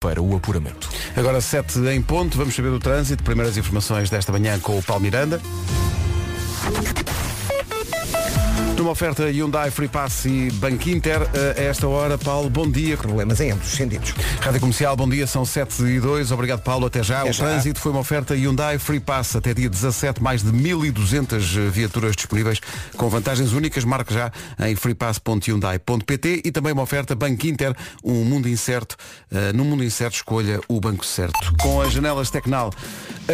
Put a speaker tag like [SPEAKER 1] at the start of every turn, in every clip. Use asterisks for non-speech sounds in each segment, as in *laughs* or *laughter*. [SPEAKER 1] para o apuramento.
[SPEAKER 2] Agora 7 em ponto, vamos saber do trânsito. Primeiras informações desta manhã com o Paulo Miranda. Numa oferta Hyundai Free Pass e Banco Inter, a esta hora, Paulo, bom dia.
[SPEAKER 3] Problemas em ambos os sentidos.
[SPEAKER 2] Rádio Comercial, bom dia, são 7 e 2, obrigado Paulo, até já.
[SPEAKER 3] Até
[SPEAKER 2] o
[SPEAKER 3] já.
[SPEAKER 2] trânsito foi uma oferta Hyundai Free Pass, até dia 17, mais de 1.200 eh, viaturas disponíveis, com vantagens únicas, marque já em freepass.hyundai.pt e também uma oferta Banco Inter, um mundo incerto, Eh, no mundo incerto escolha o banco certo. Com as janelas Tecnal,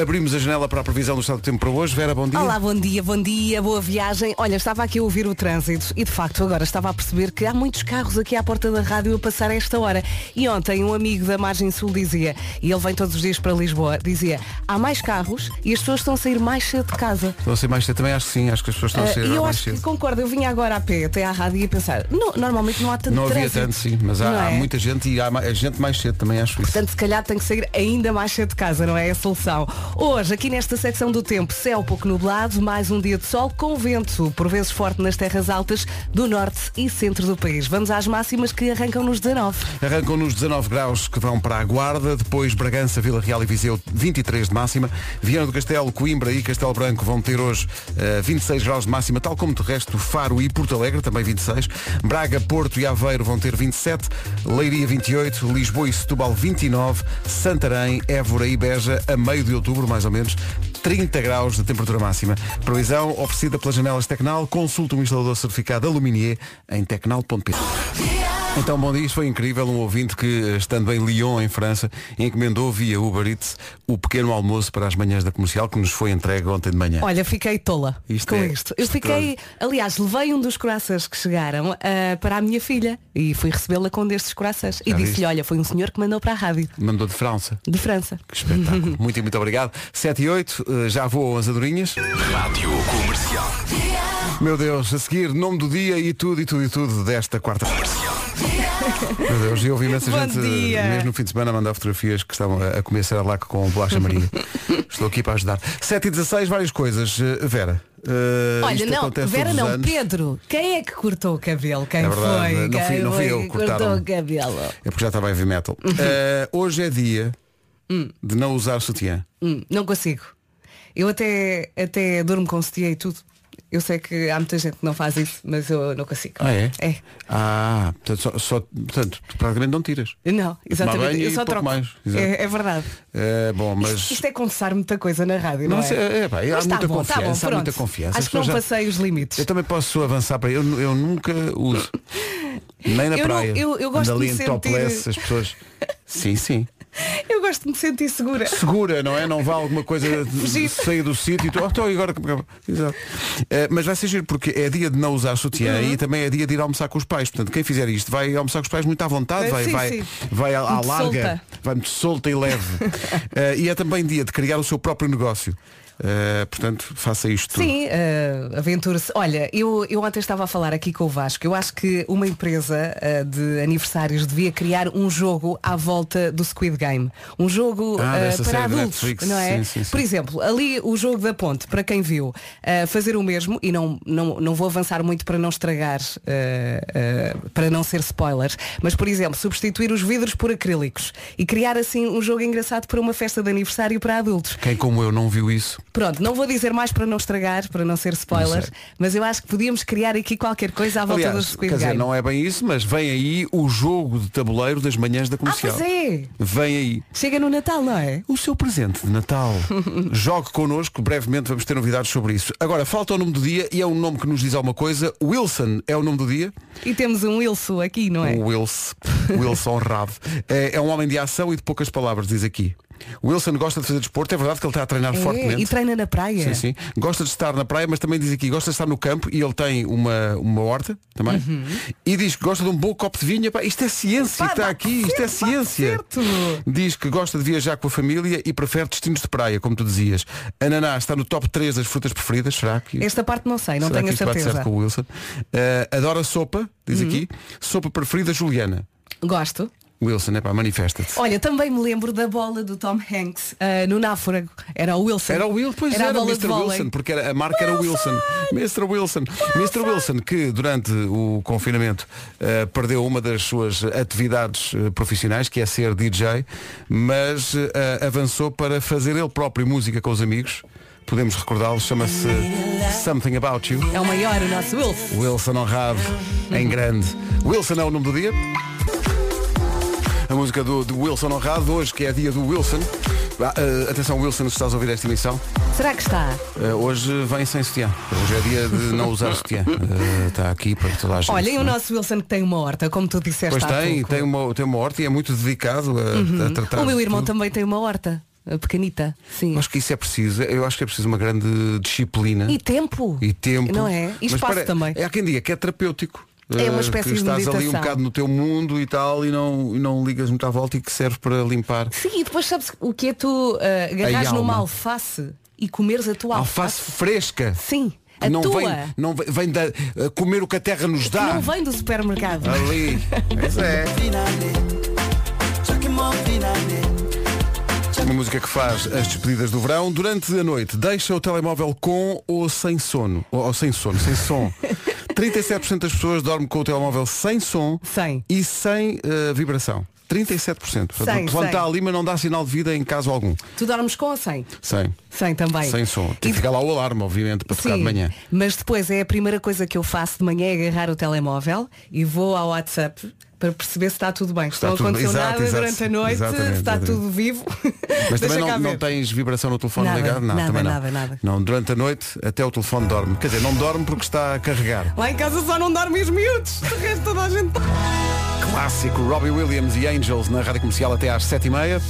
[SPEAKER 2] abrimos a janela para a previsão do estado do tempo para hoje. Vera, bom dia.
[SPEAKER 4] Olá, bom dia, bom dia, boa viagem. Olha, estava aqui a ouvir o trânsito e de facto agora estava a perceber que há muitos carros aqui à porta da rádio a passar a esta hora. E ontem um amigo da Margem Sul dizia, e ele vem todos os dias para Lisboa, dizia, há mais carros e as pessoas estão a sair mais cedo de casa.
[SPEAKER 2] Estão a ser mais cedo também, acho que sim, acho que as pessoas estão a
[SPEAKER 4] Ah,
[SPEAKER 2] ser
[SPEAKER 4] e eu
[SPEAKER 2] mais
[SPEAKER 4] acho
[SPEAKER 2] cedo.
[SPEAKER 4] que concordo, eu vinha agora a pé até à rádio e a pensar, "Não, normalmente não há tanto
[SPEAKER 2] Não havia
[SPEAKER 4] trânsito."
[SPEAKER 2] tanto, sim, mas há,
[SPEAKER 4] Não
[SPEAKER 2] há
[SPEAKER 4] é?
[SPEAKER 2] muita gente e há ma- gente mais cedo também, acho isso.
[SPEAKER 4] Portanto, se calhar tem que sair ainda mais cedo de casa, não é a solução. Hoje, aqui nesta secção do tempo, céu pouco nublado, mais um dia de sol com vento, por vezes forte nas terras altas do norte e centro do país. Vamos às máximas que arrancam nos 19.
[SPEAKER 2] Arrancam nos 19 graus que vão para a Guarda, depois Bragança, Vila Real e Viseu 23 de máxima, Viana do Castelo, Coimbra e Castelo Branco vão ter hoje eh, 26 graus de máxima, tal como de resto Faro e Porto Alegre, também 26, Braga, Porto e Aveiro vão ter 27, Leiria 28, Lisboa e Setúbal 29, Santarém, Évora e Beja a meio de outubro, mais ou menos, 30 graus de temperatura máxima. Previsão oferecida pelas janelas Tecnal, consulta um instalador certificado Aluminier em tecnal.pt. Então, bom dia, isto foi incrível. Um ouvinte que, estando em Lyon, em França, encomendou via Uber Eats o pequeno almoço para as manhãs da comercial que nos foi entregue ontem de manhã.
[SPEAKER 4] Olha, fiquei tola
[SPEAKER 2] Isto
[SPEAKER 4] com
[SPEAKER 2] é
[SPEAKER 4] isto. Eu fiquei, aliás, levei um dos coraças que chegaram ah, para a minha filha e fui recebê-la com um destes coraças. E
[SPEAKER 2] Já viste?
[SPEAKER 4] disse-lhe, olha, foi um senhor que mandou para a rádio,
[SPEAKER 2] Mandou de França.
[SPEAKER 4] de França.
[SPEAKER 2] Que
[SPEAKER 4] *laughs*
[SPEAKER 2] espetáculo. muito e muito obrigado. 7 e 8, eh, já voam as adorinhas.
[SPEAKER 1] Rádio Comercial.
[SPEAKER 2] Meu Deus, a seguir, nome do dia e tudo, e tudo, e tudo desta quarta. Meu Deus,
[SPEAKER 4] *laughs*
[SPEAKER 2] eu ouvi imensa
[SPEAKER 4] Bom
[SPEAKER 2] gente,
[SPEAKER 4] dia.
[SPEAKER 2] eh, mesmo no fim de semana, a mandar fotografias que estavam a a comer Ceralac com bolacha
[SPEAKER 4] *laughs*
[SPEAKER 2] Maria. Estou aqui para ajudar. 7 e 16, várias coisas. Eh, Vera. eh,
[SPEAKER 4] Olha,
[SPEAKER 2] isto
[SPEAKER 4] não,
[SPEAKER 2] acontece
[SPEAKER 4] Vera
[SPEAKER 2] todos os
[SPEAKER 4] não,
[SPEAKER 2] anos.
[SPEAKER 4] Pedro, quem é que cortou o cabelo? Quem
[SPEAKER 2] É verdade,
[SPEAKER 4] foi?
[SPEAKER 2] não
[SPEAKER 4] quem
[SPEAKER 2] fui- não fui
[SPEAKER 4] foi
[SPEAKER 2] eu,
[SPEAKER 4] que
[SPEAKER 2] cortaram-me.
[SPEAKER 4] cortou o cabelo?
[SPEAKER 2] É porque já estava heavy
[SPEAKER 4] *laughs*
[SPEAKER 2] metal. Eh, hoje é dia de não usar sutiã.
[SPEAKER 4] Hum, não consigo. Eu até, até durmo com sutiã e tudo. Eu sei que há muita gente que não faz isso, mas eu não consigo.
[SPEAKER 2] é?
[SPEAKER 4] É.
[SPEAKER 2] Ah, portanto, só, só- portanto, tu praticamente não tiras.
[SPEAKER 4] Não,
[SPEAKER 2] banho
[SPEAKER 4] exatamente. Eu
[SPEAKER 2] e
[SPEAKER 4] só
[SPEAKER 2] pouco
[SPEAKER 4] troco.
[SPEAKER 2] mais, exato.
[SPEAKER 4] É, é verdade.
[SPEAKER 2] Eh, bom, mas.
[SPEAKER 4] Isto, isto é confessar muita coisa na rádio,
[SPEAKER 2] Não
[SPEAKER 4] não,
[SPEAKER 2] sei, é, é, pá, há
[SPEAKER 4] Mas tá
[SPEAKER 2] muita
[SPEAKER 4] bom, tá bom,
[SPEAKER 2] confiança, há muita
[SPEAKER 4] pronto.
[SPEAKER 2] confiança. As
[SPEAKER 4] Acho que não
[SPEAKER 2] pessoas já-
[SPEAKER 4] passei os limites.
[SPEAKER 2] Eu também posso avançar para eu, eu nunca uso. Nem na
[SPEAKER 4] Eu não-
[SPEAKER 2] praia.
[SPEAKER 4] eu- eu gosto
[SPEAKER 2] Ando ali
[SPEAKER 4] de me
[SPEAKER 2] em
[SPEAKER 4] sentir-
[SPEAKER 2] topless, as pessoas. Sim, sim.
[SPEAKER 4] Eu gosto de me sentir segura.
[SPEAKER 2] Segura, não é? Não vá alguma coisa de-
[SPEAKER 4] Fugir.
[SPEAKER 2] sair do sítio e tu, oh, então, e agora. Exato. Eh, mas vai ser giro porque é dia de não usar sutiã
[SPEAKER 4] Uhum.
[SPEAKER 2] e também é dia de ir almoçar com os pais. Portanto, quem fizer isto vai almoçar com os pais muito à vontade,
[SPEAKER 4] Eh,
[SPEAKER 2] vai,
[SPEAKER 4] sim,
[SPEAKER 2] vai,
[SPEAKER 4] sim.
[SPEAKER 2] vai à, à
[SPEAKER 4] Muito
[SPEAKER 2] larga,
[SPEAKER 4] solta.
[SPEAKER 2] vai muito solta e leve.
[SPEAKER 4] *laughs*
[SPEAKER 2] Eh, e é também dia de criar o seu próprio negócio. Eh, portanto, faça isto. tudo.
[SPEAKER 4] Sim, eh, aventura-se. Olha, eu, eu ontem estava a falar aqui com o Vasco. Eu acho que uma empresa eh, de aniversários devia criar um jogo à volta do Squid Game. Um jogo
[SPEAKER 2] Ah,
[SPEAKER 4] eh,
[SPEAKER 2] dessa
[SPEAKER 4] para
[SPEAKER 2] série da
[SPEAKER 4] adultos,
[SPEAKER 2] Netflix.
[SPEAKER 4] não é?
[SPEAKER 2] Sim, sim, sim.
[SPEAKER 4] Por exemplo, ali o jogo da ponte, para quem viu, eh, fazer o mesmo, e não, não, não vou avançar muito para não estragar, eh, eh, para não ser spoilers, mas por exemplo, substituir os vidros por acrílicos e criar assim um jogo engraçado para uma festa de aniversário para adultos.
[SPEAKER 2] Quem como eu não viu isso,
[SPEAKER 4] Pronto, não vou dizer mais para não estragar, para não ser
[SPEAKER 2] Não
[SPEAKER 4] spoiler,
[SPEAKER 2] sei.
[SPEAKER 4] mas eu acho que podíamos criar aqui qualquer coisa à volta do
[SPEAKER 2] Aliás,
[SPEAKER 4] Squid
[SPEAKER 2] quer dizer,
[SPEAKER 4] Game.
[SPEAKER 2] não é bem isso, mas vem aí o jogo de tabuleiro das manhãs da
[SPEAKER 4] Ah,
[SPEAKER 2] comercial.
[SPEAKER 4] pois é!
[SPEAKER 2] Vem aí.
[SPEAKER 4] Chega no Natal, não é?
[SPEAKER 2] O seu
[SPEAKER 4] *laughs*
[SPEAKER 2] presente de Natal. Jogue connosco, brevemente vamos ter novidades sobre isso. Agora, falta o nome do dia e é um nome que nos diz alguma coisa. Wilson é o nome do dia.
[SPEAKER 4] E temos um Wilson aqui, não é?
[SPEAKER 2] O Wilson, Wilson Rave. É, é um homem de ação e de poucas palavras, diz aqui. Wilson gosta de fazer desporto, é verdade que ele está a treinar
[SPEAKER 4] É,
[SPEAKER 2] fortemente.
[SPEAKER 4] e treina na praia.
[SPEAKER 2] Sim, sim. Gosta de estar na praia, mas também diz aqui, gosta de estar no campo e ele tem uma, uma horta também.
[SPEAKER 4] Uhum.
[SPEAKER 2] E diz que gosta de um bom copo de vinho. Epá, isto é ciência
[SPEAKER 4] Pá,
[SPEAKER 2] que está
[SPEAKER 4] dá
[SPEAKER 2] aqui, isto
[SPEAKER 4] certo,
[SPEAKER 2] é
[SPEAKER 4] dá
[SPEAKER 2] ciência.
[SPEAKER 4] certo.
[SPEAKER 2] Diz que gosta de viajar com a família e prefere destinos de praia, como tu dizias. Ananás está no top 3 das frutas preferidas, será que?
[SPEAKER 4] Esta parte não sei, não
[SPEAKER 2] será
[SPEAKER 4] tenho a
[SPEAKER 2] que isto bate
[SPEAKER 4] certeza. Uhum.
[SPEAKER 2] certo com o Wilson? Eh, adora sopa, diz aqui. Sopa preferida Juliana.
[SPEAKER 4] Gosto.
[SPEAKER 2] Wilson, é pá, manifesta-te.
[SPEAKER 4] Olha, também me lembro da bola do Tom Hanks ah, no Náufrago. Era o Wilson.
[SPEAKER 2] Era o Wilson, pois era,
[SPEAKER 4] a
[SPEAKER 2] o
[SPEAKER 4] bola de
[SPEAKER 2] Mr.
[SPEAKER 4] vôlei.
[SPEAKER 2] Wilson, porque era- a marca era o Wilson. Mr. Wilson. Mr. Wilson, que durante o confinamento eh, perdeu uma das suas atividades eh, profissionais, que é ser DJ, mas eh, avançou para fazer ele próprio música com os amigos. Podemos recordá-lo, chama-se Something About You.
[SPEAKER 4] É o maior, o nosso Wilson.
[SPEAKER 2] Wilson honrado em grande. Wilson é o nome do dia. A música do, do Wilson honrado, hoje que é dia do Wilson. Ah, eh, atenção, Wilson, se estás a ouvir esta emissão,
[SPEAKER 4] Será que está?
[SPEAKER 2] eh, hoje vem sem sutiã. Hoje é dia de não usar
[SPEAKER 4] *laughs*
[SPEAKER 2] sutiã. Eh, Está aqui para toda a gente.
[SPEAKER 4] Olha, e o
[SPEAKER 2] não é?
[SPEAKER 4] nosso Wilson que tem uma horta, como tu disseste
[SPEAKER 2] Pois
[SPEAKER 4] há
[SPEAKER 2] tem,
[SPEAKER 4] pouco.
[SPEAKER 2] tem uma, tem uma horta e é muito dedicado a, a tratar.
[SPEAKER 4] Uhum. O meu
[SPEAKER 2] de
[SPEAKER 4] irmão
[SPEAKER 2] tudo.
[SPEAKER 4] também tem uma horta, eh, pequenita. Sim.
[SPEAKER 2] Eu Acho que isso é preciso. Eu acho que é preciso uma grande disciplina.
[SPEAKER 4] E tempo.
[SPEAKER 2] e tempo.
[SPEAKER 4] Não é? E
[SPEAKER 2] Mas
[SPEAKER 4] espaço
[SPEAKER 2] pare-
[SPEAKER 4] também.
[SPEAKER 2] Há quem diga que é terapêutico.
[SPEAKER 4] É uma
[SPEAKER 2] eh,
[SPEAKER 4] espécie
[SPEAKER 2] que
[SPEAKER 4] de
[SPEAKER 2] estás ali um
[SPEAKER 4] meditação.
[SPEAKER 2] bocado no teu mundo e tal e não, e não ligas muito à volta e que serve para limpar.
[SPEAKER 4] Sim, e depois sabes o que é tu eh, agarrares
[SPEAKER 2] alma.
[SPEAKER 4] numa alface e comeres a tua
[SPEAKER 2] Alface
[SPEAKER 4] alface?
[SPEAKER 2] fresca.
[SPEAKER 4] Sim, a
[SPEAKER 2] não
[SPEAKER 4] tua.
[SPEAKER 2] vem, não vem, vem da, a comer o que a terra nos
[SPEAKER 4] Que
[SPEAKER 2] dá.
[SPEAKER 4] Não vem do supermercado.
[SPEAKER 2] Ali. Pois é. Uma música que faz as despedidas do verão. Durante a noite, deixa o telemóvel com ou sem sono. Ou, ou sem sono,
[SPEAKER 4] *laughs*
[SPEAKER 2] sem som. 37% das pessoas dormem com o telemóvel sem som
[SPEAKER 4] Sem.
[SPEAKER 2] e sem eh, vibração. 37%. Portanto,
[SPEAKER 4] Sem,
[SPEAKER 2] o telefone
[SPEAKER 4] sem.
[SPEAKER 2] está ali, mas não dá sinal de vida em caso algum.
[SPEAKER 4] Tu dormes com ou sem?
[SPEAKER 2] Sem.
[SPEAKER 4] Sem também.
[SPEAKER 2] Ah. Sem som. Tem
[SPEAKER 4] E
[SPEAKER 2] que ficar lá o alarme, obviamente, para tocar de manhã.
[SPEAKER 4] Mas depois é a primeira coisa que eu faço de manhã é agarrar o telemóvel e vou ao WhatsApp para perceber se está tudo bem. Se
[SPEAKER 2] Está
[SPEAKER 4] não
[SPEAKER 2] tudo-
[SPEAKER 4] aconteceu
[SPEAKER 2] exato,
[SPEAKER 4] nada
[SPEAKER 2] exato.
[SPEAKER 4] durante a noite,
[SPEAKER 2] Exatamente,
[SPEAKER 4] se está
[SPEAKER 2] exatamente.
[SPEAKER 4] tudo vivo.
[SPEAKER 2] Mas
[SPEAKER 4] Deixa
[SPEAKER 2] também
[SPEAKER 4] cá
[SPEAKER 2] não,
[SPEAKER 4] ver.
[SPEAKER 2] não tens vibração no telefone
[SPEAKER 4] Nada,
[SPEAKER 2] ligado? Não,
[SPEAKER 4] nada,
[SPEAKER 2] também não.
[SPEAKER 4] nada, nada.
[SPEAKER 2] Não, durante a noite até o telefone dorme. Quer dizer, não dorme porque está a carregar.
[SPEAKER 4] Lá em casa só não dormem os miúdos. O resto toda a gente
[SPEAKER 2] Clássico Robbie Williams e Angels na Rádio Comercial até às 7h30.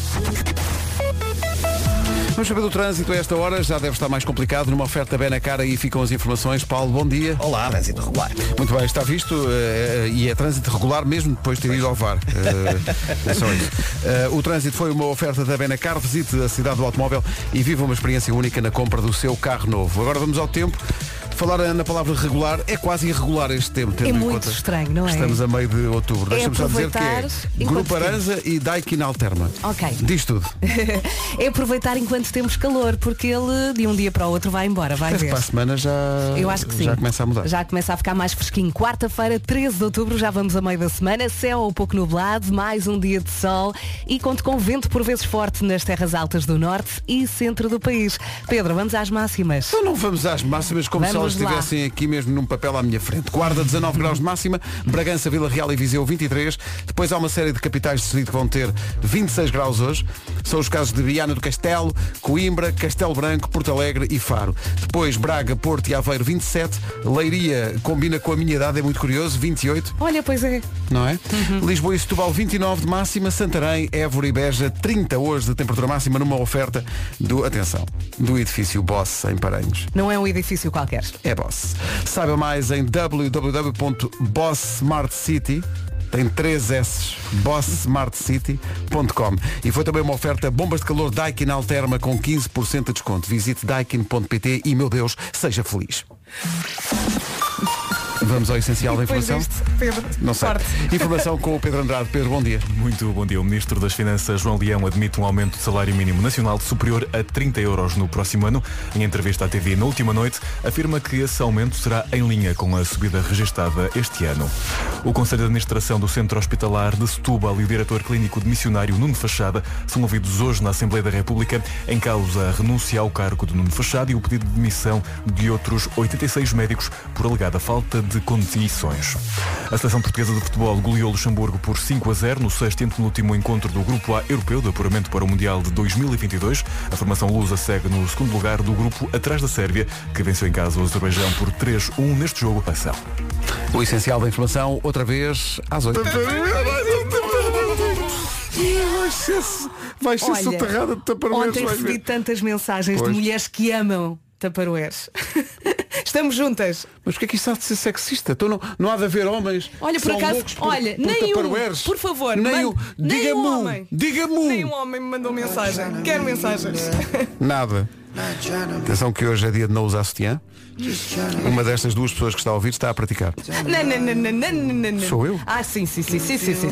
[SPEAKER 2] Vamos saber do trânsito a esta hora, já deve estar mais complicado, numa oferta bem na cara e ficam as informações. Paulo, bom dia.
[SPEAKER 3] Olá, trânsito regular.
[SPEAKER 2] Muito bem, está visto eh, eh, e é trânsito regular mesmo depois de ter ido ao VAR. Eh, *laughs* é só isso. Eh, o trânsito foi uma oferta da Benacar. Visite a cidade do automóvel e viva uma experiência única na compra do seu carro novo. Agora vamos ao tempo. Falar eh, na palavra regular é quase irregular este tempo. tendo
[SPEAKER 4] É
[SPEAKER 2] em
[SPEAKER 4] muito
[SPEAKER 2] conta
[SPEAKER 4] estranho, não é?
[SPEAKER 2] que Estamos a meio de outubro.
[SPEAKER 4] É
[SPEAKER 2] Deixa-me só dizer que é
[SPEAKER 4] aproveitar enquanto
[SPEAKER 2] Grupo Aranza e Daikin Alterna.
[SPEAKER 4] Ok.
[SPEAKER 2] Diz tudo.
[SPEAKER 4] *laughs* é aproveitar enquanto temos calor, porque ele de um dia para o outro vai embora, vai
[SPEAKER 2] Parece que
[SPEAKER 4] ver.
[SPEAKER 2] para a semana já,
[SPEAKER 4] Eu acho que sim.
[SPEAKER 2] já começa a mudar.
[SPEAKER 4] Já começa a ficar mais fresquinho. Quarta-feira, 13 de outubro, já vamos a meio da semana. Céu um pouco nublado, mais um dia de sol e conto com vento por vezes forte nas terras altas do norte e centro do país. Pedro, vamos às máximas.
[SPEAKER 2] Então não vamos às máximas como se
[SPEAKER 4] Vamos
[SPEAKER 2] elas
[SPEAKER 4] lá.
[SPEAKER 2] estivessem aqui mesmo num papel à minha frente. Guarda 19 graus de máxima, Bragança, Vila Real e Viseu 23. Depois há uma série de capitais de distrito que vão ter 26 graus hoje. São os casos de Viana do Castelo, Coimbra, Castelo Branco, Porto Alegre e Faro. Depois Braga, Porto e Aveiro 27. Leiria combina com a minha idade, é muito curioso, 28
[SPEAKER 4] Olha, pois é.
[SPEAKER 2] não é?
[SPEAKER 4] Uhum.
[SPEAKER 2] Lisboa e Setúbal 29 de máxima, Santarém, Évora e Beja 30 hoje de temperatura máxima numa oferta do, atenção, do edifício Boss em Paranhos.
[SPEAKER 4] Não é um edifício qualquer.
[SPEAKER 2] É Boss. Saiba mais em www.bosssmartcity tem 3 S, bosssmartcity.com E foi também uma oferta bombas de calor Daikin Alterma com 15% de desconto. Visite daikin.pt e, meu Deus, seja feliz. Vamos ao essencial da
[SPEAKER 4] Depois
[SPEAKER 2] informação.
[SPEAKER 4] deste, Pedro,
[SPEAKER 2] é. Não sei.
[SPEAKER 4] forte. *laughs*
[SPEAKER 2] Informação com o Pedro Andrade. Pedro, bom dia.
[SPEAKER 1] Muito bom dia. O Ministro das Finanças, João Leão, admite um aumento do salário mínimo nacional superior a 30 euros no próximo ano. Em entrevista à TV na última noite, afirma que esse aumento será em linha com a subida registada este ano. O Conselho de Administração do Centro Hospitalar de Setúbal e o Diretor Clínico de Missionário Nuno Fachada são ouvidos hoje na Assembleia da República em causa a renúncia ao cargo de Nuno Fachada e o pedido de demissão de outros 86 médicos por alegada falta de condições. A seleção portuguesa de futebol goleou Luxemburgo por 5 a 0 no sexto e penúltimo encontro do Grupo A europeu de apuramento para o Mundial de 2022. A formação lusa segue no segundo lugar do grupo atrás da Sérvia, que venceu em casa o Azerbaijão por 3-1 neste jogo. Ação.
[SPEAKER 2] O essencial da informação, outra vez, às 8. Vai
[SPEAKER 4] Olha, ontem recebi tantas mensagens
[SPEAKER 2] Pois.
[SPEAKER 4] de mulheres que amam taparoeiros. *laughs* Estamos juntas.
[SPEAKER 2] Mas porquê é que isso há de ser sexista? Então não, não há de haver homens.
[SPEAKER 4] Olha,
[SPEAKER 2] que
[SPEAKER 4] por
[SPEAKER 2] são
[SPEAKER 4] acaso,
[SPEAKER 2] loucos por,
[SPEAKER 4] olha,
[SPEAKER 2] por
[SPEAKER 4] nem um,
[SPEAKER 2] tupperwares.
[SPEAKER 4] por favor,
[SPEAKER 2] nem
[SPEAKER 4] manda-
[SPEAKER 2] um.
[SPEAKER 4] nem
[SPEAKER 2] Diga-me,
[SPEAKER 4] um
[SPEAKER 2] um,
[SPEAKER 4] homem.
[SPEAKER 2] diga-me. um.
[SPEAKER 4] Nenhum homem me mandou mensagem. Quero mensagens. *laughs*
[SPEAKER 2] Nada. Atenção que hoje é dia de não usar sutiã. Uma destas duas pessoas que está a ouvir está a praticar.
[SPEAKER 4] Não, não, não, não, não, não, não.
[SPEAKER 2] Sou eu?
[SPEAKER 4] Ah, sim, sim, sim, sim, sim, sim.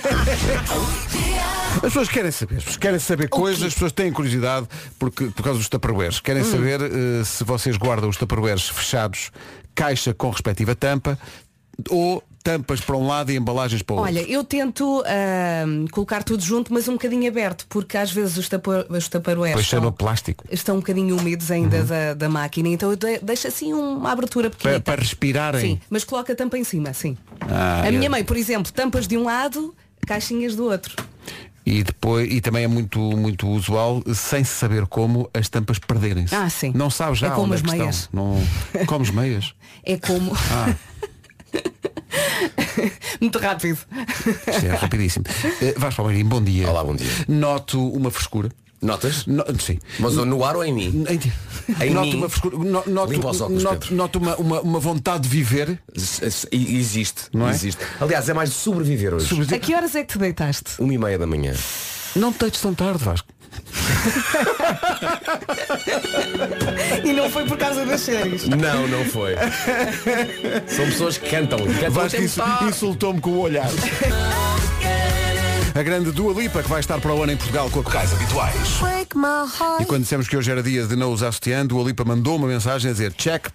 [SPEAKER 2] As pessoas querem saber, as pessoas querem saber coisas, as pessoas têm curiosidade porque, por causa dos tupperwares. Querem
[SPEAKER 4] Hum.
[SPEAKER 2] saber eh, se vocês guardam os tupperwares fechados, caixa com respectiva tampa, ou tampas para um lado e embalagens para o outro.
[SPEAKER 4] Olha, eu tento ahm, colocar tudo junto, mas um bocadinho aberto, porque às vezes os, tapa, os taparoeiros
[SPEAKER 2] Depois chama
[SPEAKER 4] estão,
[SPEAKER 2] plástico.
[SPEAKER 4] estão um bocadinho úmidos ainda
[SPEAKER 2] Uhum.
[SPEAKER 4] da, da máquina, então eu de- deixo assim uma abertura
[SPEAKER 2] Para,
[SPEAKER 4] pequena.
[SPEAKER 2] para respirarem.
[SPEAKER 4] Sim, mas coloca a tampa em cima, sim.
[SPEAKER 2] Ah,
[SPEAKER 4] a
[SPEAKER 2] eu-
[SPEAKER 4] minha mãe, por exemplo, tampas de um lado, caixinhas do outro.
[SPEAKER 2] E, depois, e também é muito, muito usual, sem se saber como, as tampas perderem-se.
[SPEAKER 4] Ah, sim.
[SPEAKER 2] Não sabes já
[SPEAKER 4] É como
[SPEAKER 2] onde
[SPEAKER 4] as
[SPEAKER 2] é que
[SPEAKER 4] meias.
[SPEAKER 2] estão. Não... Comes meias.
[SPEAKER 4] É como.
[SPEAKER 2] Ah.
[SPEAKER 4] *laughs* Muito rápido.
[SPEAKER 2] Isto é rapidíssimo. Eh, Vasco Palmeirinho, bom dia.
[SPEAKER 3] Olá, bom dia.
[SPEAKER 2] Noto uma frescura.
[SPEAKER 3] Notas?
[SPEAKER 2] No- sim.
[SPEAKER 3] Mas no ar ou em mim?
[SPEAKER 2] Em-
[SPEAKER 3] Em
[SPEAKER 2] noto
[SPEAKER 3] mim?
[SPEAKER 2] uma frescura. no- noto
[SPEAKER 3] Limpa os óculos,
[SPEAKER 2] noto-
[SPEAKER 3] Pedro.
[SPEAKER 2] noto uma, uma, uma vontade de viver.
[SPEAKER 3] S- s- e- Existe,
[SPEAKER 2] Não é?
[SPEAKER 3] existe. Aliás, é mais de sobreviver hoje.
[SPEAKER 2] Sobre-
[SPEAKER 4] A que horas é que te deitaste?
[SPEAKER 3] Uma e meia da manhã.
[SPEAKER 2] Não te deites tão tarde, Vasco.
[SPEAKER 4] E não foi por causa das séries.
[SPEAKER 3] Não, não *laughs* foi. São pessoas que cantam. cantam
[SPEAKER 2] Vasco
[SPEAKER 3] até
[SPEAKER 2] insu-
[SPEAKER 3] metade.
[SPEAKER 2] insultou-me com o olhar. A grande Dua Lipa que vai estar para o ano em Portugal com a Cais Habituais. E quando dissemos que hoje era dia de não usar sutiã, Dua Lipa mandou uma mensagem a dizer check.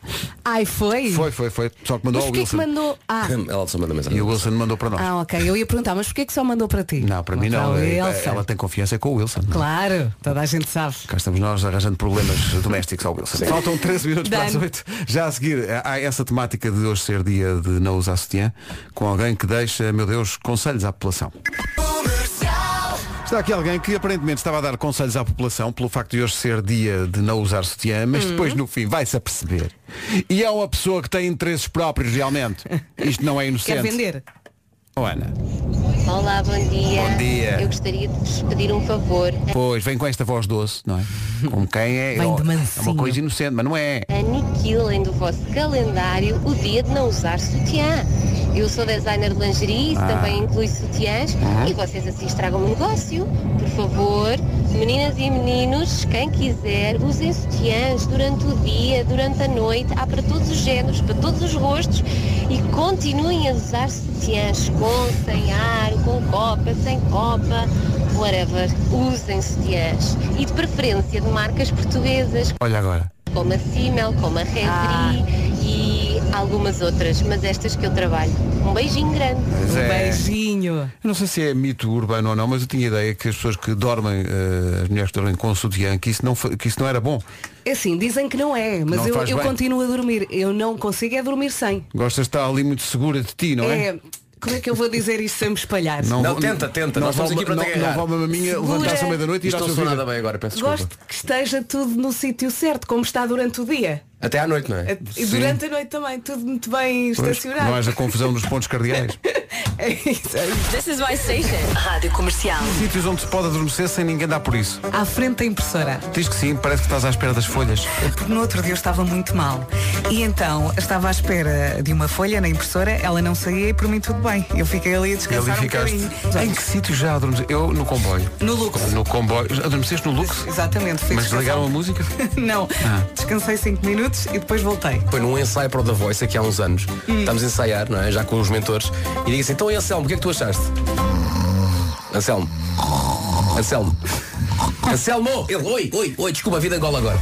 [SPEAKER 4] Ai, foi?
[SPEAKER 2] Foi, foi, foi. Só que mandou
[SPEAKER 4] Mas
[SPEAKER 2] ao
[SPEAKER 4] porquê que
[SPEAKER 2] Wilson.
[SPEAKER 4] mandou. Ah,
[SPEAKER 3] Ela só manda mensagem.
[SPEAKER 2] E o Wilson mandou para nós.
[SPEAKER 4] ah, ok. Eu ia perguntar, mas porquê que só mandou para ti?
[SPEAKER 2] Não, para mim
[SPEAKER 4] Para
[SPEAKER 2] não.
[SPEAKER 4] o
[SPEAKER 2] É-
[SPEAKER 4] Elsa.
[SPEAKER 2] Ela tem confiança é com o Wilson. não é?
[SPEAKER 4] Claro, toda a gente sabe.
[SPEAKER 2] Cá estamos nós arranjando problemas *laughs* domésticos ao Wilson. Faltam 13 minutos para as
[SPEAKER 4] Dano.
[SPEAKER 2] 8. Já a seguir, eh, há essa temática de hoje ser dia de não usar sutiã, com alguém que deixa, meu Deus, conselhos à população. Está aqui alguém que aparentemente estava a dar conselhos à população pelo facto de hoje ser dia de não usar sutiã, mas depois no fim vai-se a perceber. E é uma pessoa que tem interesses próprios realmente. Isto não é inocente.
[SPEAKER 4] Quer vender?
[SPEAKER 2] Oh, Ana.
[SPEAKER 5] Olá, bom dia.
[SPEAKER 2] Bom dia.
[SPEAKER 5] Eu gostaria de vos pedir um favor.
[SPEAKER 2] Pois, vem com esta voz doce, não é? Com quem é.
[SPEAKER 4] Vem de
[SPEAKER 2] é
[SPEAKER 4] mansinho.
[SPEAKER 2] uma coisa inocente, mas não é.
[SPEAKER 5] Aniquilem do vosso calendário o dia de não usar sutiã. Eu sou designer de lingerie, isso também inclui sutiãs, e vocês assim estragam o negócio. Por favor, meninas e meninos, quem quiser, usem sutiãs durante o dia, durante a noite. Há para todos os géneros, para todos os rostos, e continuem a usar sutiãs com, sem ar, com copa, sem copa, whatever. Usem sutiãs. E de preferência de marcas portuguesas,
[SPEAKER 2] Olha agora.
[SPEAKER 5] como a Simmel, como a Redri
[SPEAKER 4] Ah.
[SPEAKER 5] e algumas outras, mas estas que eu trabalho. Um beijinho grande.
[SPEAKER 2] Mas
[SPEAKER 4] Um
[SPEAKER 2] é-
[SPEAKER 4] beijinho.
[SPEAKER 2] Eu não sei se é mito urbano ou não, mas eu tinha ideia que as pessoas que dormem, eh, as mulheres que dormem com sutiã, que isso não, fa- que isso não era bom.
[SPEAKER 4] É assim, dizem que não é, mas
[SPEAKER 2] Não
[SPEAKER 4] eu,
[SPEAKER 2] faz
[SPEAKER 4] eu
[SPEAKER 2] bem.
[SPEAKER 4] continuo a dormir. Eu não consigo é dormir sem.
[SPEAKER 2] Gostas de estar ali muito segura de ti, não é?
[SPEAKER 4] É, como é que eu vou dizer isto sem me espalhar?
[SPEAKER 3] Não,
[SPEAKER 2] vou-
[SPEAKER 3] tenta, tenta.
[SPEAKER 2] Não
[SPEAKER 3] Nós estamos
[SPEAKER 2] vale
[SPEAKER 3] aqui para
[SPEAKER 2] não,
[SPEAKER 3] te
[SPEAKER 2] não
[SPEAKER 3] agarrar.
[SPEAKER 2] vale uma maminha
[SPEAKER 4] Segura.
[SPEAKER 2] levantar-se à meia-noite e um ir
[SPEAKER 3] Isto
[SPEAKER 2] à
[SPEAKER 3] não
[SPEAKER 2] sua
[SPEAKER 3] sou
[SPEAKER 2] vida.
[SPEAKER 3] nada bem agora, peço desculpa.
[SPEAKER 4] Gosto que esteja tudo no sítio certo, como está durante o dia.
[SPEAKER 3] Até à noite, não é?
[SPEAKER 4] E durante a noite também, tudo muito bem
[SPEAKER 2] Pois,
[SPEAKER 4] estacionado.
[SPEAKER 2] não haja confusão nos pontos cardeais.
[SPEAKER 4] É isso aí.
[SPEAKER 6] This is my station. Rádio Comercial.
[SPEAKER 2] *laughs* Sítios onde se pode adormecer sem ninguém dar por isso.
[SPEAKER 4] À frente da impressora.
[SPEAKER 2] Diz que sim, parece que estás à espera das folhas.
[SPEAKER 4] Porque no outro dia eu estava muito mal. E então estava à espera de uma folha na impressora, ela não saía e por mim tudo bem. Eu fiquei ali a
[SPEAKER 2] E ali
[SPEAKER 4] descansar
[SPEAKER 2] ficaste.
[SPEAKER 4] um bocadinho.
[SPEAKER 2] Em que sítio já adormeceste? Eu no comboio.
[SPEAKER 4] No Lux.
[SPEAKER 2] No comboio. Adormeceste no Lux?
[SPEAKER 4] Exatamente, fui
[SPEAKER 2] Mas Ah.
[SPEAKER 4] descansar.
[SPEAKER 2] ligaram a música?
[SPEAKER 4] Não, descansei 5 minutos e depois voltei.
[SPEAKER 3] Foi num ensaio para o The Voice aqui há uns anos.
[SPEAKER 4] Hum.
[SPEAKER 3] Estamos a ensaiar, não é? Já com os mentores. E digo assim, então e Anselmo, o que é que tu achaste? Anselmo. Anselmo. Anselmo! Ele, oi, oi, oi, desculpa, vida Angola *laughs* agora.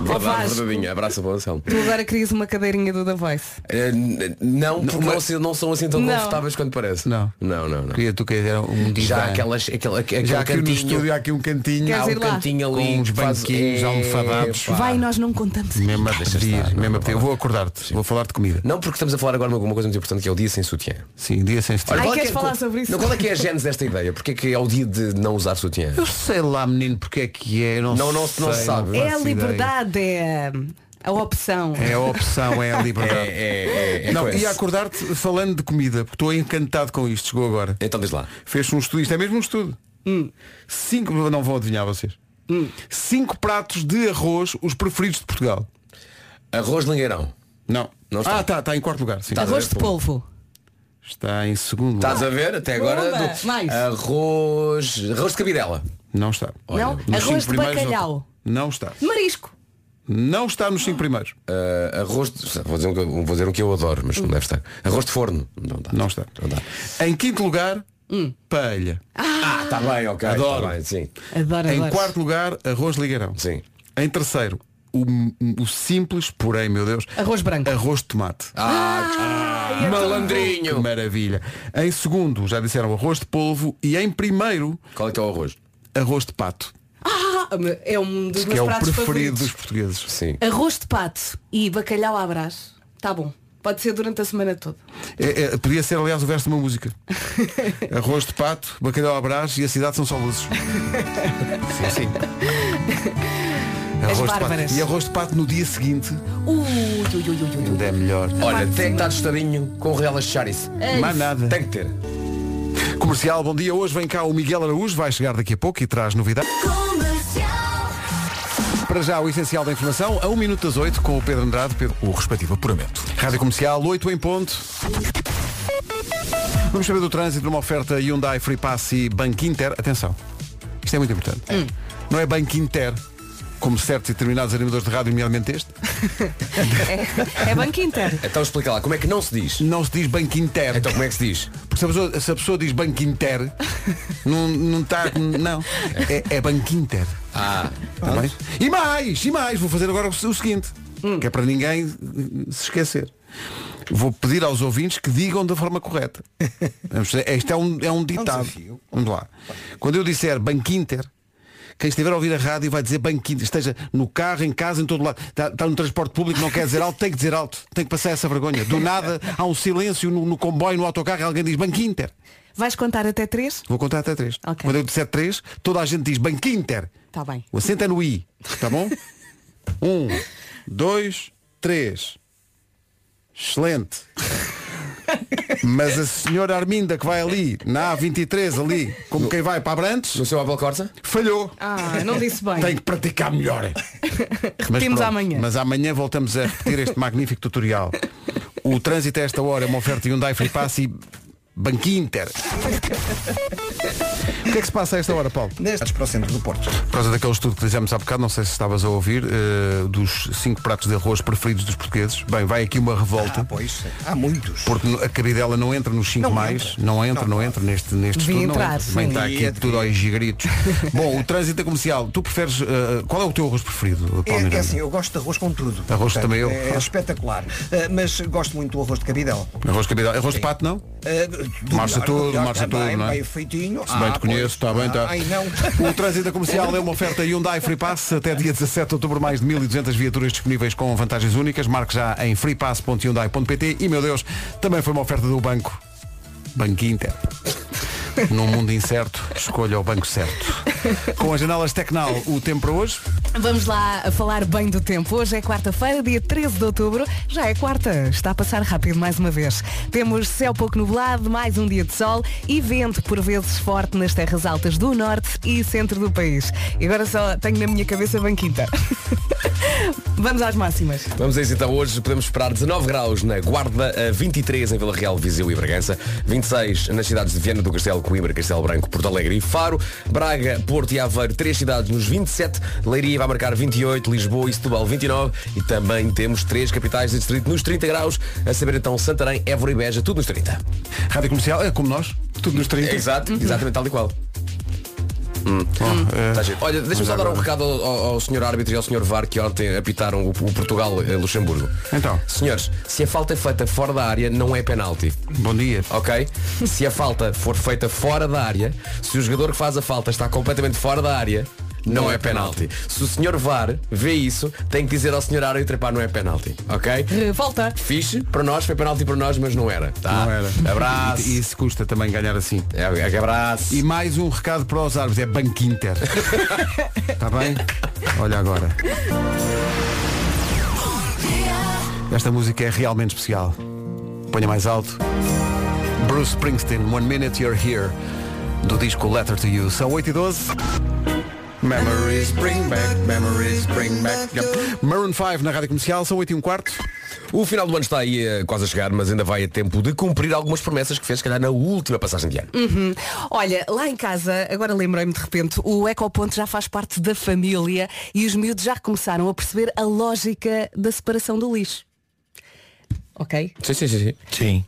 [SPEAKER 3] Verdade,
[SPEAKER 4] Vasco.
[SPEAKER 3] verdadeinha. Abraço para o Anselmo.
[SPEAKER 4] Tu agora querias uma cadeirinha do The Voice.
[SPEAKER 3] Eh, n- Não, porque não, se- não são assim tão
[SPEAKER 4] Não.
[SPEAKER 3] confortáveis quanto parece.
[SPEAKER 2] Não.
[SPEAKER 3] Não, não, não.
[SPEAKER 2] Queria tu que era um divã.
[SPEAKER 3] Já aquelas, aquele, aquele
[SPEAKER 2] Já aqui no
[SPEAKER 3] cantinho.
[SPEAKER 2] estúdio há aqui um cantinho.
[SPEAKER 4] Queres
[SPEAKER 3] Há
[SPEAKER 4] ir
[SPEAKER 3] um
[SPEAKER 4] lá?
[SPEAKER 3] cantinho ali
[SPEAKER 2] Com uns
[SPEAKER 3] que faz-
[SPEAKER 2] banquinhos
[SPEAKER 3] É,
[SPEAKER 2] almofadados.
[SPEAKER 3] pá.
[SPEAKER 4] Vai, nós não contamos.
[SPEAKER 2] Mesmo a
[SPEAKER 3] Deixa
[SPEAKER 2] pedir,
[SPEAKER 3] estar, não,
[SPEAKER 2] mesmo a
[SPEAKER 3] não
[SPEAKER 2] pedir.
[SPEAKER 3] vale.
[SPEAKER 2] Eu vou acordar-te, vou falar de comida.
[SPEAKER 3] Não porque estamos a falar agora de alguma coisa muito importante que é o dia sem sutiã.
[SPEAKER 2] Sim, um dia sem
[SPEAKER 3] Olha,
[SPEAKER 2] estilo.
[SPEAKER 4] Ai,
[SPEAKER 3] qual é
[SPEAKER 4] queres
[SPEAKER 3] que é-
[SPEAKER 4] falar
[SPEAKER 3] qual-
[SPEAKER 4] sobre isso?
[SPEAKER 3] Não, qual é que é a gênese desta ideia? Porque é que é o dia de não usar sutiã?
[SPEAKER 2] Eu sei lá, menino, porque é que é. eu Não,
[SPEAKER 3] Não, não se- não se
[SPEAKER 2] sei,
[SPEAKER 3] sabe.
[SPEAKER 2] faço
[SPEAKER 4] É a
[SPEAKER 2] ideia.
[SPEAKER 4] liberdade, é hum, a opção.
[SPEAKER 2] É a opção, *laughs* é a liberdade.
[SPEAKER 3] é,
[SPEAKER 2] não, e a acordar-te falando de comida, porque estou encantado com isto, chegou agora.
[SPEAKER 3] Então diz lá.
[SPEAKER 4] Hum.
[SPEAKER 2] Fez um estudo, isto é mesmo um estudo. Cinco, não vão adivinhar vocês. Cinco pratos de arroz, os preferidos de Portugal.
[SPEAKER 3] Arroz de lingueirão.
[SPEAKER 2] Não.
[SPEAKER 3] Não está.
[SPEAKER 2] Ah, tá, Tá tá em quarto lugar. Sim.
[SPEAKER 3] Tá.
[SPEAKER 4] Arroz de polvo.
[SPEAKER 2] Está em segundo lugar.
[SPEAKER 3] Estás a ver? Até agora.
[SPEAKER 4] Bomba! Mais.
[SPEAKER 3] Arroz. Arroz de cabidela.
[SPEAKER 2] Não está.
[SPEAKER 4] Não?
[SPEAKER 2] Nos cinco
[SPEAKER 4] Arroz de
[SPEAKER 2] primeiros não
[SPEAKER 4] bacalhau.
[SPEAKER 2] está. Não está.
[SPEAKER 4] Marisco.
[SPEAKER 2] Não está nos cinco primeiros.
[SPEAKER 3] Ah, arroz de... Vou dizer, um que eu, vou dizer um que eu adoro, mas não deve estar. Arroz de forno. Não está.
[SPEAKER 2] Não está.
[SPEAKER 3] Não está.
[SPEAKER 2] Em quinto lugar,
[SPEAKER 4] Hum.
[SPEAKER 2] paella.
[SPEAKER 3] Ah, está bem, ok.
[SPEAKER 2] Adoro.
[SPEAKER 3] Tá bem, sim.
[SPEAKER 4] Adoro,
[SPEAKER 2] Em
[SPEAKER 4] adoro.
[SPEAKER 2] quarto lugar, arroz de ligueirão.
[SPEAKER 3] Sim.
[SPEAKER 2] Em terceiro, o, o simples, porém, meu Deus,
[SPEAKER 4] Arroz branco.
[SPEAKER 2] arroz de tomate.
[SPEAKER 3] Ah,
[SPEAKER 2] Que
[SPEAKER 3] malandrinho.
[SPEAKER 2] maravilha. Em segundo, já disseram arroz de polvo e em primeiro,
[SPEAKER 3] Qual é que é o arroz?
[SPEAKER 2] arroz de pato,
[SPEAKER 4] Ah, é um dos
[SPEAKER 2] que
[SPEAKER 4] meus
[SPEAKER 2] é o
[SPEAKER 4] pratos
[SPEAKER 2] preferido
[SPEAKER 4] favoritos.
[SPEAKER 2] dos portugueses.
[SPEAKER 3] Sim.
[SPEAKER 4] Arroz de pato e bacalhau à brás. Tá bom. Pode ser durante a semana toda.
[SPEAKER 2] É, é, podia ser, aliás, o verso de uma música. arroz de pato, bacalhau à brás e a cidade são só luzes. sim, sim. Arroz de
[SPEAKER 4] bárbaras.
[SPEAKER 2] pato. E arroz de pato no dia seguinte
[SPEAKER 4] Ui, ui, ui, ui, ui.
[SPEAKER 2] ainda é melhor.
[SPEAKER 3] Olha, tem que estar tostadinho com relas de charice.
[SPEAKER 2] Mais nada.
[SPEAKER 3] Tem que ter.
[SPEAKER 2] Comercial, bom dia. Hoje vem cá o Miguel Araújo, vai chegar daqui a pouco e traz novidades. Para já o essencial da informação, a 1 minuto das 8 com o Pedro Andrade. Pedro.
[SPEAKER 1] O respectivo apuramento.
[SPEAKER 2] Rádio Comercial, 8 em ponto. Vamos saber do trânsito numa oferta Hyundai Free Pass e Banco Inter. Atenção, isto é muito importante. Não é Banco Inter, como certos e determinados animadores de rádio, nomeadamente este.
[SPEAKER 4] É, é Banco Inter.
[SPEAKER 3] Então explica lá, como é que não se diz?
[SPEAKER 2] Não se diz Banco Inter.
[SPEAKER 3] Então como é que se diz?
[SPEAKER 2] Porque se a pessoa, se a pessoa diz Banco Inter, não não está. Não, É, é Banco Inter.
[SPEAKER 3] Ah,
[SPEAKER 2] Tá bem? E mais, e mais, vou fazer agora o, o seguinte, que é para ninguém eh, se esquecer. Vou pedir aos ouvintes que digam da forma *laughs* correta. Vamos fazer- Este é um, é um ditado. Vamos lá. Quando eu disser Banquinter, quem estiver a ouvir a rádio vai dizer Banquinter, esteja no carro, em casa, em todo lado. Está, está no transporte público, não quer dizer alto, tem que dizer alto. Tem que passar essa vergonha. Do nada há um silêncio no, no comboio, no autocarro, alguém diz Banquinter.
[SPEAKER 4] Vais contar até três?
[SPEAKER 2] Vou contar até três.
[SPEAKER 4] Ok.
[SPEAKER 2] Quando eu disser três, toda a gente diz Banquinter.
[SPEAKER 4] Tá bem.
[SPEAKER 2] O acento é no I, tá bom? um, dois, três. Excelente. Mas a senhora Arminda que vai ali, na A23 ali, como quem vai para Abrantes,
[SPEAKER 3] no seu Abel Corsa?
[SPEAKER 2] falhou.
[SPEAKER 4] Ah, não disse bem.
[SPEAKER 2] Tem que praticar
[SPEAKER 4] *laughs*
[SPEAKER 2] melhor. Mas
[SPEAKER 4] Repetimos
[SPEAKER 2] pronto,
[SPEAKER 4] amanhã.
[SPEAKER 2] Mas amanhã voltamos a repetir este magnífico tutorial. O trânsito a esta hora é uma oferta Hyundai Free Pass e Banco Inter. O que é que se passa a esta hora, Paulo?
[SPEAKER 7] Nestes para o centro do Porto.
[SPEAKER 2] Por causa daquele estudo que fizemos há bocado, não sei se estavas a ouvir, eh, dos cinco pratos de arroz preferidos dos portugueses. Bem, vai aqui uma revolta,
[SPEAKER 7] Ah, pois, há muitos.
[SPEAKER 2] porque a cabidela não entra nos cinco
[SPEAKER 7] Não
[SPEAKER 2] mais,
[SPEAKER 7] entra.
[SPEAKER 2] não entra, não,
[SPEAKER 7] Não.
[SPEAKER 2] entra neste, neste
[SPEAKER 4] Devia
[SPEAKER 2] estudo.
[SPEAKER 4] entrar,
[SPEAKER 2] não entra. Bem,
[SPEAKER 4] sim.
[SPEAKER 2] está aqui
[SPEAKER 7] Devia,
[SPEAKER 2] tudo aos
[SPEAKER 7] *laughs*
[SPEAKER 2] gigritos. Bom, o trânsito é comercial, tu preferes. eh, qual é o teu arroz preferido, Paulo
[SPEAKER 7] É,
[SPEAKER 2] Miranda?
[SPEAKER 7] é assim, eu gosto de arroz com tudo.
[SPEAKER 2] Arroz também eu.
[SPEAKER 7] É espetacular. Ah, mas gosto muito do arroz de cabidela.
[SPEAKER 2] Arroz de cabidela. Arroz de pato, não?
[SPEAKER 7] Ah, do
[SPEAKER 2] Marcha
[SPEAKER 7] melhor, do
[SPEAKER 2] tudo,
[SPEAKER 7] melhor
[SPEAKER 2] marcha
[SPEAKER 7] também,
[SPEAKER 2] tudo, não é?
[SPEAKER 7] Bem feitinho. Ah,
[SPEAKER 2] Se bem te conheço, está bem, tá. está.
[SPEAKER 7] Ai, não. *laughs*
[SPEAKER 2] *laughs* O trânsito comercial é uma oferta Hyundai Free Pass até dia 17 de outubro, mais de 1200 viaturas disponíveis com vantagens únicas. Marque já em freepass.hyundai.pt e, meu Deus, também foi uma oferta do banco. Banco Inter. Num mundo incerto, escolha o banco certo. Com as janelas Tecnal, o tempo para hoje.
[SPEAKER 4] Vamos lá a falar bem do tempo. Hoje é quarta-feira, dia 13 de outubro. Já é quarta. Está a passar rápido mais uma vez. Temos céu pouco nublado, mais um dia de sol e vento por vezes forte nas terras altas do norte e centro do país. E agora só tenho na minha cabeça a banquita. *laughs* Vamos às máximas.
[SPEAKER 3] Vamos a isso então. Hoje podemos esperar 19 graus na Guarda, a 23 em Vila Real, Viseu e Bragança, 26 nas cidades de Viana do Castelo, Coimbra, Castelo Branco, Porto Alegre e Faro, Braga, Porto e Aveiro, três cidades nos 27, Leiria vai marcar 28, Lisboa e Setúbal 29 e também temos três capitais de distrito nos 30 graus, a saber então Santarém, Évora e Beja, tudo nos 30.
[SPEAKER 2] Rádio comercial, é como nós, tudo nos 30.
[SPEAKER 3] Exato, exatamente tal e qual. Hum.
[SPEAKER 2] Eh,
[SPEAKER 3] Tá giro. Olha, deixa-me só dar um recado ao, ao, ao senhor árbitro e ao senhor VAR que ontem apitaram o, o eh, Portugal-Luxemburgo.
[SPEAKER 2] Então.
[SPEAKER 3] Senhores, se a falta é feita fora da área, não é penalti.
[SPEAKER 2] bom dia.
[SPEAKER 3] Ok? Se a falta for feita fora da área, se o jogador que faz a falta está completamente fora da área, não, é penalti. Se o senhor VAR vê isso, tem que dizer ao senhor árbitro, pá, não é penalti. Ok?
[SPEAKER 4] Volta.
[SPEAKER 3] Fixe, para nós, foi penalti para nós, mas não era. Tá?
[SPEAKER 2] Não era.
[SPEAKER 3] Abraço.
[SPEAKER 2] E isso custa também ganhar assim.
[SPEAKER 3] É, é, abraço.
[SPEAKER 2] E mais um recado para os árvores, é Banco Inter. Está bem? Olha agora. Esta música é realmente especial. Ponha mais alto. Bruce Springsteen, One Minute You're Here, do disco Letter to You. São 8 e 12. Memories bring back, memories bring back. Yep. Maroon 5 na rádio comercial, são 8 e um quarto.
[SPEAKER 3] O final do ano está aí eh, quase a chegar, mas ainda vai a tempo de cumprir algumas promessas que fez, se calhar, na última passagem de ano.
[SPEAKER 4] Olha, lá em casa, agora lembrei-me de repente, o Ecoponto já faz parte da família e os miúdos já começaram a perceber a lógica da separação do lixo. Ok?
[SPEAKER 3] Sim, sim, sim. sim.
[SPEAKER 8] Sim.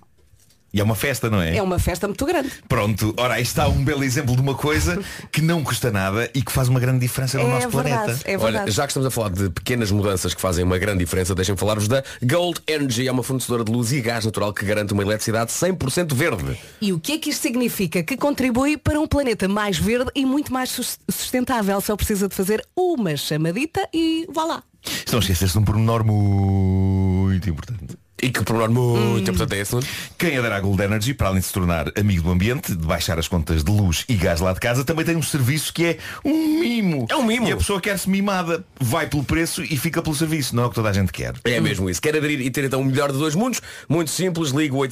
[SPEAKER 8] E é uma festa, não é?
[SPEAKER 4] É uma festa muito grande.
[SPEAKER 8] Pronto, ora, aí está um belo exemplo de uma coisa que não custa nada e que faz uma grande diferença no
[SPEAKER 4] é
[SPEAKER 8] nosso
[SPEAKER 4] verdade,
[SPEAKER 8] planeta.
[SPEAKER 4] é verdade.
[SPEAKER 3] Olha, já que estamos a falar de pequenas mudanças que fazem uma grande diferença, deixem-me falar-vos da Gold Energy. É uma fornecedora de luz e gás natural que garante uma eletricidade 100% verde.
[SPEAKER 4] E o que é que isto significa? Que contribui para um planeta mais verde e muito mais sus- sustentável. Só precisa de fazer uma chamadita e vá lá.
[SPEAKER 8] Estão a esquecer-se de um pormenor muito importante.
[SPEAKER 3] E que por norma
[SPEAKER 4] Hum.
[SPEAKER 3] muito importante é esse, não é?
[SPEAKER 8] Quem adera à Gold Energy, para além de se tornar amigo do ambiente, de baixar as contas de luz e gás lá de casa, também tem um serviço que é um mimo.
[SPEAKER 3] É um mimo.
[SPEAKER 8] E a pessoa quer-se mimada, vai pelo preço e fica pelo serviço. Não é o que toda a gente quer.
[SPEAKER 4] Hum.
[SPEAKER 3] É mesmo isso. Quer aderir e ter então o melhor de dois mundos? Muito simples, liga o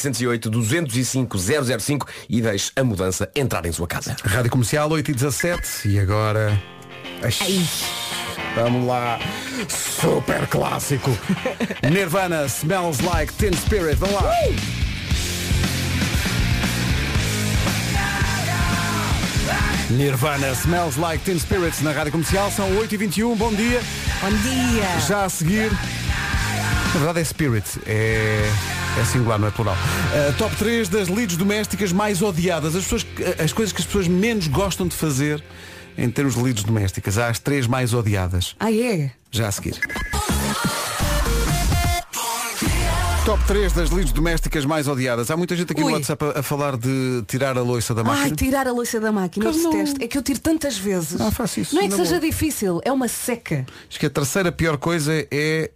[SPEAKER 3] 808-205-005 e deixe a mudança entrar em sua casa.
[SPEAKER 2] Rádio comercial, 8 e 17. E agora. Ai. Vamos lá. Super clássico. Nirvana smells like Teen Spirit. Vamos lá. Nirvana smells like Teen Spirit na rádio comercial. São 8h21. Bom dia.
[SPEAKER 4] Bom dia!
[SPEAKER 2] Já a seguir. Na verdade é Spirit, é, é singular, não é plural. Uh, top 3 das leads domésticas mais odiadas, as, pessoas, que- eh, as coisas que as pessoas menos gostam de fazer em termos de leads domésticas. Há as três mais odiadas.
[SPEAKER 4] Ah, é?
[SPEAKER 2] Já a seguir. Top 3 das leads domésticas mais odiadas. Há muita gente aqui
[SPEAKER 4] Ui.
[SPEAKER 2] no WhatsApp a, a falar de tirar a loiça da máquina.
[SPEAKER 4] Ai, tirar a louça da máquina,
[SPEAKER 2] Mas
[SPEAKER 4] esse
[SPEAKER 2] não-
[SPEAKER 4] teste. É que eu tiro tantas vezes.
[SPEAKER 2] Ah, faço isso,
[SPEAKER 4] Não é que
[SPEAKER 2] na
[SPEAKER 4] seja
[SPEAKER 2] boa.
[SPEAKER 4] difícil, é uma seca.
[SPEAKER 2] Acho que a terceira pior coisa é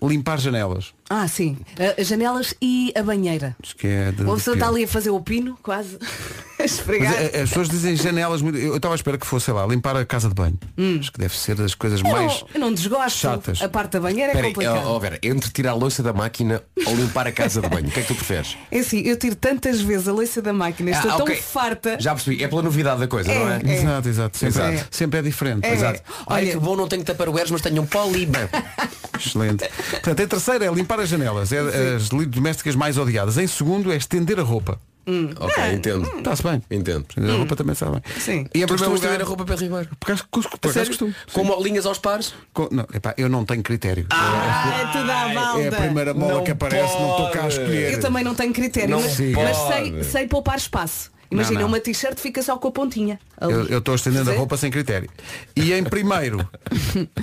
[SPEAKER 2] limpar janelas.
[SPEAKER 4] Ah, sim. As janelas e a banheira.
[SPEAKER 2] Acho que é de-
[SPEAKER 4] Uma pessoa
[SPEAKER 2] de
[SPEAKER 4] está
[SPEAKER 2] pior.
[SPEAKER 4] ali a fazer o pino, quase, *laughs* a
[SPEAKER 2] Mas,
[SPEAKER 4] esfregar.
[SPEAKER 2] eh, as pessoas dizem janelas muito. Eu estava à espera que fosse, sei lá, limpar a casa de banho.
[SPEAKER 4] Hum.
[SPEAKER 2] Acho que deve ser das coisas
[SPEAKER 4] eu,
[SPEAKER 2] mais.
[SPEAKER 4] não, eu não desgosto.
[SPEAKER 2] chatas.
[SPEAKER 4] A parte da banheira é
[SPEAKER 3] Espera aí,
[SPEAKER 4] complicada.
[SPEAKER 3] ó, ó, Vera, entre tirar a louça da máquina ou limpar a casa de banho, o que é que tu preferes?
[SPEAKER 4] É assim, eu tiro tantas vezes a louça da máquina, estou
[SPEAKER 3] Ah,
[SPEAKER 4] tão
[SPEAKER 3] ok.
[SPEAKER 4] farta.
[SPEAKER 3] Já percebi, é pela novidade da coisa,
[SPEAKER 4] É,
[SPEAKER 3] não é?
[SPEAKER 4] é.
[SPEAKER 2] Exato, exato. Sempre,
[SPEAKER 3] Exato.
[SPEAKER 2] É. sempre é diferente.
[SPEAKER 4] É.
[SPEAKER 2] Exato. É.
[SPEAKER 3] Olha,
[SPEAKER 4] Olha-
[SPEAKER 3] que bom, não tenho taparueres, mas tenho um poliban.
[SPEAKER 4] *laughs*
[SPEAKER 2] Excelente. Portanto, a terceira é limpar as janelas. É as lides domésticas mais odiadas. Em segundo é estender a roupa.
[SPEAKER 3] ok, entendo.
[SPEAKER 2] Está-se bem.
[SPEAKER 3] Entendo.
[SPEAKER 2] Estender a roupa também está bem.
[SPEAKER 4] Hum. Sim.
[SPEAKER 2] E é
[SPEAKER 3] E
[SPEAKER 2] em
[SPEAKER 3] a
[SPEAKER 2] primeiro lugar.
[SPEAKER 3] a roupa para ribar.
[SPEAKER 2] Por acaso, por acaso costumo.
[SPEAKER 3] Com molinhas aos pares?
[SPEAKER 2] Com- Não, epá, eu não tenho critério.
[SPEAKER 4] Ah, é tudo à balda.
[SPEAKER 2] é a primeira mola
[SPEAKER 3] Não
[SPEAKER 2] que aparece, não estou cá a
[SPEAKER 3] pode.
[SPEAKER 2] escolher.
[SPEAKER 4] Eu também não tenho critério,
[SPEAKER 3] Não
[SPEAKER 4] mas,
[SPEAKER 3] pode.
[SPEAKER 4] mas sei, sei poupar espaço. Imagina,
[SPEAKER 2] Não, não.
[SPEAKER 4] uma t-shirt fica só com a pontinha. ali.
[SPEAKER 2] Eu eu estou estendendo a
[SPEAKER 4] Sim.
[SPEAKER 2] roupa sem critério. E em
[SPEAKER 4] *laughs*
[SPEAKER 2] primeiro,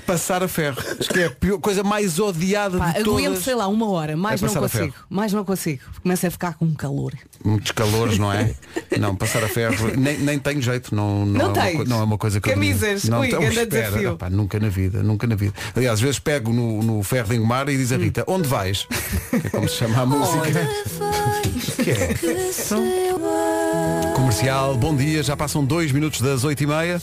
[SPEAKER 2] passar a ferro. Acho que é a pior- coisa mais odiada
[SPEAKER 4] Pá,
[SPEAKER 2] de
[SPEAKER 4] aguento,
[SPEAKER 2] todas.
[SPEAKER 4] sei lá, uma hora, mais
[SPEAKER 2] É
[SPEAKER 4] não
[SPEAKER 2] passar a
[SPEAKER 4] consigo. Mais não consigo. Começa a ficar com calor.
[SPEAKER 2] Muitos calores,
[SPEAKER 4] *laughs*
[SPEAKER 2] não é? Não, passar a ferro. Nem, nem tenho jeito, não, não,
[SPEAKER 4] Não
[SPEAKER 2] é, uma,
[SPEAKER 4] tens?
[SPEAKER 2] co- não é uma coisa que
[SPEAKER 4] Camisas,
[SPEAKER 2] eu. domino. Não
[SPEAKER 4] ui,
[SPEAKER 2] tenho-
[SPEAKER 4] grande
[SPEAKER 2] espera,
[SPEAKER 4] desafio.
[SPEAKER 2] epá, nunca na vida, nunca na vida. Aliás, às vezes pego no, no ferro de engomar e diz a
[SPEAKER 4] Hum.
[SPEAKER 2] Rita, onde vais? É como se chama a música. *laughs* que é? Comercial, bom dia, já passam dois minutos das 8 e meia.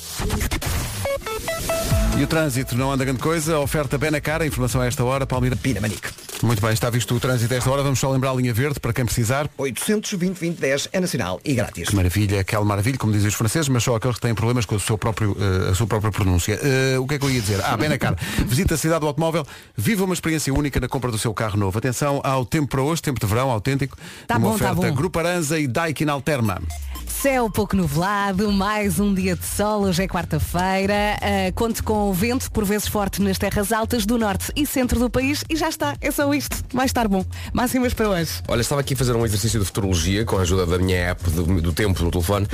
[SPEAKER 2] E o trânsito não anda grande coisa, oferta bem na cara, informação a esta hora, Palmeira Pina Manique. Muito bem, está visto o trânsito a esta hora, vamos só lembrar a linha verde para quem precisar.
[SPEAKER 7] 820-2010 é nacional e grátis.
[SPEAKER 2] Que maravilha, aquela maravilha, como dizem os franceses, mas só aqueles que têm problemas com o seu próprio, eh, a sua própria pronúncia. Eh, o que é que eu ia dizer? Ah, bem na
[SPEAKER 4] *laughs*
[SPEAKER 2] cara. Visita a cidade do automóvel, viva uma experiência única na compra do seu carro novo. Atenção ao tempo para hoje, tempo de verão autêntico.
[SPEAKER 4] Tá
[SPEAKER 2] uma
[SPEAKER 4] bom, tá
[SPEAKER 2] oferta
[SPEAKER 4] bom.
[SPEAKER 2] Grupo Aranza e Daikin Alterma.
[SPEAKER 4] Céu pouco nublado, mais um dia de sol, hoje é quarta-feira. Ah, conte com o vento, por vezes forte, nas terras altas do norte e centro do país. E já está, é só isto. Vai estar bom. Máximas para hoje.
[SPEAKER 3] Olha, estava aqui a fazer um exercício de futurologia com a ajuda da minha app do, do tempo no telefone.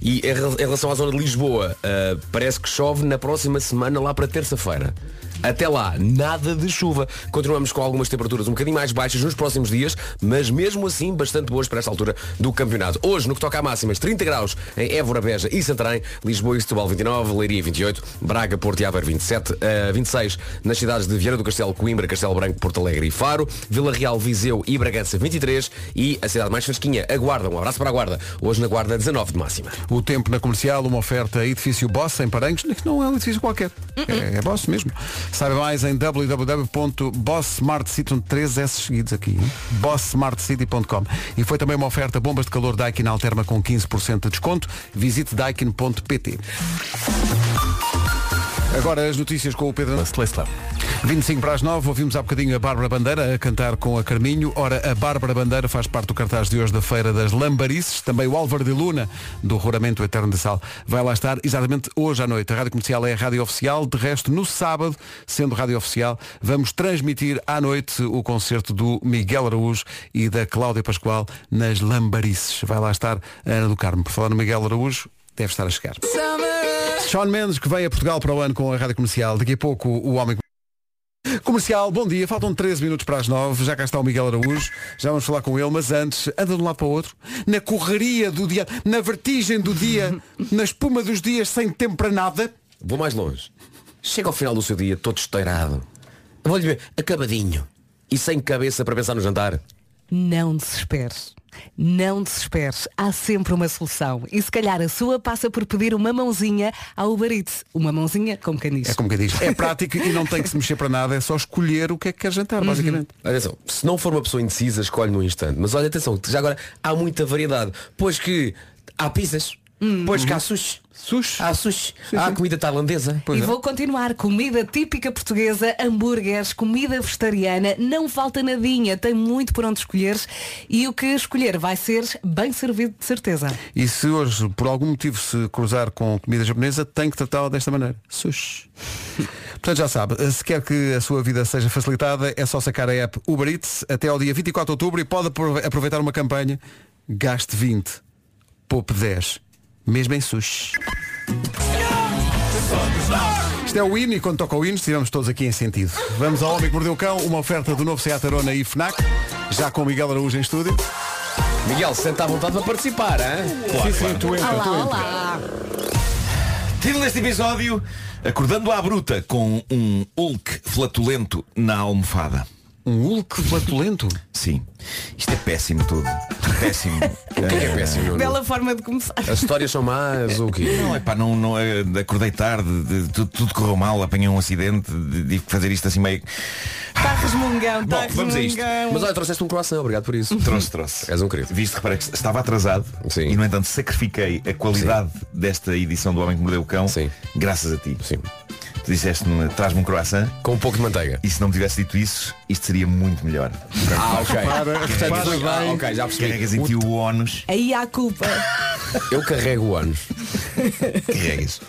[SPEAKER 3] E em, rel- em relação à zona de Lisboa, ah, parece que chove na próxima semana, lá para terça-feira. Até lá, nada de chuva. Continuamos com algumas temperaturas um bocadinho mais baixas nos próximos dias, mas mesmo assim bastante boas para esta altura do campeonato. Hoje, no que toca a máximas, 30 graus em Évora, Beja e Santarém, Lisboa e Setúbal 29, Leiria 28, Braga, Porto e Aveiro 27, eh, 26 nas cidades de Vieira do Castelo, Coimbra, Castelo Branco, Porto Alegre e Faro, Vila Real, Viseu e Bragança 23 e a cidade mais fresquinha, a Guarda. Um abraço para a Guarda. Hoje na Guarda 19 de máxima.
[SPEAKER 2] O tempo na comercial, uma oferta edifício Boss em Paranhos, que não é um edifício qualquer. É, é Boss mesmo. Saiba mais em www.bosssmartcity, onde 13 S seguidos aqui, hein? bosssmartcity.com. E foi também uma oferta bombas de calor Daikin Alterma com 15% de desconto. Visite daikin.pt. Agora as notícias com o Pedro.
[SPEAKER 1] Mas seleção.
[SPEAKER 2] 25 para as 9, ouvimos há bocadinho a Bárbara Bandeira a cantar com a Carminho. Ora, a Bárbara Bandeira faz parte do cartaz de hoje da Feira das Lambarices. Também o Álvaro de Luna, do Roramento Eterno de Sal, vai lá estar exatamente hoje à noite. A Rádio Comercial é a Rádio Oficial. De resto, no sábado, sendo Rádio Oficial, vamos transmitir à noite o concerto do Miguel Araújo e da Cláudia Pascoal nas Lambarices. Vai lá estar a Ana do Carmo. Por falar no Miguel Araújo, deve estar a chegar. Sean Mendes, que vem a Portugal para o ano com a Rádio Comercial. Daqui a pouco, o Homem... Comercial, bom dia. Faltam 13 minutos para as 9. Já cá está o Miguel Araújo. Já vamos falar com ele, mas antes, anda de um lado para o outro. Na correria do dia, na vertigem do *laughs* dia, na espuma dos dias sem tempo para nada.
[SPEAKER 3] Vou mais longe. Chega ao final do seu dia todo esteirado. Vou-lhe ver, acabadinho. E sem cabeça para pensar no jantar.
[SPEAKER 4] Não desesperes. Não desesperes, há sempre uma solução. E se calhar a sua passa por pedir uma mãozinha ao Uber Eats. Uma mãozinha, como quem diz.
[SPEAKER 2] É como que diz. É prático e não tem que se mexer para nada, é só escolher o que é que quer jantar, basicamente.
[SPEAKER 3] Atenção, se não for uma pessoa indecisa, escolhe num instante. Mas olha, atenção, já agora há muita variedade. Pois que há pizzas, pois que há sushi.
[SPEAKER 2] Sushi.
[SPEAKER 3] Há sushi, há comida tailandesa.
[SPEAKER 4] e vou continuar. Comida típica portuguesa, hambúrgueres, comida vegetariana, não falta nadinha, tem muito por onde escolheres e o que escolher vai ser bem servido de certeza.
[SPEAKER 2] E se hoje, por algum motivo, se cruzar com comida japonesa, tem que tratá-la desta maneira. Sushi. Portanto, já sabe, se quer que a sua vida seja facilitada, é só sacar a app Uber Eats até ao dia 24 de outubro e pode aprove- aproveitar uma campanha. Gaste 20, poupe 10, mesmo em sushi. Isto é o hino e quando toca o hino estivemos todos aqui em sentido. Vamos ao Homem que Mordeu o Cão, uma oferta do novo Seat Arona e FNAC, já com Miguel Araújo em estúdio.
[SPEAKER 3] Miguel, senta à vontade para participar, hein?
[SPEAKER 2] sim, sim, tu entra, tu entra.
[SPEAKER 8] Título deste episódio Acordando à bruta com um Hulk flatulento na almofada
[SPEAKER 2] Um Hulk flatulento.
[SPEAKER 8] Sim, isto é péssimo tudo *laughs* Péssimo
[SPEAKER 3] O que é que é péssimo?
[SPEAKER 4] Bela forma de começar.
[SPEAKER 3] As histórias são más ou o quê?
[SPEAKER 8] Não, é pá, não, não, é, acordei tarde, de- tudo, tudo correu mal, apanhei um acidente, de- tive que fazer isto assim meio.
[SPEAKER 4] Está resmungão, está
[SPEAKER 8] Bom, vamos a isto.
[SPEAKER 4] resmungão.
[SPEAKER 3] Mas olha, trouxeste um croissant, obrigado por isso.
[SPEAKER 8] Trouxe, trouxe.
[SPEAKER 3] És um querido.
[SPEAKER 8] Viste, repara que estava atrasado
[SPEAKER 3] Sim.
[SPEAKER 8] e, no entanto, sacrifiquei a qualidade desta edição do Homem que Mordeu o Cão
[SPEAKER 3] Sim.
[SPEAKER 8] graças a ti.
[SPEAKER 3] Sim.
[SPEAKER 8] Tu disseste-me, traz-me um croissant
[SPEAKER 3] Com um pouco de manteiga.
[SPEAKER 8] e se não me tivesse dito isso, isto seria muito melhor.
[SPEAKER 3] Ah, ok. Portanto,
[SPEAKER 2] repara
[SPEAKER 3] dois- ah, ok, já
[SPEAKER 8] Carregas
[SPEAKER 3] percebi.
[SPEAKER 8] em ti o ónus,
[SPEAKER 4] Aí há culpa.
[SPEAKER 3] Eu carrego o anos.
[SPEAKER 8] *laughs* carregas.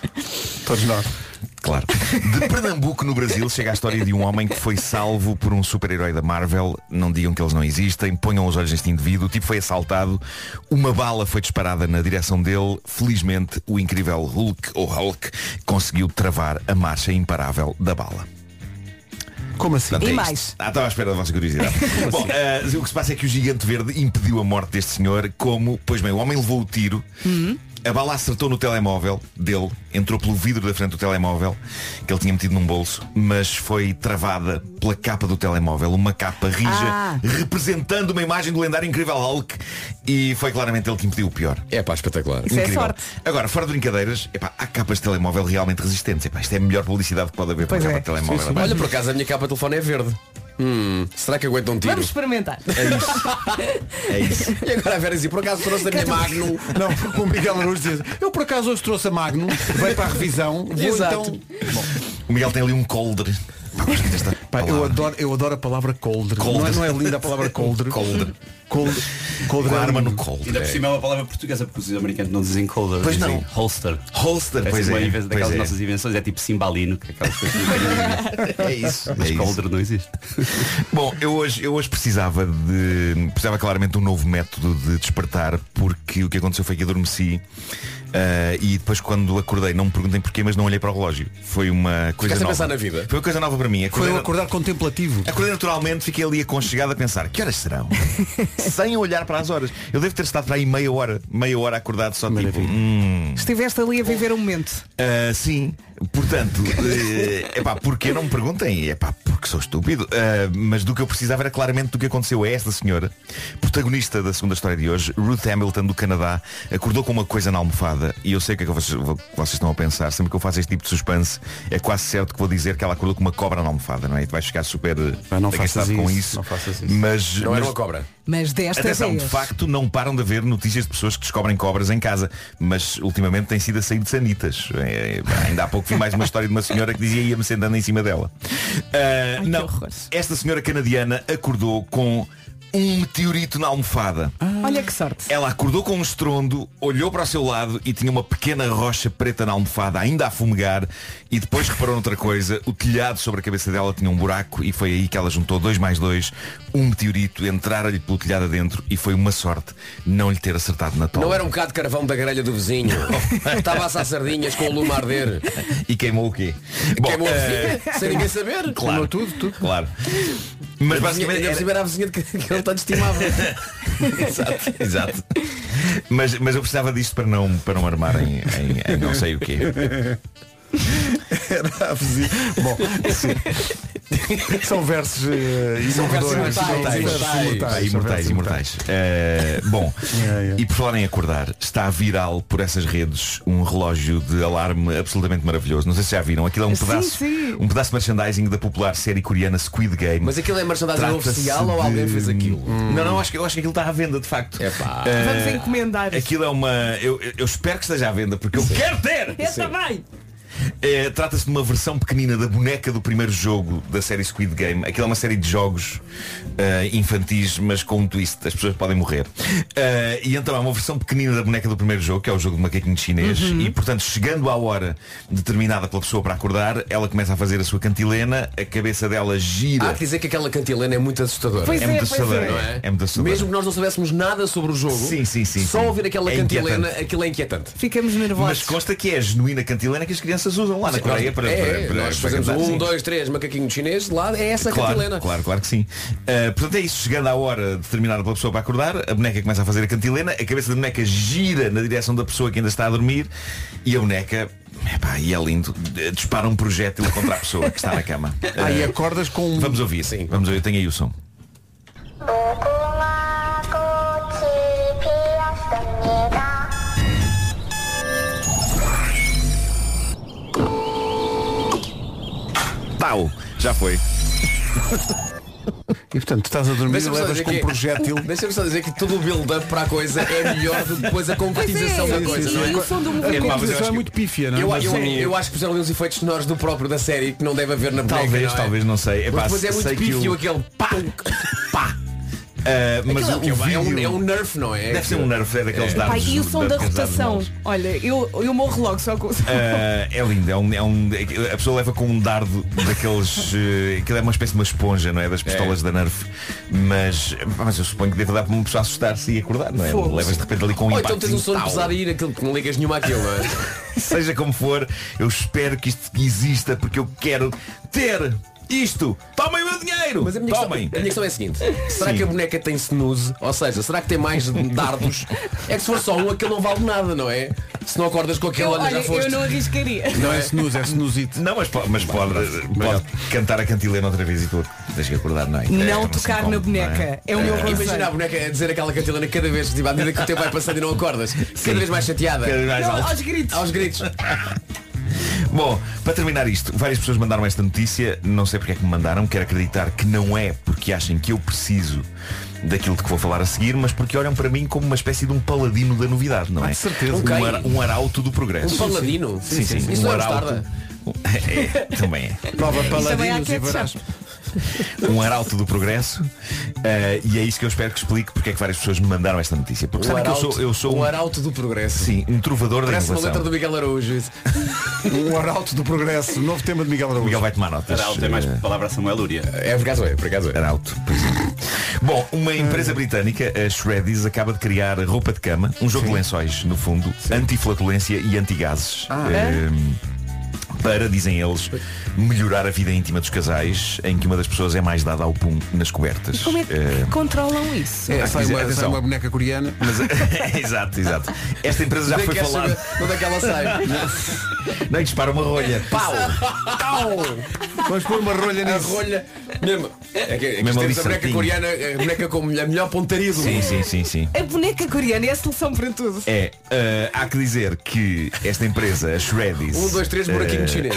[SPEAKER 2] Todos nós.
[SPEAKER 8] é Claro. De Pernambuco, no Brasil, chega a história de um homem que foi salvo por um super-herói da Marvel. Não digam que eles não existem, ponham os olhos neste indivíduo. O tipo foi assaltado, uma bala foi disparada na direção dele. Felizmente, o incrível Hulk, ou Hulk, conseguiu travar a marcha imparável da bala.
[SPEAKER 2] Como assim?
[SPEAKER 8] Portanto,
[SPEAKER 4] E
[SPEAKER 8] é isto.
[SPEAKER 4] mais?
[SPEAKER 8] Ah, estava à espera da
[SPEAKER 4] *laughs*
[SPEAKER 8] vossa curiosidade. Bom, eh, o que se passa é que o gigante verde impediu a morte deste senhor, como, pois bem, o homem levou o tiro,
[SPEAKER 4] Hum.
[SPEAKER 8] a bala acertou no telemóvel dele, entrou pelo vidro da frente do telemóvel, que ele tinha metido num bolso, mas foi travada pela capa do telemóvel, uma capa rija,
[SPEAKER 4] Ah.
[SPEAKER 8] representando uma imagem do lendário incrível Hulk, e foi claramente ele que impediu o pior.
[SPEAKER 3] É pá, espetacular.
[SPEAKER 4] Isso é
[SPEAKER 8] Incrível.
[SPEAKER 4] sorte.
[SPEAKER 8] Agora, fora de brincadeiras, epá, há capas de telemóvel realmente resistentes. Epá, isto é a melhor publicidade que pode haver para
[SPEAKER 4] Pois
[SPEAKER 8] uma
[SPEAKER 4] é.
[SPEAKER 8] capa de telemóvel. Epá,
[SPEAKER 3] Olha, por acaso a minha capa de telefone é verde. Hum, será que aguenta um tiro?
[SPEAKER 4] Vamos experimentar.
[SPEAKER 8] É isso.
[SPEAKER 3] *laughs* E agora a Vera dizia, por acaso trouxe a minha Magnum.
[SPEAKER 2] Não, *laughs* porque o Miguel Araújo diz, eu por acaso hoje trouxe a Magno, veio para a revisão, vou
[SPEAKER 3] Exato.
[SPEAKER 2] então.
[SPEAKER 8] O Miguel tem ali um coldre. Pá, gosto desta
[SPEAKER 2] Pá, eu,
[SPEAKER 8] palavra.
[SPEAKER 2] adoro, eu adoro a palavra coldre.
[SPEAKER 8] Coldre.
[SPEAKER 2] Não, é, não é linda a palavra coldre.
[SPEAKER 8] Coldre.
[SPEAKER 2] Coldre. Coldre.
[SPEAKER 8] Com a
[SPEAKER 2] é
[SPEAKER 8] arma
[SPEAKER 2] um-
[SPEAKER 8] no coldre.
[SPEAKER 9] Ainda por cima é uma palavra portuguesa, porque os americanos não dizem colder,
[SPEAKER 8] Pois
[SPEAKER 9] dizem
[SPEAKER 8] não.
[SPEAKER 9] holster.
[SPEAKER 8] Holster,
[SPEAKER 9] É
[SPEAKER 8] pois
[SPEAKER 9] assim,
[SPEAKER 8] é.
[SPEAKER 9] uma invenção
[SPEAKER 8] pois
[SPEAKER 9] daquelas
[SPEAKER 8] é.
[SPEAKER 9] nossas invenções, é tipo cimbalino, que é aquelas coisas
[SPEAKER 8] *laughs* É isso. é
[SPEAKER 9] mas
[SPEAKER 8] isso.
[SPEAKER 9] colder não existe.
[SPEAKER 8] *laughs* Bom, eu hoje, eu hoje precisava de. Precisava claramente de um novo método de despertar, porque o que aconteceu foi que adormeci. ah, e depois quando acordei, não me perguntem porquê, mas não olhei para o relógio. Foi uma coisa
[SPEAKER 3] Ficaste a
[SPEAKER 8] nova.
[SPEAKER 3] pensar na vida?
[SPEAKER 8] Foi uma coisa nova para mim.
[SPEAKER 2] Foi
[SPEAKER 8] Acordei,
[SPEAKER 2] um acordar contemplativo.
[SPEAKER 8] acordei naturalmente, fiquei ali aconchegado a pensar, que horas
[SPEAKER 2] *laughs*
[SPEAKER 8] serão? Sem olhar para as horas. Eu devo ter estado para aí meia hora, meia hora acordado só tipo. "Hum,
[SPEAKER 4] Estiveste ali a viver um momento.
[SPEAKER 8] Ah, sim, portanto, é pá, porque não me perguntem? É pá, porque sou estúpido. Ah, mas do que eu precisava era claramente do que aconteceu a esta senhora, protagonista da segunda história de hoje, Ruth Hamilton do Canadá, acordou com uma coisa na almofada e eu sei o que é que vocês, vocês estão a pensar. Sempre que eu faço este tipo de suspense, é quase certo que vou dizer que ela acordou com uma cobra na almofada, não é? E tu vais ficar super
[SPEAKER 2] Pá, não
[SPEAKER 8] agastado
[SPEAKER 2] faças
[SPEAKER 8] com
[SPEAKER 2] isso,
[SPEAKER 8] isso.
[SPEAKER 2] não faças isso.
[SPEAKER 8] Mas,
[SPEAKER 3] Não
[SPEAKER 8] mas
[SPEAKER 3] era uma cobra.
[SPEAKER 4] Mas desta
[SPEAKER 8] Atenção,
[SPEAKER 4] vez.
[SPEAKER 8] de facto não param de haver notícias de pessoas que descobrem cobras em casa, mas ultimamente tem sido a sair de sanitas. É, ainda há pouco vi mais uma história de uma senhora que dizia ia-me sentando em cima dela. Ah,
[SPEAKER 10] que
[SPEAKER 8] não,
[SPEAKER 10] horror.
[SPEAKER 8] esta senhora canadiana acordou com um meteorito na almofada.
[SPEAKER 10] Olha que sorte.
[SPEAKER 8] Ela acordou com um estrondo, olhou para o seu lado e tinha uma pequena rocha preta na almofada, ainda a fumegar, e depois reparou noutra coisa, o telhado sobre a cabeça dela tinha um buraco e foi aí que ela juntou dois mais dois, um meteorito, entrara-lhe pelo telhado adentro e foi uma sorte não lhe ter acertado na tola.
[SPEAKER 3] Não era um bocado de carvão da grelha do vizinho. Estava a assar sardinhas com o lume a arder.
[SPEAKER 8] *laughs* E queimou o quê? Bom,
[SPEAKER 3] Queimou a
[SPEAKER 8] eh,
[SPEAKER 3] vizinha, sem ninguém saber.
[SPEAKER 8] Claro.
[SPEAKER 2] Tudo, tudo.
[SPEAKER 8] Claro. Mas basicamente
[SPEAKER 3] Ainda por
[SPEAKER 8] era-
[SPEAKER 3] cima era a vizinha de que, que ele
[SPEAKER 8] *laughs*
[SPEAKER 3] tanto estimava.
[SPEAKER 8] exato, *laughs* exato. Mas, mas eu precisava disto para não, para não armar em, em- em não sei o quê.
[SPEAKER 2] Era a vizinha. Bom, sim. São versos eh, inovadores.
[SPEAKER 3] versos imortais,
[SPEAKER 2] é
[SPEAKER 3] imortais.
[SPEAKER 8] Pá,
[SPEAKER 2] São
[SPEAKER 8] É, imortais,
[SPEAKER 2] versos
[SPEAKER 8] imortais. Eh, bom,
[SPEAKER 2] É, é.
[SPEAKER 8] e por falarem em acordar, está viral por essas redes um relógio de alarme absolutamente maravilhoso. Não sei se já viram, aquilo é um
[SPEAKER 4] Sim,
[SPEAKER 8] pedaço,
[SPEAKER 4] sim.
[SPEAKER 8] um pedaço de merchandising da popular série coreana Squid Game.
[SPEAKER 3] Mas aquilo é merchandising
[SPEAKER 8] Trata-se
[SPEAKER 3] oficial ou alguém
[SPEAKER 8] de- um-
[SPEAKER 3] fez aquilo?
[SPEAKER 8] Não, não, acho que, eu acho que aquilo está à venda, de facto.
[SPEAKER 3] pá.
[SPEAKER 8] Eh,
[SPEAKER 10] Vamos encomendar.
[SPEAKER 8] Aquilo é uma. Eu, eu- eu espero que esteja à venda porque eu quero ter!
[SPEAKER 10] Eu também.
[SPEAKER 8] É, Trata-se de uma versão pequenina da boneca do primeiro jogo da série Squid Game. Aquilo é uma série de jogos eh, infantis, mas com um twist. As pessoas podem morrer. Eh, e então é uma versão pequenina da boneca do primeiro jogo, que é o jogo do macaquinho chinês.
[SPEAKER 3] Uhum.
[SPEAKER 8] E, portanto, chegando à hora determinada pela pessoa para acordar, ela começa a fazer a sua cantilena, a cabeça dela gira.
[SPEAKER 3] Há que dizer que aquela cantilena Ah, é muito assustadora.
[SPEAKER 10] Pois
[SPEAKER 8] é,
[SPEAKER 10] é,
[SPEAKER 8] muito
[SPEAKER 10] pois
[SPEAKER 8] assustadora.
[SPEAKER 10] é.
[SPEAKER 3] Não é?
[SPEAKER 8] É muito assustadora.
[SPEAKER 3] Mesmo que nós não soubéssemos nada sobre o jogo,
[SPEAKER 8] Sim, sim, sim,
[SPEAKER 3] só
[SPEAKER 8] sim.
[SPEAKER 3] ouvir aquela
[SPEAKER 8] É
[SPEAKER 3] cantilena,
[SPEAKER 8] inquietante.
[SPEAKER 3] aquilo é inquietante.
[SPEAKER 4] Ficamos
[SPEAKER 8] Mas
[SPEAKER 4] nervosos.
[SPEAKER 8] consta que é a genuína cantilena que as crianças usam lá na Coreia para,
[SPEAKER 3] é,
[SPEAKER 8] para- para-
[SPEAKER 3] nós
[SPEAKER 8] para
[SPEAKER 3] fazemos
[SPEAKER 8] cantar.
[SPEAKER 3] um,
[SPEAKER 8] Sim.
[SPEAKER 3] dois, três, macaquinho chinês, de lado, é essa
[SPEAKER 8] Claro,
[SPEAKER 3] cantilena.
[SPEAKER 8] claro, claro que sim. Uh, portanto é isso, chegando à hora determinada pela pessoa para acordar, a boneca começa a fazer a cantilena, a cabeça da boneca gira na direção da pessoa que ainda está a dormir e a boneca, epá, e é lindo, eh, dispara um projétil contra a pessoa que está na cama.
[SPEAKER 2] Ah, e
[SPEAKER 8] Uh,
[SPEAKER 2] acordas com um
[SPEAKER 8] Vamos ouvir, sim. Vamos ouvir, tenho aí o som. Pau! Já foi.
[SPEAKER 2] E portanto, tu estás a dormir e
[SPEAKER 3] Deixa-me só
[SPEAKER 2] levas
[SPEAKER 3] dizer
[SPEAKER 2] com um
[SPEAKER 3] que-
[SPEAKER 2] projétil.
[SPEAKER 3] *laughs* Deixa-me só dizer que todo o build-up para a coisa é melhor do que depois a concretização
[SPEAKER 4] Pois é,
[SPEAKER 3] da coisa,
[SPEAKER 4] e-
[SPEAKER 3] não é?
[SPEAKER 4] e o som do movimento.
[SPEAKER 2] A
[SPEAKER 8] É, pá, mas eu acho
[SPEAKER 2] composição é
[SPEAKER 8] que-
[SPEAKER 2] muito pífia, não é?
[SPEAKER 3] Eu,
[SPEAKER 2] Mas
[SPEAKER 3] eu,
[SPEAKER 2] é-
[SPEAKER 3] eu acho que puseram ali uns efeitos sonoros do próprio da série que não deve haver na boneca,
[SPEAKER 8] Talvez,
[SPEAKER 3] não é?
[SPEAKER 8] talvez, não sei. Epá,
[SPEAKER 3] Mas depois é muito
[SPEAKER 8] sei que
[SPEAKER 3] pífio
[SPEAKER 8] o-
[SPEAKER 3] aquele pá, pá.
[SPEAKER 8] Uh, mas
[SPEAKER 3] Aquilo é,
[SPEAKER 8] o,
[SPEAKER 3] o que é, um,
[SPEAKER 8] vídeo-
[SPEAKER 3] é um nerf, não é?
[SPEAKER 8] Deve ser um nerf, é daqueles dados.
[SPEAKER 4] Pai, e o som da
[SPEAKER 8] daqueles dados
[SPEAKER 4] rotação.
[SPEAKER 8] maus.
[SPEAKER 4] Olha, eu, eu morro logo só com o som.
[SPEAKER 8] Ah, é lindo, é um, é um- a pessoa leva com um dardo daqueles. eh, aquilo é uma espécie de uma esponja, não é? Das pistolas da Nerf. Mas, mas eu suponho que deve dar para uma pessoa assustar-se e acordar, não é?
[SPEAKER 4] Fogo.
[SPEAKER 8] Levas de repente ali com um
[SPEAKER 3] Ou
[SPEAKER 8] impacto.
[SPEAKER 3] então tens um sono
[SPEAKER 8] Tau.
[SPEAKER 3] pesado e ir aquilo que não ligas nenhuma àquilo, não é?
[SPEAKER 8] *laughs* Seja como for, eu espero que isto exista porque eu quero ter isto. Tomem o meu dinheiro!
[SPEAKER 3] Mas a minha, questão, a
[SPEAKER 8] Tomem!
[SPEAKER 3] minha questão é a seguinte Será
[SPEAKER 8] Sim.
[SPEAKER 3] que a boneca tem snooze? Ou seja, será que tem mais dardos? É que se for só um, aquele não vale nada, não é? Se não acordas com aquele,
[SPEAKER 4] Eu-
[SPEAKER 3] olha,
[SPEAKER 4] olha,
[SPEAKER 3] já foste
[SPEAKER 4] eu não arriscaria.
[SPEAKER 2] Não é snooze, é snoozite.
[SPEAKER 8] Não, mas, po- mas pode, pode cantar a cantilena outra vez e tu tens que acordar, não é? É,
[SPEAKER 4] *laughs* Não
[SPEAKER 8] se
[SPEAKER 4] tocar
[SPEAKER 8] come,
[SPEAKER 4] na
[SPEAKER 8] não é?
[SPEAKER 4] boneca. É o meu
[SPEAKER 3] Imagina a
[SPEAKER 4] conselho.
[SPEAKER 3] boneca a dizer aquela cantilena cada vez, tipo, à medida que o tempo vai passando e não acordas Cada vez mais chateada
[SPEAKER 8] Cada vez mais
[SPEAKER 4] Não,
[SPEAKER 8] alto.
[SPEAKER 4] Aos gritos.
[SPEAKER 3] Aos gritos
[SPEAKER 8] Bom, para terminar isto, várias pessoas mandaram esta notícia, não sei porque é que me mandaram, quero acreditar que não é porque achem que eu preciso daquilo de que vou falar a seguir, mas porque olham para mim como uma espécie de um paladino da novidade, não é?
[SPEAKER 2] certeza.
[SPEAKER 8] Um,
[SPEAKER 3] Ok.
[SPEAKER 8] ara- um arauto do
[SPEAKER 3] Um
[SPEAKER 8] progresso.
[SPEAKER 3] paladino
[SPEAKER 8] Sim, sim,
[SPEAKER 3] Isso
[SPEAKER 8] um
[SPEAKER 3] não é
[SPEAKER 8] arauto.
[SPEAKER 3] mostarda
[SPEAKER 8] É, também é.
[SPEAKER 2] Prova
[SPEAKER 4] também há
[SPEAKER 2] paladinos e
[SPEAKER 4] ketchup.
[SPEAKER 2] verás.
[SPEAKER 8] Um arauto do progresso. eh, e é isso que eu espero que explique porque é que várias pessoas me mandaram esta notícia. Porque
[SPEAKER 3] Um
[SPEAKER 8] sabem que eu
[SPEAKER 3] arauto,
[SPEAKER 8] sou, eu sou
[SPEAKER 3] um
[SPEAKER 8] um,
[SPEAKER 3] arauto do progresso
[SPEAKER 8] sim, um trovador da
[SPEAKER 3] Parece uma letra
[SPEAKER 8] inovação.
[SPEAKER 3] do Miguel Araújo
[SPEAKER 2] *laughs*
[SPEAKER 3] isso.
[SPEAKER 2] Um arauto do progresso. Novo tema de Miguel
[SPEAKER 8] O
[SPEAKER 2] Araújo.
[SPEAKER 8] Miguel vai tomar notas.
[SPEAKER 9] Era assim, tem mais
[SPEAKER 8] Eh,
[SPEAKER 9] palavra a Samuel Lúria.
[SPEAKER 3] É por acaso é, por acaso é
[SPEAKER 8] Arauto, por exemplo. Bom, uma empresa
[SPEAKER 3] Hum.
[SPEAKER 8] britânica, a Shreddies, acaba de criar roupa de cama, um jogo de lençóis, no fundo, anti-flatulência e anti-gases.
[SPEAKER 3] Ah,
[SPEAKER 8] Ehm,
[SPEAKER 3] é?
[SPEAKER 8] para, dizem eles, melhorar a vida íntima dos casais, em que uma das pessoas é mais dada ao pum nas cobertas.
[SPEAKER 4] Como é que
[SPEAKER 8] Ehm,
[SPEAKER 4] controlam isso?
[SPEAKER 2] É,
[SPEAKER 8] Ah,
[SPEAKER 2] sai,
[SPEAKER 8] dizer,
[SPEAKER 2] uma, sai
[SPEAKER 8] atenção.
[SPEAKER 2] uma boneca coreana.
[SPEAKER 8] mas- *laughs* exato, exato. Esta empresa já
[SPEAKER 3] Nem
[SPEAKER 8] foi
[SPEAKER 3] quero
[SPEAKER 8] falar.
[SPEAKER 3] saber de Onde é que ela
[SPEAKER 2] *laughs*
[SPEAKER 3] sai?
[SPEAKER 8] Não, e dispara uma rolha.
[SPEAKER 3] Pau!
[SPEAKER 2] Vamos pôr uma rolha
[SPEAKER 3] A
[SPEAKER 2] nisso.
[SPEAKER 3] rolha mesmo. É que, é que
[SPEAKER 8] Mesmo ali
[SPEAKER 3] temos a boneca
[SPEAKER 8] certinho.
[SPEAKER 3] coreana, a boneca com a melhor pontaria do
[SPEAKER 8] Sim,
[SPEAKER 3] mundo.
[SPEAKER 8] sim, sim, sim.
[SPEAKER 4] A boneca coreana é a solução para tudo.
[SPEAKER 8] É, eh, há que dizer que esta empresa, a Shreddies.
[SPEAKER 2] É.
[SPEAKER 3] Um, dois, três, buraquinho
[SPEAKER 8] eh,
[SPEAKER 3] chinês.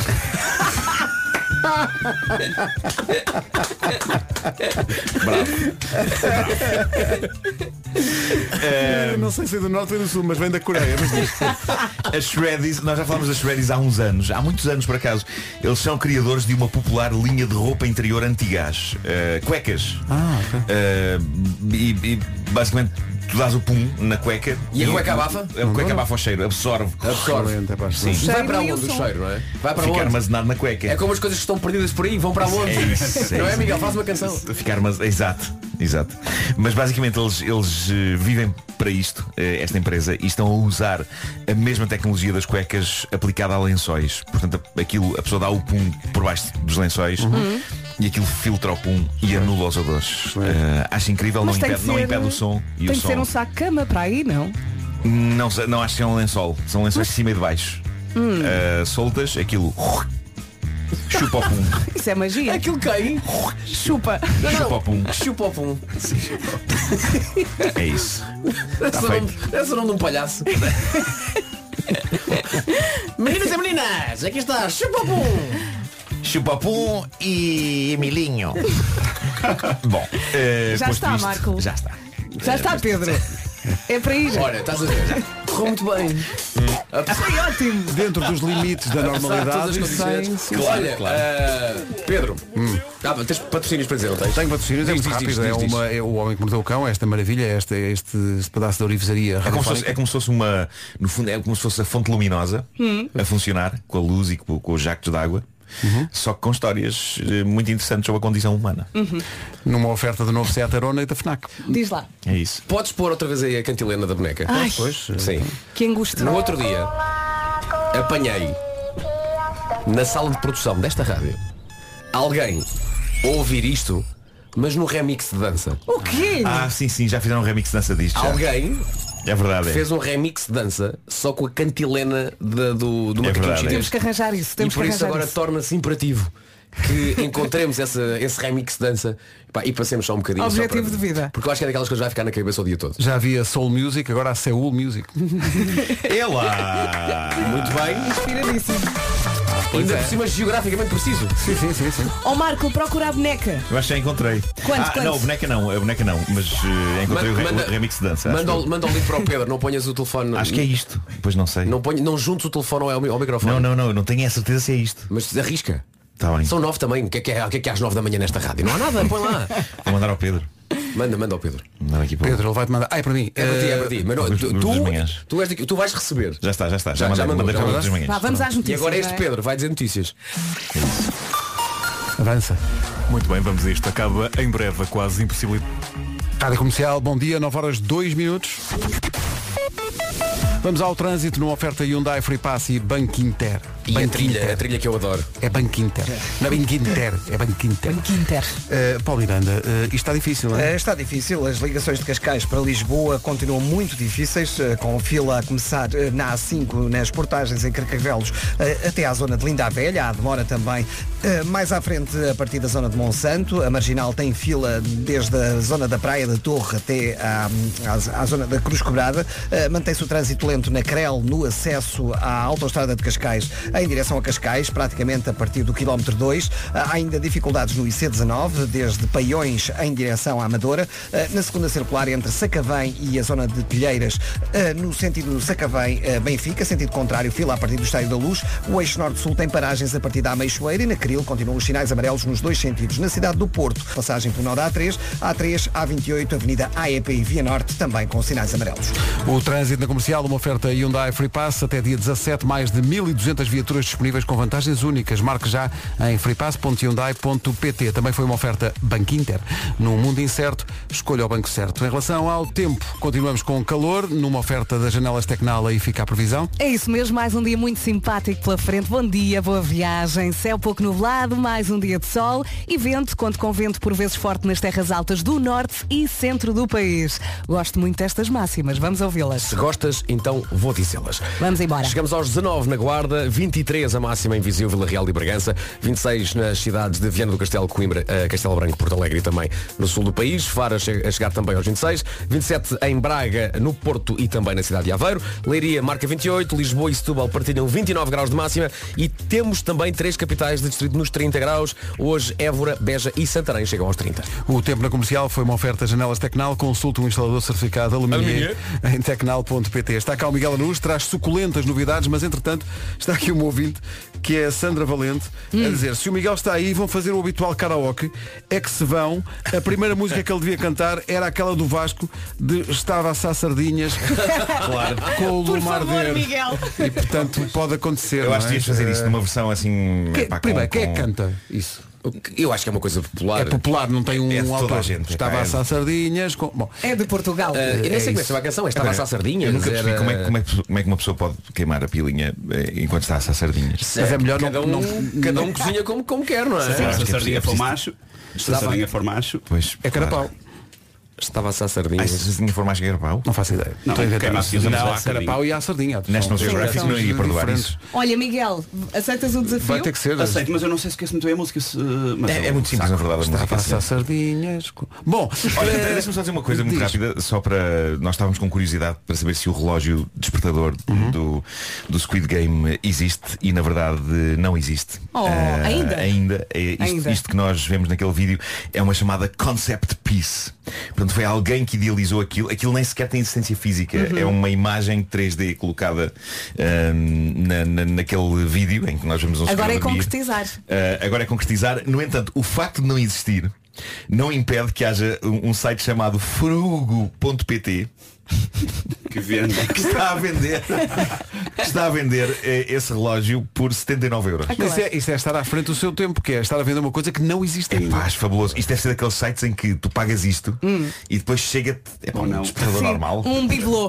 [SPEAKER 2] Eh, não sei se é do norte ou do sul, mas vem da Coreia. Mas diz.
[SPEAKER 8] A Shreddies, nós já falámos da Shreddies há uns anos, há muitos anos por acaso. Eles são criadores de uma popular linha de roupa interior antigás. eh, cuecas.
[SPEAKER 2] Ah, ok.
[SPEAKER 8] Eh, e, e, basicamente tu dás o pum na cueca
[SPEAKER 3] E a cueca abafa?
[SPEAKER 8] A cueca abafa o cheiro, absorve.
[SPEAKER 3] Absorve.
[SPEAKER 2] Excelente, é pá.
[SPEAKER 8] Sim.
[SPEAKER 3] Vai
[SPEAKER 4] Cheiro
[SPEAKER 3] para
[SPEAKER 4] e o
[SPEAKER 3] onde o
[SPEAKER 4] som.
[SPEAKER 3] cheiro, não é? Vai para
[SPEAKER 8] Fica
[SPEAKER 3] onde?
[SPEAKER 8] armazenado na cueca.
[SPEAKER 3] É como as coisas que estão perdidas por aí, vão para onde?
[SPEAKER 8] É isso, é
[SPEAKER 3] não é,
[SPEAKER 8] isso.
[SPEAKER 3] Miguel? Faz uma
[SPEAKER 4] Então,
[SPEAKER 3] canção.
[SPEAKER 8] Ficar mas exato, exato. Mas basicamente eles, eles eh, vivem para isto, eh, esta empresa, e estão a usar a mesma tecnologia das cuecas aplicada a lençóis. Portanto, a- aquilo, a pessoa dá o pum por baixo dos lençóis
[SPEAKER 4] Uhum.
[SPEAKER 8] e aquilo filtra o pum e anula os odores. Eh, acho incrível, não
[SPEAKER 4] Mas tem
[SPEAKER 8] impede,
[SPEAKER 4] que
[SPEAKER 8] não
[SPEAKER 4] ser-
[SPEAKER 8] impede o som e
[SPEAKER 4] Tem
[SPEAKER 8] o
[SPEAKER 4] que
[SPEAKER 8] som.
[SPEAKER 4] ser um saco de cama para aí, não?
[SPEAKER 8] Não, sei- não acho que é um lençol. São lençóis de cima e de baixo.
[SPEAKER 4] Hum.
[SPEAKER 8] Eh, soltas, aquilo. *laughs* Chupa o pum.
[SPEAKER 4] *laughs* Isso é magia.
[SPEAKER 3] Aquilo cai.
[SPEAKER 4] Chupa.
[SPEAKER 3] Não, não.
[SPEAKER 8] Chupa o pum.
[SPEAKER 3] Chupa um. o pum.
[SPEAKER 8] Tá É isso.
[SPEAKER 3] Esse é o
[SPEAKER 8] feito.
[SPEAKER 3] nome- esse é o nome de
[SPEAKER 8] *laughs*
[SPEAKER 3] um palhaço. Meninas e meninas, aqui está Chupa um. o Pum.
[SPEAKER 8] Chupapum e Emilinho. *laughs* Bom, eh,
[SPEAKER 4] Já
[SPEAKER 8] posto
[SPEAKER 4] está,
[SPEAKER 8] isto,
[SPEAKER 4] Marco.
[SPEAKER 8] Já está.
[SPEAKER 4] Já está, Pedro. É para aí já.
[SPEAKER 3] Olha, estás a ver? Correu muito bem.
[SPEAKER 4] Foi ótimo.
[SPEAKER 2] Dentro dos limites da
[SPEAKER 3] Apesar de todas as
[SPEAKER 2] normalidade. e
[SPEAKER 3] condições.
[SPEAKER 2] sem-
[SPEAKER 3] Olha, ah, Pedro,
[SPEAKER 8] Hum.
[SPEAKER 3] Ah, mas tens patrocínios para dizer, não tens?
[SPEAKER 2] Tenho patrocínios, é
[SPEAKER 3] Diz,
[SPEAKER 2] muito
[SPEAKER 3] diz,
[SPEAKER 2] rápido.
[SPEAKER 3] diz,
[SPEAKER 2] é,
[SPEAKER 3] diz, diz.
[SPEAKER 2] uma, é o homem que mordeu o cão, esta maravilha, este, este, este pedaço de orivesaria.
[SPEAKER 8] É como, se fosse, é como se fosse uma. No fundo, é como se fosse a fonte luminosa
[SPEAKER 4] Hum.
[SPEAKER 8] a funcionar com a luz e com, com os jactos de água. Só que com histórias eh, muito interessantes sobre a condição humana.
[SPEAKER 4] Hum.
[SPEAKER 2] Numa oferta do novo Seat Arona e da FNAC.
[SPEAKER 4] Diz lá.
[SPEAKER 8] É isso.
[SPEAKER 3] Podes pôr outra vez aí a cantilena da boneca?
[SPEAKER 4] Ai,
[SPEAKER 8] eh,
[SPEAKER 3] Sim.
[SPEAKER 4] que angústia.
[SPEAKER 3] No outro dia, apanhei na sala de produção desta rádio alguém a ouvir isto, mas no remix de dança.
[SPEAKER 4] O quê?
[SPEAKER 8] Ah, sim, sim, já fizeram um remix de dança disto. já.
[SPEAKER 3] Alguém
[SPEAKER 8] É verdade. é.
[SPEAKER 3] fez um remix de dança só com a cantilena da- do, do
[SPEAKER 8] É
[SPEAKER 3] macaquinho
[SPEAKER 8] verdade,
[SPEAKER 3] chinês.
[SPEAKER 4] Temos que arranjar isso. Temos
[SPEAKER 3] e por
[SPEAKER 4] que
[SPEAKER 3] isso
[SPEAKER 4] arranjar
[SPEAKER 3] agora
[SPEAKER 4] isso.
[SPEAKER 3] torna-se imperativo *laughs* que encontremos essa, esse remix de dança Pá, e passemos só um bocadinho. só
[SPEAKER 4] Objetivo
[SPEAKER 3] para-
[SPEAKER 4] de vida.
[SPEAKER 3] Porque eu acho que é daquelas coisas que vai ficar na cabeça o dia todo.
[SPEAKER 2] Já havia Soul Music, agora há Seul Music.
[SPEAKER 3] Hum.
[SPEAKER 8] É lá!
[SPEAKER 3] *laughs* Muito bem.
[SPEAKER 4] Inspiradíssimo.
[SPEAKER 3] Ainda por cima geograficamente preciso.
[SPEAKER 2] Sim, sim, sim, sim.
[SPEAKER 4] Ó Marco, procura a boneca.
[SPEAKER 8] Eu acho que já encontrei.
[SPEAKER 4] Quanto,
[SPEAKER 8] ah,
[SPEAKER 4] quanto?
[SPEAKER 8] não, a boneca não, a boneca não, mas eh, encontrei o,
[SPEAKER 3] Manda-
[SPEAKER 8] re-
[SPEAKER 3] manda-
[SPEAKER 8] o remix de dança.
[SPEAKER 3] Manda
[SPEAKER 8] acho,
[SPEAKER 3] o, manda o link para o Pedro, não ponhas o telefone.
[SPEAKER 8] que- acho que é isto. Pois não sei.
[SPEAKER 3] Não, ponha, não juntes o telefone ao, ao microfone.
[SPEAKER 8] não, não, não, eu não tenho a certeza se é isto.
[SPEAKER 3] Mas arrisca.
[SPEAKER 8] Tá bem.
[SPEAKER 3] São nove também. O que é que é, o que é que é às nove da manhã nesta rádio? Não há nada, põe
[SPEAKER 8] *laughs*
[SPEAKER 3] lá.
[SPEAKER 8] Vou mandar ao Pedro.
[SPEAKER 3] Manda, manda ao Pedro.
[SPEAKER 8] Mandar aqui para o-
[SPEAKER 2] Pedro, ele vai te mandar. Ai, para
[SPEAKER 8] Eh,
[SPEAKER 2] mim.
[SPEAKER 3] É para ti, é para ti. Mas não,
[SPEAKER 8] dos-
[SPEAKER 3] tu,
[SPEAKER 8] dos
[SPEAKER 3] tu-
[SPEAKER 8] manhãs.
[SPEAKER 3] tu és daqui- tu vais receber.
[SPEAKER 8] Já está, já está.
[SPEAKER 3] Já-
[SPEAKER 8] Já,
[SPEAKER 3] já
[SPEAKER 8] mandei,
[SPEAKER 3] mandou,
[SPEAKER 8] mandei
[SPEAKER 3] já
[SPEAKER 8] para
[SPEAKER 3] mandou.
[SPEAKER 8] outras manhãs.
[SPEAKER 4] Vá, vamos às
[SPEAKER 3] E
[SPEAKER 4] notícias.
[SPEAKER 3] agora este
[SPEAKER 4] não é?
[SPEAKER 3] Pedro vai dizer notícias.
[SPEAKER 2] eh, Avança.
[SPEAKER 1] Muito bem, vamos a isto. Acaba em breve a quase impossibilidade.
[SPEAKER 2] Rádio Comercial, bom dia, 9 horas 2 minutos. Vamos ao trânsito numa oferta Hyundai Free Pass e Banco Inter.
[SPEAKER 3] E a
[SPEAKER 2] Banco
[SPEAKER 3] trilha, a
[SPEAKER 2] Inter.
[SPEAKER 3] trilha que eu adoro.
[SPEAKER 2] É Banco Inter. Não é Banco Inter, é Banco Inter.
[SPEAKER 4] Banco Inter.
[SPEAKER 2] Eh, Paulo Miranda, eh, isto está difícil, não é?
[SPEAKER 7] Eh, Está difícil, as ligações de Cascais para Lisboa continuam muito difíceis, eh, com fila a começar eh, na A5, nas portagens em Carcavelos, eh, até à zona de Linda a Velha, há demora também eh, mais à frente, a partir da zona de Monsanto, a Marginal tem fila desde a zona da Praia da Torre até à, à- à zona da Cruz Cobrada, Eh, mantém-se o trânsito lento na Crel, no acesso à autoestrada de Cascais, em direção a Cascais, praticamente a partir do quilómetro 2, há ainda dificuldades no IC19, desde Paiões em direção à Amadora, eh, na segunda circular entre Sacavém e a zona de Pilheiras, eh, no sentido Sacavém-Benfica, sentido contrário, fila a partir do Estádio da Luz, o eixo norte-sul tem paragens a partir da Ameixoeira e na Cril continuam os sinais amarelos nos dois sentidos, na cidade do Porto, passagem pelo nó da A3, A3, A28, Avenida AEP e Via Norte, também com sinais amarelos.
[SPEAKER 2] O trânsito na comercial, uma oferta Hyundai Free Pass até dia 17, mais de 1.200 viaturas disponíveis com vantagens únicas. Marque já em freepass.hyundai.pt. Também foi uma oferta Banco Inter. Num mundo incerto, escolha o banco certo. Em relação ao tempo, continuamos com calor, numa oferta das janelas Tecnal, aí fica a previsão.
[SPEAKER 4] É isso mesmo, mais um dia muito simpático pela frente. Bom dia, boa viagem. Céu pouco nublado, mais um dia de sol e vento, conto com vento por vezes forte nas terras altas do norte e centro do país. Gosto muito destas máximas, vamos ouvi-las.
[SPEAKER 3] Se gostas, então
[SPEAKER 10] então vou dizê-las.
[SPEAKER 4] Vamos embora.
[SPEAKER 10] Chegamos aos 19 na Guarda, 23 a máxima em Viseu, Vila Real e Bragança, 26 nas cidades de Viana do Castelo, Coimbra, eh, Castelo Branco, Porto Alegre e também no sul do país. Faro a che- a chegar também aos 26, 27 em Braga, no Porto e também na cidade de Aveiro. Leiria marca 28, Lisboa e Setúbal partilham 29 graus de máxima e temos também três capitais de distrito nos 30 graus. Hoje Évora, Beja e Santarém chegam aos 30.
[SPEAKER 2] O tempo na comercial foi uma oferta Janelas Tecnal. Consulte um instalador certificado alumínio em tecnal.pt. Está cá o Miguel Anus, traz suculentas novidades, mas entretanto está aqui um ouvinte que é a Sandra Valente
[SPEAKER 4] Hum.
[SPEAKER 2] a dizer se o Miguel está aí vão fazer o habitual karaoke é que se vão a primeira música que ele devia cantar era aquela do Vasco de Estava a
[SPEAKER 4] *laughs*
[SPEAKER 2] assar sardinhas com o
[SPEAKER 4] Por
[SPEAKER 2] Lumar
[SPEAKER 4] favor, Miguel.
[SPEAKER 2] e portanto pode acontecer
[SPEAKER 8] Eu acho que
[SPEAKER 2] não é?
[SPEAKER 8] devias fazer isto numa versão assim.
[SPEAKER 2] Que-
[SPEAKER 8] epá, com-
[SPEAKER 2] primeiro, quem é
[SPEAKER 8] com-
[SPEAKER 2] que canta isso?
[SPEAKER 10] O que Eu acho que é uma coisa popular.
[SPEAKER 2] É popular, não tem um
[SPEAKER 8] É de toda
[SPEAKER 2] autor.
[SPEAKER 8] a gente,
[SPEAKER 2] Estava
[SPEAKER 8] é,
[SPEAKER 2] a
[SPEAKER 8] é.
[SPEAKER 2] assar sardinhas com... Bom,
[SPEAKER 4] É de Portugal.
[SPEAKER 10] Eh, eu nem sei como é que se chama a canção, é estava a assar sardinhas.
[SPEAKER 8] Eu nunca percebi
[SPEAKER 10] era-
[SPEAKER 8] como é, que- como é que, como é que uma pessoa pode queimar a pilinha eh, enquanto está a assar sardinhas.
[SPEAKER 2] Mas é melhor
[SPEAKER 10] cada
[SPEAKER 2] não-
[SPEAKER 10] um,
[SPEAKER 2] não-
[SPEAKER 10] cada
[SPEAKER 2] não-
[SPEAKER 10] um cozinha como, como quer, não é?
[SPEAKER 9] Se a
[SPEAKER 8] acho que é
[SPEAKER 9] sardinha for
[SPEAKER 8] preciso-
[SPEAKER 9] macho, se a sardinha for macho,
[SPEAKER 8] Pois,
[SPEAKER 2] é carapau.
[SPEAKER 10] Estava a assar
[SPEAKER 8] Ah,
[SPEAKER 10] sardinhas.
[SPEAKER 8] se a sardinha for mais carapau.
[SPEAKER 2] Não faço ideia.
[SPEAKER 8] Então,
[SPEAKER 9] Não,
[SPEAKER 2] Estou a inventar.
[SPEAKER 9] queima assim, usamos
[SPEAKER 2] não
[SPEAKER 9] a
[SPEAKER 2] há
[SPEAKER 9] sardinha.
[SPEAKER 2] carapau e há sardinha.
[SPEAKER 8] National
[SPEAKER 2] São-
[SPEAKER 8] Geographic
[SPEAKER 2] são
[SPEAKER 8] não ia perdoar
[SPEAKER 2] diferentes.
[SPEAKER 8] isso.
[SPEAKER 4] Olha, Miguel, aceitas o desafio?
[SPEAKER 2] Vai ter que ser. assim.
[SPEAKER 9] aceito, mas eu não sei se conheço muito bem a música. Se... Mas um
[SPEAKER 8] É, é muito simples, na verdade, a
[SPEAKER 2] Estava
[SPEAKER 8] música.
[SPEAKER 2] a
[SPEAKER 8] assim.
[SPEAKER 2] assar sardinhas. com- Bom,
[SPEAKER 8] Olha,
[SPEAKER 2] eh,
[SPEAKER 8] deixa-me só dizer uma coisa muito
[SPEAKER 2] diz.
[SPEAKER 8] rápida, só para. Nós estávamos com curiosidade para saber se o relógio despertador
[SPEAKER 4] Uhum.
[SPEAKER 8] do, do Squid Game existe e na verdade não existe.
[SPEAKER 4] Oh,
[SPEAKER 8] Ah,
[SPEAKER 4] ainda?
[SPEAKER 8] Ainda. Eh, isto,
[SPEAKER 4] Ainda.
[SPEAKER 8] isto que nós vemos naquele vídeo é uma chamada concept piece. Portanto, foi alguém que idealizou aquilo. Aquilo nem sequer tem existência física.
[SPEAKER 4] Uhum.
[SPEAKER 8] É uma imagem 3D colocada ah, na, na- naquele vídeo em que nós vemos um
[SPEAKER 4] Agora
[SPEAKER 8] senhor
[SPEAKER 4] é
[SPEAKER 8] a dormir.
[SPEAKER 4] concretizar.
[SPEAKER 8] Uh, agora é concretizar. No entanto, o facto de não existir não impede que haja um, um site chamado frugo.pt
[SPEAKER 9] *laughs* Que vende.
[SPEAKER 8] que está a vender que está a vender eh, esse relógio por 79 euros.
[SPEAKER 2] Mas Isso é, isso é estar à frente do seu tempo, que é estar a vender uma coisa que não existe
[SPEAKER 8] É
[SPEAKER 2] ainda.
[SPEAKER 8] paz, fabuloso. Isto deve ser daqueles sites em que tu pagas isto e depois chega-te. É pá,
[SPEAKER 9] Ou
[SPEAKER 8] um
[SPEAKER 9] não. Ah,
[SPEAKER 8] despertador
[SPEAKER 4] Hum. Sim,
[SPEAKER 8] normal.
[SPEAKER 4] Um bibelô.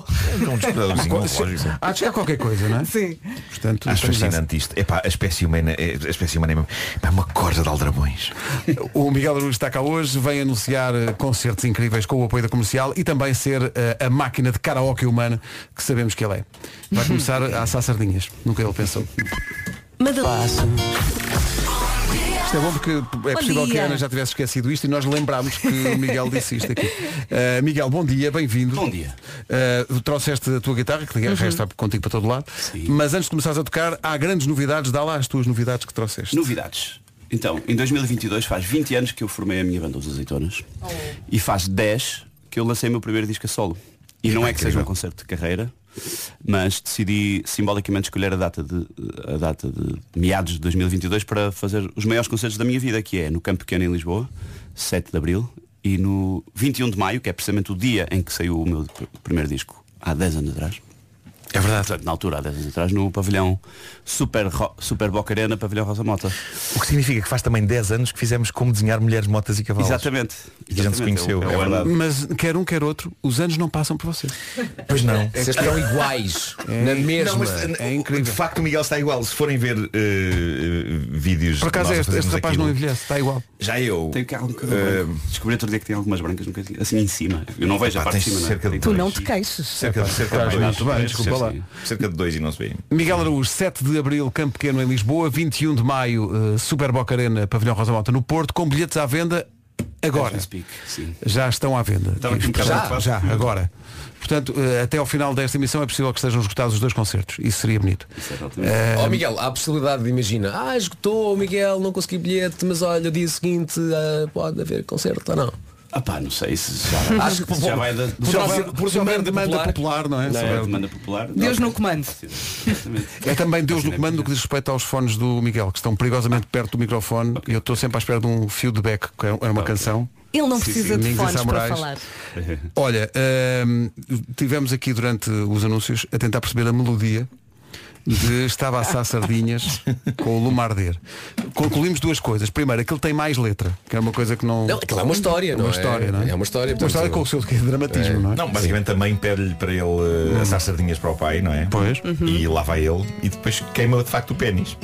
[SPEAKER 9] *laughs*
[SPEAKER 8] Um despertadorzinho, um relógio.
[SPEAKER 2] Há de chegar qualquer coisa, não é?
[SPEAKER 4] Sim.
[SPEAKER 2] Portanto,
[SPEAKER 8] Acho
[SPEAKER 2] estamos nessa.
[SPEAKER 8] fascinante isto. É pá, a espécie humana é, a espécie humana é mesmo- pá, uma corda de aldrabões.
[SPEAKER 2] O Miguel Aruz está cá hoje, vem anunciar eh, concertos incríveis com o apoio da comercial e também ser eh, a máquina de karaoke humana que sabemos que ele é. Vai começar a assar sardinhas. Nunca ele pensou.
[SPEAKER 6] Madalena.
[SPEAKER 2] Isto é bom porque é possível que
[SPEAKER 4] dia.
[SPEAKER 2] a Ana já tivesse esquecido isto e nós lembramos que o Miguel disse isto aqui. Eh, Miguel, bom dia, bem-vindo.
[SPEAKER 9] Bom dia.
[SPEAKER 2] Eh, trouxeste a tua guitarra, que aliás já está contigo para todo lado.
[SPEAKER 9] Sim.
[SPEAKER 2] Mas antes de começares a tocar, há grandes novidades. Dá lá as tuas novidades que trouxeste.
[SPEAKER 9] Novidades. Então, em 2022 faz 20 anos que eu formei a minha banda Os Azeitonas e faz 10 que eu lancei o meu primeiro disco a solo. E não é que seja um concerto de carreira, mas decidi simbolicamente escolher a data de, a data de meados de 2022 para fazer os maiores concertos da minha vida, que é no Campo Pequeno em Lisboa, 7 de Abril, e no 21 de Maio, que é precisamente o dia em que saiu o meu pr- primeiro disco, há 10 anos atrás. É verdade. Na altura, há 10 anos atrás, no pavilhão Super, Ro- Super Boca Arena, pavilhão Rosa Mota.
[SPEAKER 8] O que significa que faz também 10 anos que fizemos como desenhar mulheres, motas e cavalos.
[SPEAKER 9] Exatamente.
[SPEAKER 8] E a gente se conheceu,
[SPEAKER 9] É
[SPEAKER 8] é
[SPEAKER 9] o- é o ano-
[SPEAKER 2] Mas quer um, quer outro, os anos não passam por vocês.
[SPEAKER 8] Pois não.
[SPEAKER 10] Vocês estão iguais, na mesma.
[SPEAKER 8] Não, mas,
[SPEAKER 2] É
[SPEAKER 8] o-
[SPEAKER 2] incrível.
[SPEAKER 8] De facto o Miguel está igual. Se forem ver eh, eh, vídeos.
[SPEAKER 2] Por acaso
[SPEAKER 8] nós a
[SPEAKER 2] este,
[SPEAKER 8] fazermos
[SPEAKER 2] este rapaz
[SPEAKER 8] aquilo,
[SPEAKER 2] não envelhece, está igual.
[SPEAKER 8] Já eu. Eh,
[SPEAKER 9] Tem cá um bocadinho branco. Descobri outro dia que tem algumas brancas nunca tinha- assim em cima. Eu não vejo a
[SPEAKER 8] Epá,
[SPEAKER 9] parte de
[SPEAKER 8] tens
[SPEAKER 9] cima.
[SPEAKER 8] cerca de
[SPEAKER 9] não. é? Tem
[SPEAKER 8] dois.
[SPEAKER 4] Tu
[SPEAKER 9] por
[SPEAKER 4] não
[SPEAKER 9] aqui.
[SPEAKER 4] te queixes.
[SPEAKER 8] Cerca, cerca de
[SPEAKER 2] faz
[SPEAKER 8] dois,
[SPEAKER 2] muito bem,
[SPEAKER 8] dois,
[SPEAKER 2] desculpa
[SPEAKER 8] cerca- Cerca de dois e não se vê.
[SPEAKER 2] Miguel Araújo, 7 de Abril, Campo Pequeno em Lisboa, 21 de Maio, eh, Super Boca Arena, Pavilhão Rosa Mota no Porto, com bilhetes à venda agora.
[SPEAKER 9] As we speak, sim.
[SPEAKER 2] Já estão à venda.
[SPEAKER 9] Estava aqui um bocado
[SPEAKER 2] já,
[SPEAKER 9] preocupado.
[SPEAKER 2] já, agora. Portanto, eh, até ao final desta emissão é possível que estejam esgotados os dois concertos. Isso seria bonito.
[SPEAKER 9] é Exatamente.
[SPEAKER 10] Ó Miguel, há a possibilidade de imagina, ah, esgotou Miguel, não consegui bilhete, mas olha, o dia seguinte ah, pode haver concerto ou não.
[SPEAKER 9] Ah pá, não sei se já,
[SPEAKER 10] Acho que
[SPEAKER 9] se já vai da, do
[SPEAKER 10] Poderá
[SPEAKER 9] já
[SPEAKER 10] ser-
[SPEAKER 9] vai-
[SPEAKER 10] por
[SPEAKER 2] Se houver
[SPEAKER 10] demanda
[SPEAKER 2] popular, não é? Se
[SPEAKER 9] da
[SPEAKER 2] houver-
[SPEAKER 9] demanda popular.
[SPEAKER 4] Deus
[SPEAKER 9] Não,
[SPEAKER 4] no comando.
[SPEAKER 9] Exatamente.
[SPEAKER 2] É também Deus no
[SPEAKER 9] Fascinante.
[SPEAKER 2] comando no que diz respeito aos fones do Miguel, que estão perigosamente perto do microfone e eu estou sempre à espera de um fio de back, que é era uma canção.
[SPEAKER 4] Ele não
[SPEAKER 9] Sim,
[SPEAKER 4] precisa
[SPEAKER 2] sim.
[SPEAKER 4] de
[SPEAKER 2] Domingos e
[SPEAKER 4] fones para
[SPEAKER 2] Samurais.
[SPEAKER 4] falar.
[SPEAKER 2] Olha, hum, tivemos aqui durante os anúncios a tentar perceber a melodia de Estava a
[SPEAKER 10] *laughs*
[SPEAKER 2] assar sardinhas com o Lumarder. Concluímos duas coisas. Primeiro, aquele tem mais letra, que é uma coisa que não.
[SPEAKER 10] Não, aquilo é uma história, não
[SPEAKER 2] uma
[SPEAKER 10] é?
[SPEAKER 2] História, não é?
[SPEAKER 10] É uma história,
[SPEAKER 2] Uma
[SPEAKER 10] portanto,
[SPEAKER 2] história com o seu que é dramatismo, não é?
[SPEAKER 8] Não, basicamente a mãe pede-lhe para ele eh, assar sardinhas para o pai, não é?
[SPEAKER 2] Pois.
[SPEAKER 8] E lá vai ele e depois queima de facto
[SPEAKER 4] *laughs*
[SPEAKER 8] o pênis.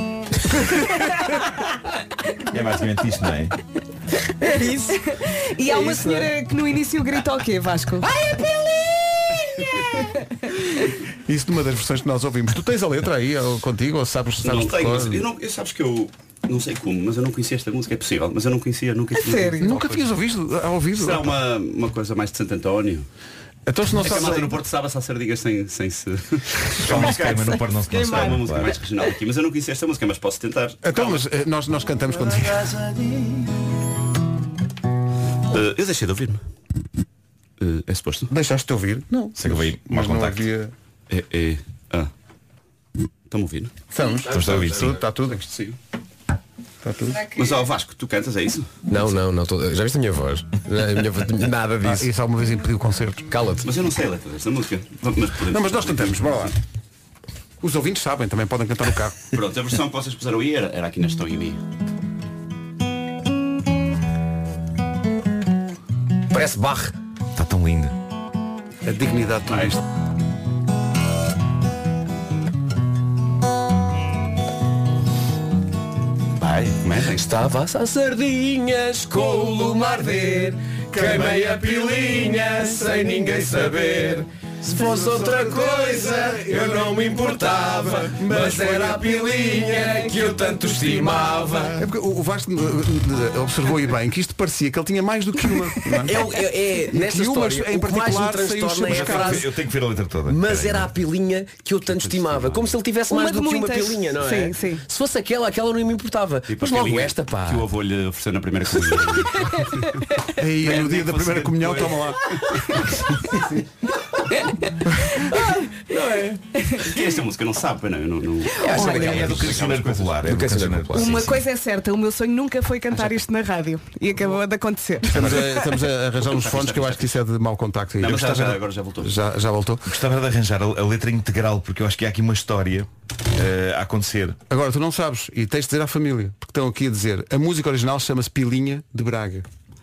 [SPEAKER 8] é basicamente isto, não é?
[SPEAKER 2] é.
[SPEAKER 4] E há uma senhora que no início grita o quê, Vasco? Ai, é
[SPEAKER 2] Isso numa das versões que nós ouvimos. Tu tens a letra aí ou contigo ou sabes, é? sabes
[SPEAKER 9] não
[SPEAKER 2] de
[SPEAKER 9] tenho,
[SPEAKER 2] cor?
[SPEAKER 9] mas eu não, eu sabes que eu não sei como, mas eu não conhecia esta música, é possível, mas eu não conhecia, nunca
[SPEAKER 4] É
[SPEAKER 9] tinha
[SPEAKER 2] Sério? Nunca tinhas ouvido ao ouvido?
[SPEAKER 9] Será uma, uma coisa mais de Santo António?
[SPEAKER 2] Então se não
[SPEAKER 9] é que a
[SPEAKER 2] sabes-
[SPEAKER 9] malta no Porto sabe assar sardinhas sem, sem se...
[SPEAKER 8] um
[SPEAKER 2] Só não se queima, no Porto não se- não se
[SPEAKER 9] É uma
[SPEAKER 2] queima,
[SPEAKER 9] música
[SPEAKER 2] claro.
[SPEAKER 9] mais regional aqui, mas eu não conhecia esta música, mas posso tentar.
[SPEAKER 2] Então, mas eh, nós, nós cantamos *laughs* contigo.
[SPEAKER 9] Eh, eu deixei de ouvir-me. Eh, é suposto?
[SPEAKER 2] Deixaste-te ouvir? Não.
[SPEAKER 9] Sei que veio mais contacto. É, é, ah. Estão-me ouvindo?
[SPEAKER 2] Estamos.
[SPEAKER 9] Estamos a ouvir, sim.
[SPEAKER 2] Está tudo. é
[SPEAKER 9] Está
[SPEAKER 2] tudo.
[SPEAKER 9] Mas ó Vasco, tu cantas, é isso?
[SPEAKER 3] Não, não, não. tô- Já viste a minha voz? A minha voz- Nada disso.
[SPEAKER 2] Ah, isso alguma vez impediu concertos.
[SPEAKER 3] Cala-te.
[SPEAKER 9] Mas eu não sei a letra desta música. Mas podemos-
[SPEAKER 2] Não, mas nós cantamos, bora lá. Os ouvintes sabem, também podem cantar no carro.
[SPEAKER 9] Pronto, a versão que vocês puseram aí era, era aqui na Estão em Mim.
[SPEAKER 3] Parece barre.
[SPEAKER 8] Está tão linda.
[SPEAKER 2] A dignidade que isto.
[SPEAKER 9] Vai, comecem.
[SPEAKER 3] Estava a assar sardinhas com o lume a arder Queimei a pilinha sem ninguém saber Se fosse outra coisa eu não me importava Mas era a pilinha que eu tanto estimava
[SPEAKER 2] É porque o o Vasco eh, eh, observou e bem que isto parecia que ele tinha mais do que uma. não
[SPEAKER 3] É, o- é, é nesta
[SPEAKER 2] E uma,
[SPEAKER 3] história,
[SPEAKER 2] em
[SPEAKER 3] o que mais me
[SPEAKER 2] particular, saiu
[SPEAKER 3] transtorna é a
[SPEAKER 2] chamuscado.
[SPEAKER 3] frase
[SPEAKER 8] Eu tenho que ver a letra toda.
[SPEAKER 3] Mas
[SPEAKER 8] Peraí.
[SPEAKER 3] era a pilinha que eu tanto estimava Como se ele tivesse
[SPEAKER 4] Uma
[SPEAKER 3] mais
[SPEAKER 4] de
[SPEAKER 3] do que uma
[SPEAKER 4] muitas.
[SPEAKER 3] pilinha, não é?
[SPEAKER 4] Sim, sim.
[SPEAKER 3] Se fosse aquela, aquela não me importava
[SPEAKER 9] Tipo
[SPEAKER 3] Mas logo
[SPEAKER 9] aquele
[SPEAKER 3] esta, pá
[SPEAKER 9] Que o
[SPEAKER 3] *laughs*
[SPEAKER 9] avô lhe ofereceu na primeira comunhão.
[SPEAKER 2] Aí,
[SPEAKER 9] É,
[SPEAKER 2] no dia
[SPEAKER 9] nem
[SPEAKER 2] da
[SPEAKER 9] fosse
[SPEAKER 2] primeira comunhão,
[SPEAKER 9] depois.
[SPEAKER 2] toma lá.
[SPEAKER 9] E é esta música não sabe, pois não, eu não, não...
[SPEAKER 8] Essa é daquela- é do cancioneiro popular. É do cancioneiro popular.
[SPEAKER 4] Uma coisa é certa, o meu sonho nunca foi cantar isto na rádio. E acabou de acontecer.
[SPEAKER 2] Estamos a, estamos a arranjar uns fones que eu acho que isso é de mau contacto. aí.
[SPEAKER 9] Não,
[SPEAKER 2] Eu
[SPEAKER 9] mas já,
[SPEAKER 2] gostava
[SPEAKER 9] já,
[SPEAKER 2] de-
[SPEAKER 9] agora já voltou.
[SPEAKER 2] já, já voltou.
[SPEAKER 8] Gostava de arranjar a a letra integral porque eu acho que há aqui uma história eh, a acontecer.
[SPEAKER 2] Agora, tu não sabes, e tens de dizer à família, porque estão aqui a dizer, a música original chama-se Pilinha de Braga.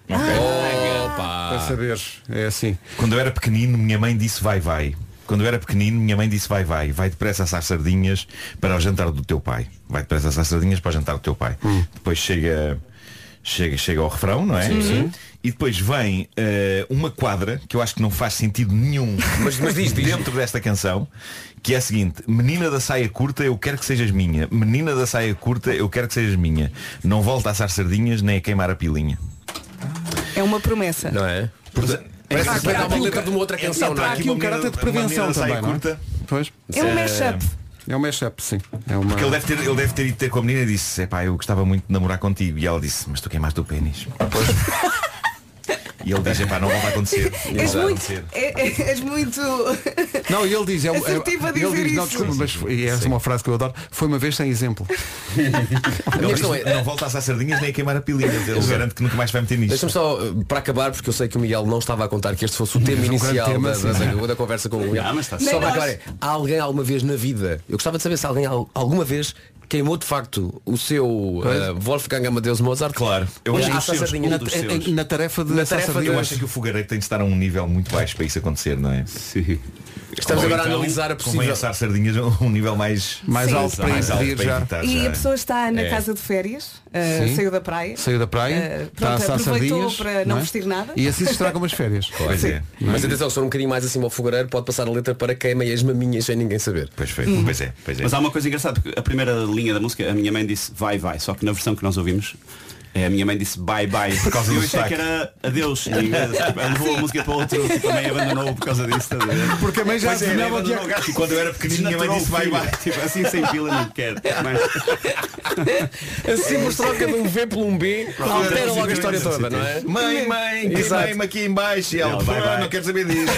[SPEAKER 2] Para saberes, é assim.
[SPEAKER 8] Quando eu era pequenino, minha mãe disse vai, vai. Quando eu era pequenino, minha mãe disse vai, vai. Vai depressa assar sardinhas para o jantar do teu pai. Vai depressa assar sardinhas para o jantar do teu pai.
[SPEAKER 3] Hum.
[SPEAKER 8] Depois chega, chega, chega ao refrão, não é? E depois vem eh, uma quadra que eu acho que não faz sentido nenhum
[SPEAKER 3] *laughs* Mas- mas diz, diz.
[SPEAKER 8] dentro desta canção, que é a seguinte. Menina da saia curta, eu quero que sejas minha. Menina da saia curta, eu quero que sejas minha. Não volta a assar sardinhas nem a queimar a pilinha.
[SPEAKER 4] É uma promessa.
[SPEAKER 3] Não é?
[SPEAKER 8] Parece
[SPEAKER 3] Ah,
[SPEAKER 8] que
[SPEAKER 3] claro,
[SPEAKER 8] está
[SPEAKER 3] há uma letra de uma outra canção, não
[SPEAKER 2] Há
[SPEAKER 3] é?
[SPEAKER 2] aqui um caráter de prevenção também. não é?
[SPEAKER 8] curta.
[SPEAKER 2] Pois.
[SPEAKER 4] É um mashup.
[SPEAKER 2] É um mashup, sim. É uma...
[SPEAKER 8] Porque ele deve, ter, ele deve ter ido ter com a menina e disse, epá, eu gostava muito de namorar contigo. E ela disse, mas tu queimaste o pênis. e ele diz, epá, não volta a
[SPEAKER 3] *laughs*
[SPEAKER 8] acontecer. Não
[SPEAKER 4] És
[SPEAKER 8] volta a
[SPEAKER 4] muito,
[SPEAKER 8] acontecer.
[SPEAKER 4] é- é- és muito.
[SPEAKER 2] Não, e ele diz, é, um- é,
[SPEAKER 4] Assertivo a
[SPEAKER 2] ele
[SPEAKER 4] dizer
[SPEAKER 2] diz, não,
[SPEAKER 4] isso.
[SPEAKER 2] desculpa, mas foi- e essa é uma frase que eu adoro, foi uma vez sem exemplo.
[SPEAKER 3] A minha
[SPEAKER 8] Ele
[SPEAKER 3] questão
[SPEAKER 8] diz,
[SPEAKER 3] é,
[SPEAKER 8] não volta a assar sardinhas nem a queimar a pilinha. Ele garante que nunca mais vai meter nisto.
[SPEAKER 3] Deixa-me só, uh, para acabar, porque eu sei que o Miguel não estava a contar que este fosse o tema
[SPEAKER 2] grande
[SPEAKER 3] inicial
[SPEAKER 2] tema,
[SPEAKER 3] da,
[SPEAKER 2] sim.
[SPEAKER 3] da- da- da conversa com o
[SPEAKER 8] Ah,
[SPEAKER 3] Miguel.
[SPEAKER 9] Não, mas
[SPEAKER 8] tá
[SPEAKER 9] está
[SPEAKER 3] só
[SPEAKER 4] certo.
[SPEAKER 3] para
[SPEAKER 4] Nem
[SPEAKER 3] acabar, é, há alguém alguma vez na vida, eu gostava de saber se alguém al- alguma vez queimou de facto o seu uh, Wolfgang Amadeus Mozart.
[SPEAKER 8] Claro. Eu
[SPEAKER 3] Mas
[SPEAKER 8] acho
[SPEAKER 3] há
[SPEAKER 8] que os seus-
[SPEAKER 3] sardinha.
[SPEAKER 8] um
[SPEAKER 3] Na-
[SPEAKER 8] dos
[SPEAKER 3] é- é-
[SPEAKER 8] seus.
[SPEAKER 2] Na tarefa de assar
[SPEAKER 3] tarefa de-
[SPEAKER 8] Eu
[SPEAKER 2] sardinhas.
[SPEAKER 8] acho é que o fogareiro tem de estar a um nível muito baixo para isso acontecer, não é?
[SPEAKER 9] Sim.
[SPEAKER 3] Estamos
[SPEAKER 8] Ou
[SPEAKER 3] agora a
[SPEAKER 8] então,
[SPEAKER 3] analisar a possível.
[SPEAKER 8] Convém assar sardinhas a um nível mais,
[SPEAKER 2] Mais
[SPEAKER 4] Sim.
[SPEAKER 2] alto para
[SPEAKER 8] mais alto
[SPEAKER 2] impedir
[SPEAKER 8] para
[SPEAKER 2] já.
[SPEAKER 8] evitar.
[SPEAKER 4] E
[SPEAKER 8] já.
[SPEAKER 4] a pessoa está na
[SPEAKER 3] É.
[SPEAKER 4] casa de férias, ah,
[SPEAKER 2] Sim.
[SPEAKER 4] saiu da praia.
[SPEAKER 2] Saiu da
[SPEAKER 4] Ah,
[SPEAKER 2] praia, está a
[SPEAKER 4] pronto,
[SPEAKER 2] assar
[SPEAKER 4] aproveitou
[SPEAKER 2] sardinhas.
[SPEAKER 4] para não vestir nada.
[SPEAKER 2] E assim se estragam umas férias.
[SPEAKER 8] Pois é.
[SPEAKER 3] Mas atenção, se for um bocadinho mais acima ao fogareiro, pode passar a letra para queimei as maminhas sem ninguém saber.
[SPEAKER 8] Pois, foi. pois é. Pois é.
[SPEAKER 9] Mas há uma coisa engraçada, porque a primeira linha da música, a minha mãe disse vai, vai, só que na versão que nós ouvimos, é, a minha mãe disse bye, bye, por causa
[SPEAKER 8] do
[SPEAKER 9] eu achei
[SPEAKER 8] sotaque.
[SPEAKER 9] que era adeus, em inglês, tipo, ela levou a música para outro, tipo, a mãe abandonou por causa disso, estás a ver?
[SPEAKER 2] Porque a mãe já
[SPEAKER 9] Pois
[SPEAKER 8] assim,
[SPEAKER 9] é,
[SPEAKER 2] adivinhava
[SPEAKER 9] a
[SPEAKER 2] que
[SPEAKER 9] mãe
[SPEAKER 2] ia-
[SPEAKER 9] abandonou o gato e quando eu era pequenino, a minha mãe disse vai, vai, tipo, assim sem pila não quero. Mas,
[SPEAKER 3] Assim por troca de um V por um B, altera logo a história toda, não é?
[SPEAKER 8] Mãe, mãe,
[SPEAKER 3] Exato.
[SPEAKER 8] queimei-me aqui em baixo. E ela,
[SPEAKER 9] Ela, vai,
[SPEAKER 8] "Ah,
[SPEAKER 9] vai."
[SPEAKER 8] não quero saber disso.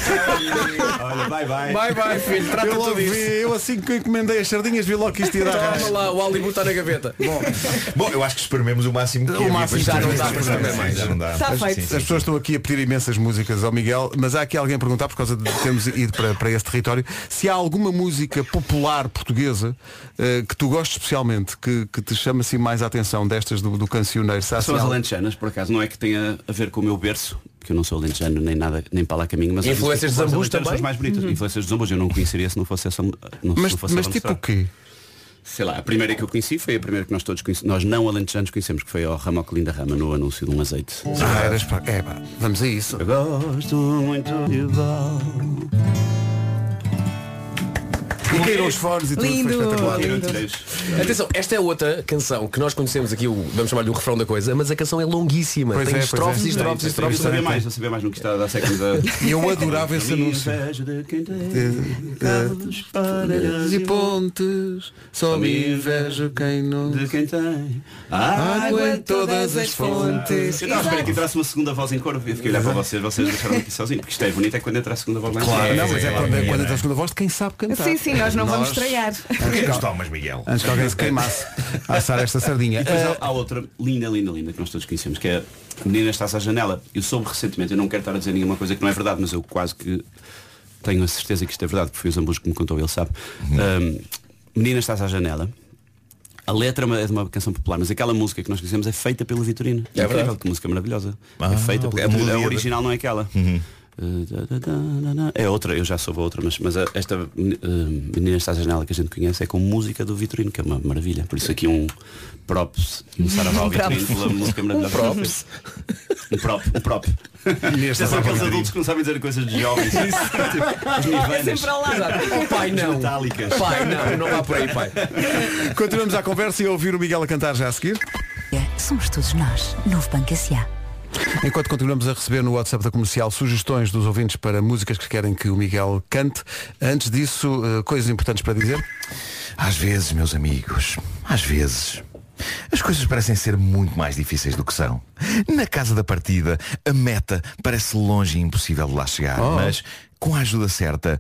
[SPEAKER 9] olha, bye, bye.
[SPEAKER 3] Vai, vai, filho, trata
[SPEAKER 2] Eu
[SPEAKER 3] tudo
[SPEAKER 2] logo vi,
[SPEAKER 3] disso. Então,
[SPEAKER 2] eu assim que encomendei as sardinhas vi logo que isto ia dar.
[SPEAKER 3] Toma lá, o Hollywood está na gaveta.
[SPEAKER 8] *laughs* Bom, eu acho que esprememos o máximo que é, havia
[SPEAKER 2] máximo
[SPEAKER 8] para
[SPEAKER 3] já não dá
[SPEAKER 8] espremer.
[SPEAKER 3] para espremer mais.
[SPEAKER 8] Já não dá.
[SPEAKER 4] Está
[SPEAKER 8] Mas,
[SPEAKER 4] feito.
[SPEAKER 8] sim,
[SPEAKER 2] As
[SPEAKER 8] sim,
[SPEAKER 2] pessoas estão aqui a pedir imensas músicas ao Miguel, mas há aqui alguém a perguntar, por causa de termos ido para, para esse território, se há alguma música popular portuguesa eh, que tu gostes especialmente, que, que te chama assim mais a atenção destas do, do cancioneiro. Se há,
[SPEAKER 9] São
[SPEAKER 2] assim,
[SPEAKER 9] as
[SPEAKER 2] algo-
[SPEAKER 9] alentejanas, por acaso, não é que tenha a ver com o meu berço, porque eu não sou alentejano nem nada, nem para lá a caminho, mas as
[SPEAKER 3] Influências de
[SPEAKER 9] músicas
[SPEAKER 3] Zambus
[SPEAKER 9] alentejanas são as
[SPEAKER 3] também?
[SPEAKER 9] mais bonitas. Influências de Zambus eu não conheceria se não fosse essa. Não,
[SPEAKER 2] Uhum. mas,
[SPEAKER 9] se não fosse
[SPEAKER 2] mas
[SPEAKER 9] a
[SPEAKER 2] tipo o
[SPEAKER 9] Zambus.
[SPEAKER 2] quê?
[SPEAKER 9] Sei lá, a primeira que eu conheci foi a primeira que nós todos conhecemos, nós não alentejanos conhecemos, que foi ao Ramoque Linda Rama, no anúncio de um azeite.
[SPEAKER 3] *laughs*
[SPEAKER 2] Ah, eras pra- é, pá, vamos a isso.
[SPEAKER 9] Eu gosto muito de Val,
[SPEAKER 2] E caíram os fones e tudo. Foi espetacular.
[SPEAKER 10] Atenção, esta é outra canção que nós conhecemos aqui, o, vamos chamar-lhe o refrão da coisa, mas a canção é longuíssima.
[SPEAKER 2] Pois
[SPEAKER 10] tem
[SPEAKER 2] é, pois
[SPEAKER 10] estrofes
[SPEAKER 2] é.
[SPEAKER 10] e estrofes e
[SPEAKER 9] Eu
[SPEAKER 10] estrofes.
[SPEAKER 9] sabia mais, eu sabia mais no que está a dar second da...
[SPEAKER 2] E *laughs* eu adorava esse anúncio. Pontes E pontes, só me invejo quem não.
[SPEAKER 9] De quem tem Ah,
[SPEAKER 2] Água em todas as fontes.
[SPEAKER 9] Eu estava a esperar tá, que entrasse uma segunda voz em coro Eu fiquei a olhar para vocês, vocês deixaram aqui sozinho Porque isto é bonito, é quando entra a segunda voz lá em
[SPEAKER 2] Claro,
[SPEAKER 9] cima.
[SPEAKER 2] não, mas é quando, é quando entra a segunda voz de quem sabe cantar.
[SPEAKER 4] Sim, sim, nós não vamos
[SPEAKER 2] *laughs*
[SPEAKER 4] estrear.
[SPEAKER 8] Porquê que nos tomas, Miguel?
[SPEAKER 2] Antes que alguém se queimasse a assar esta sardinha.
[SPEAKER 9] E depois há- há outra linda, linda, linda que nós todos conhecemos, que é a menina está-se à janela. Eu soube recentemente, eu não quero estar a dizer nenhuma coisa que não é verdade, mas eu quase que tenho a certeza que isto é verdade, porque foi o Zambujo que me contou, ele sabe.
[SPEAKER 8] Uhum.
[SPEAKER 9] Ahm, menina está-se à janela. A letra é uma- é de uma canção popular, mas aquela música que nós conhecemos é feita pela Vitorina. É incrível, que música maravilhosa. é feita pela
[SPEAKER 8] é
[SPEAKER 9] Vitorina.
[SPEAKER 8] a
[SPEAKER 9] A
[SPEAKER 8] melodia da-
[SPEAKER 9] original não é aquela. Uh, da, da, da, da, da. É outra, eu já soube a outra, mas, mas a- esta uh, menina está à janela que a gente conhece é com música do Vitorino, que é uma maravilha. Por isso aqui um props, um *laughs* saraval Vitorino pela música maravilhosa. Um props. Um prop, um prop. Isto são aqueles adultos que não sabem dizer coisas de jovens. Tipo, As nirvanas.
[SPEAKER 10] Exato. Pai
[SPEAKER 2] *laughs*
[SPEAKER 10] não.
[SPEAKER 9] metálicas.
[SPEAKER 10] Pai não, não vá por aí, pai.
[SPEAKER 2] Continuamos a conversa e a ouvir o Miguel a cantar já a seguir.
[SPEAKER 6] É, Somos todos nós. Novo Banco S.A.
[SPEAKER 2] Enquanto continuamos a receber no WhatsApp da comercial sugestões dos ouvintes para músicas que querem que o Miguel cante, antes disso, eh, coisas importantes para dizer.
[SPEAKER 8] Às vezes, meus amigos, às vezes. As coisas parecem ser muito mais difíceis do que são. Na casa da partida, a meta parece longe e impossível de lá chegar, mas com a ajuda certa,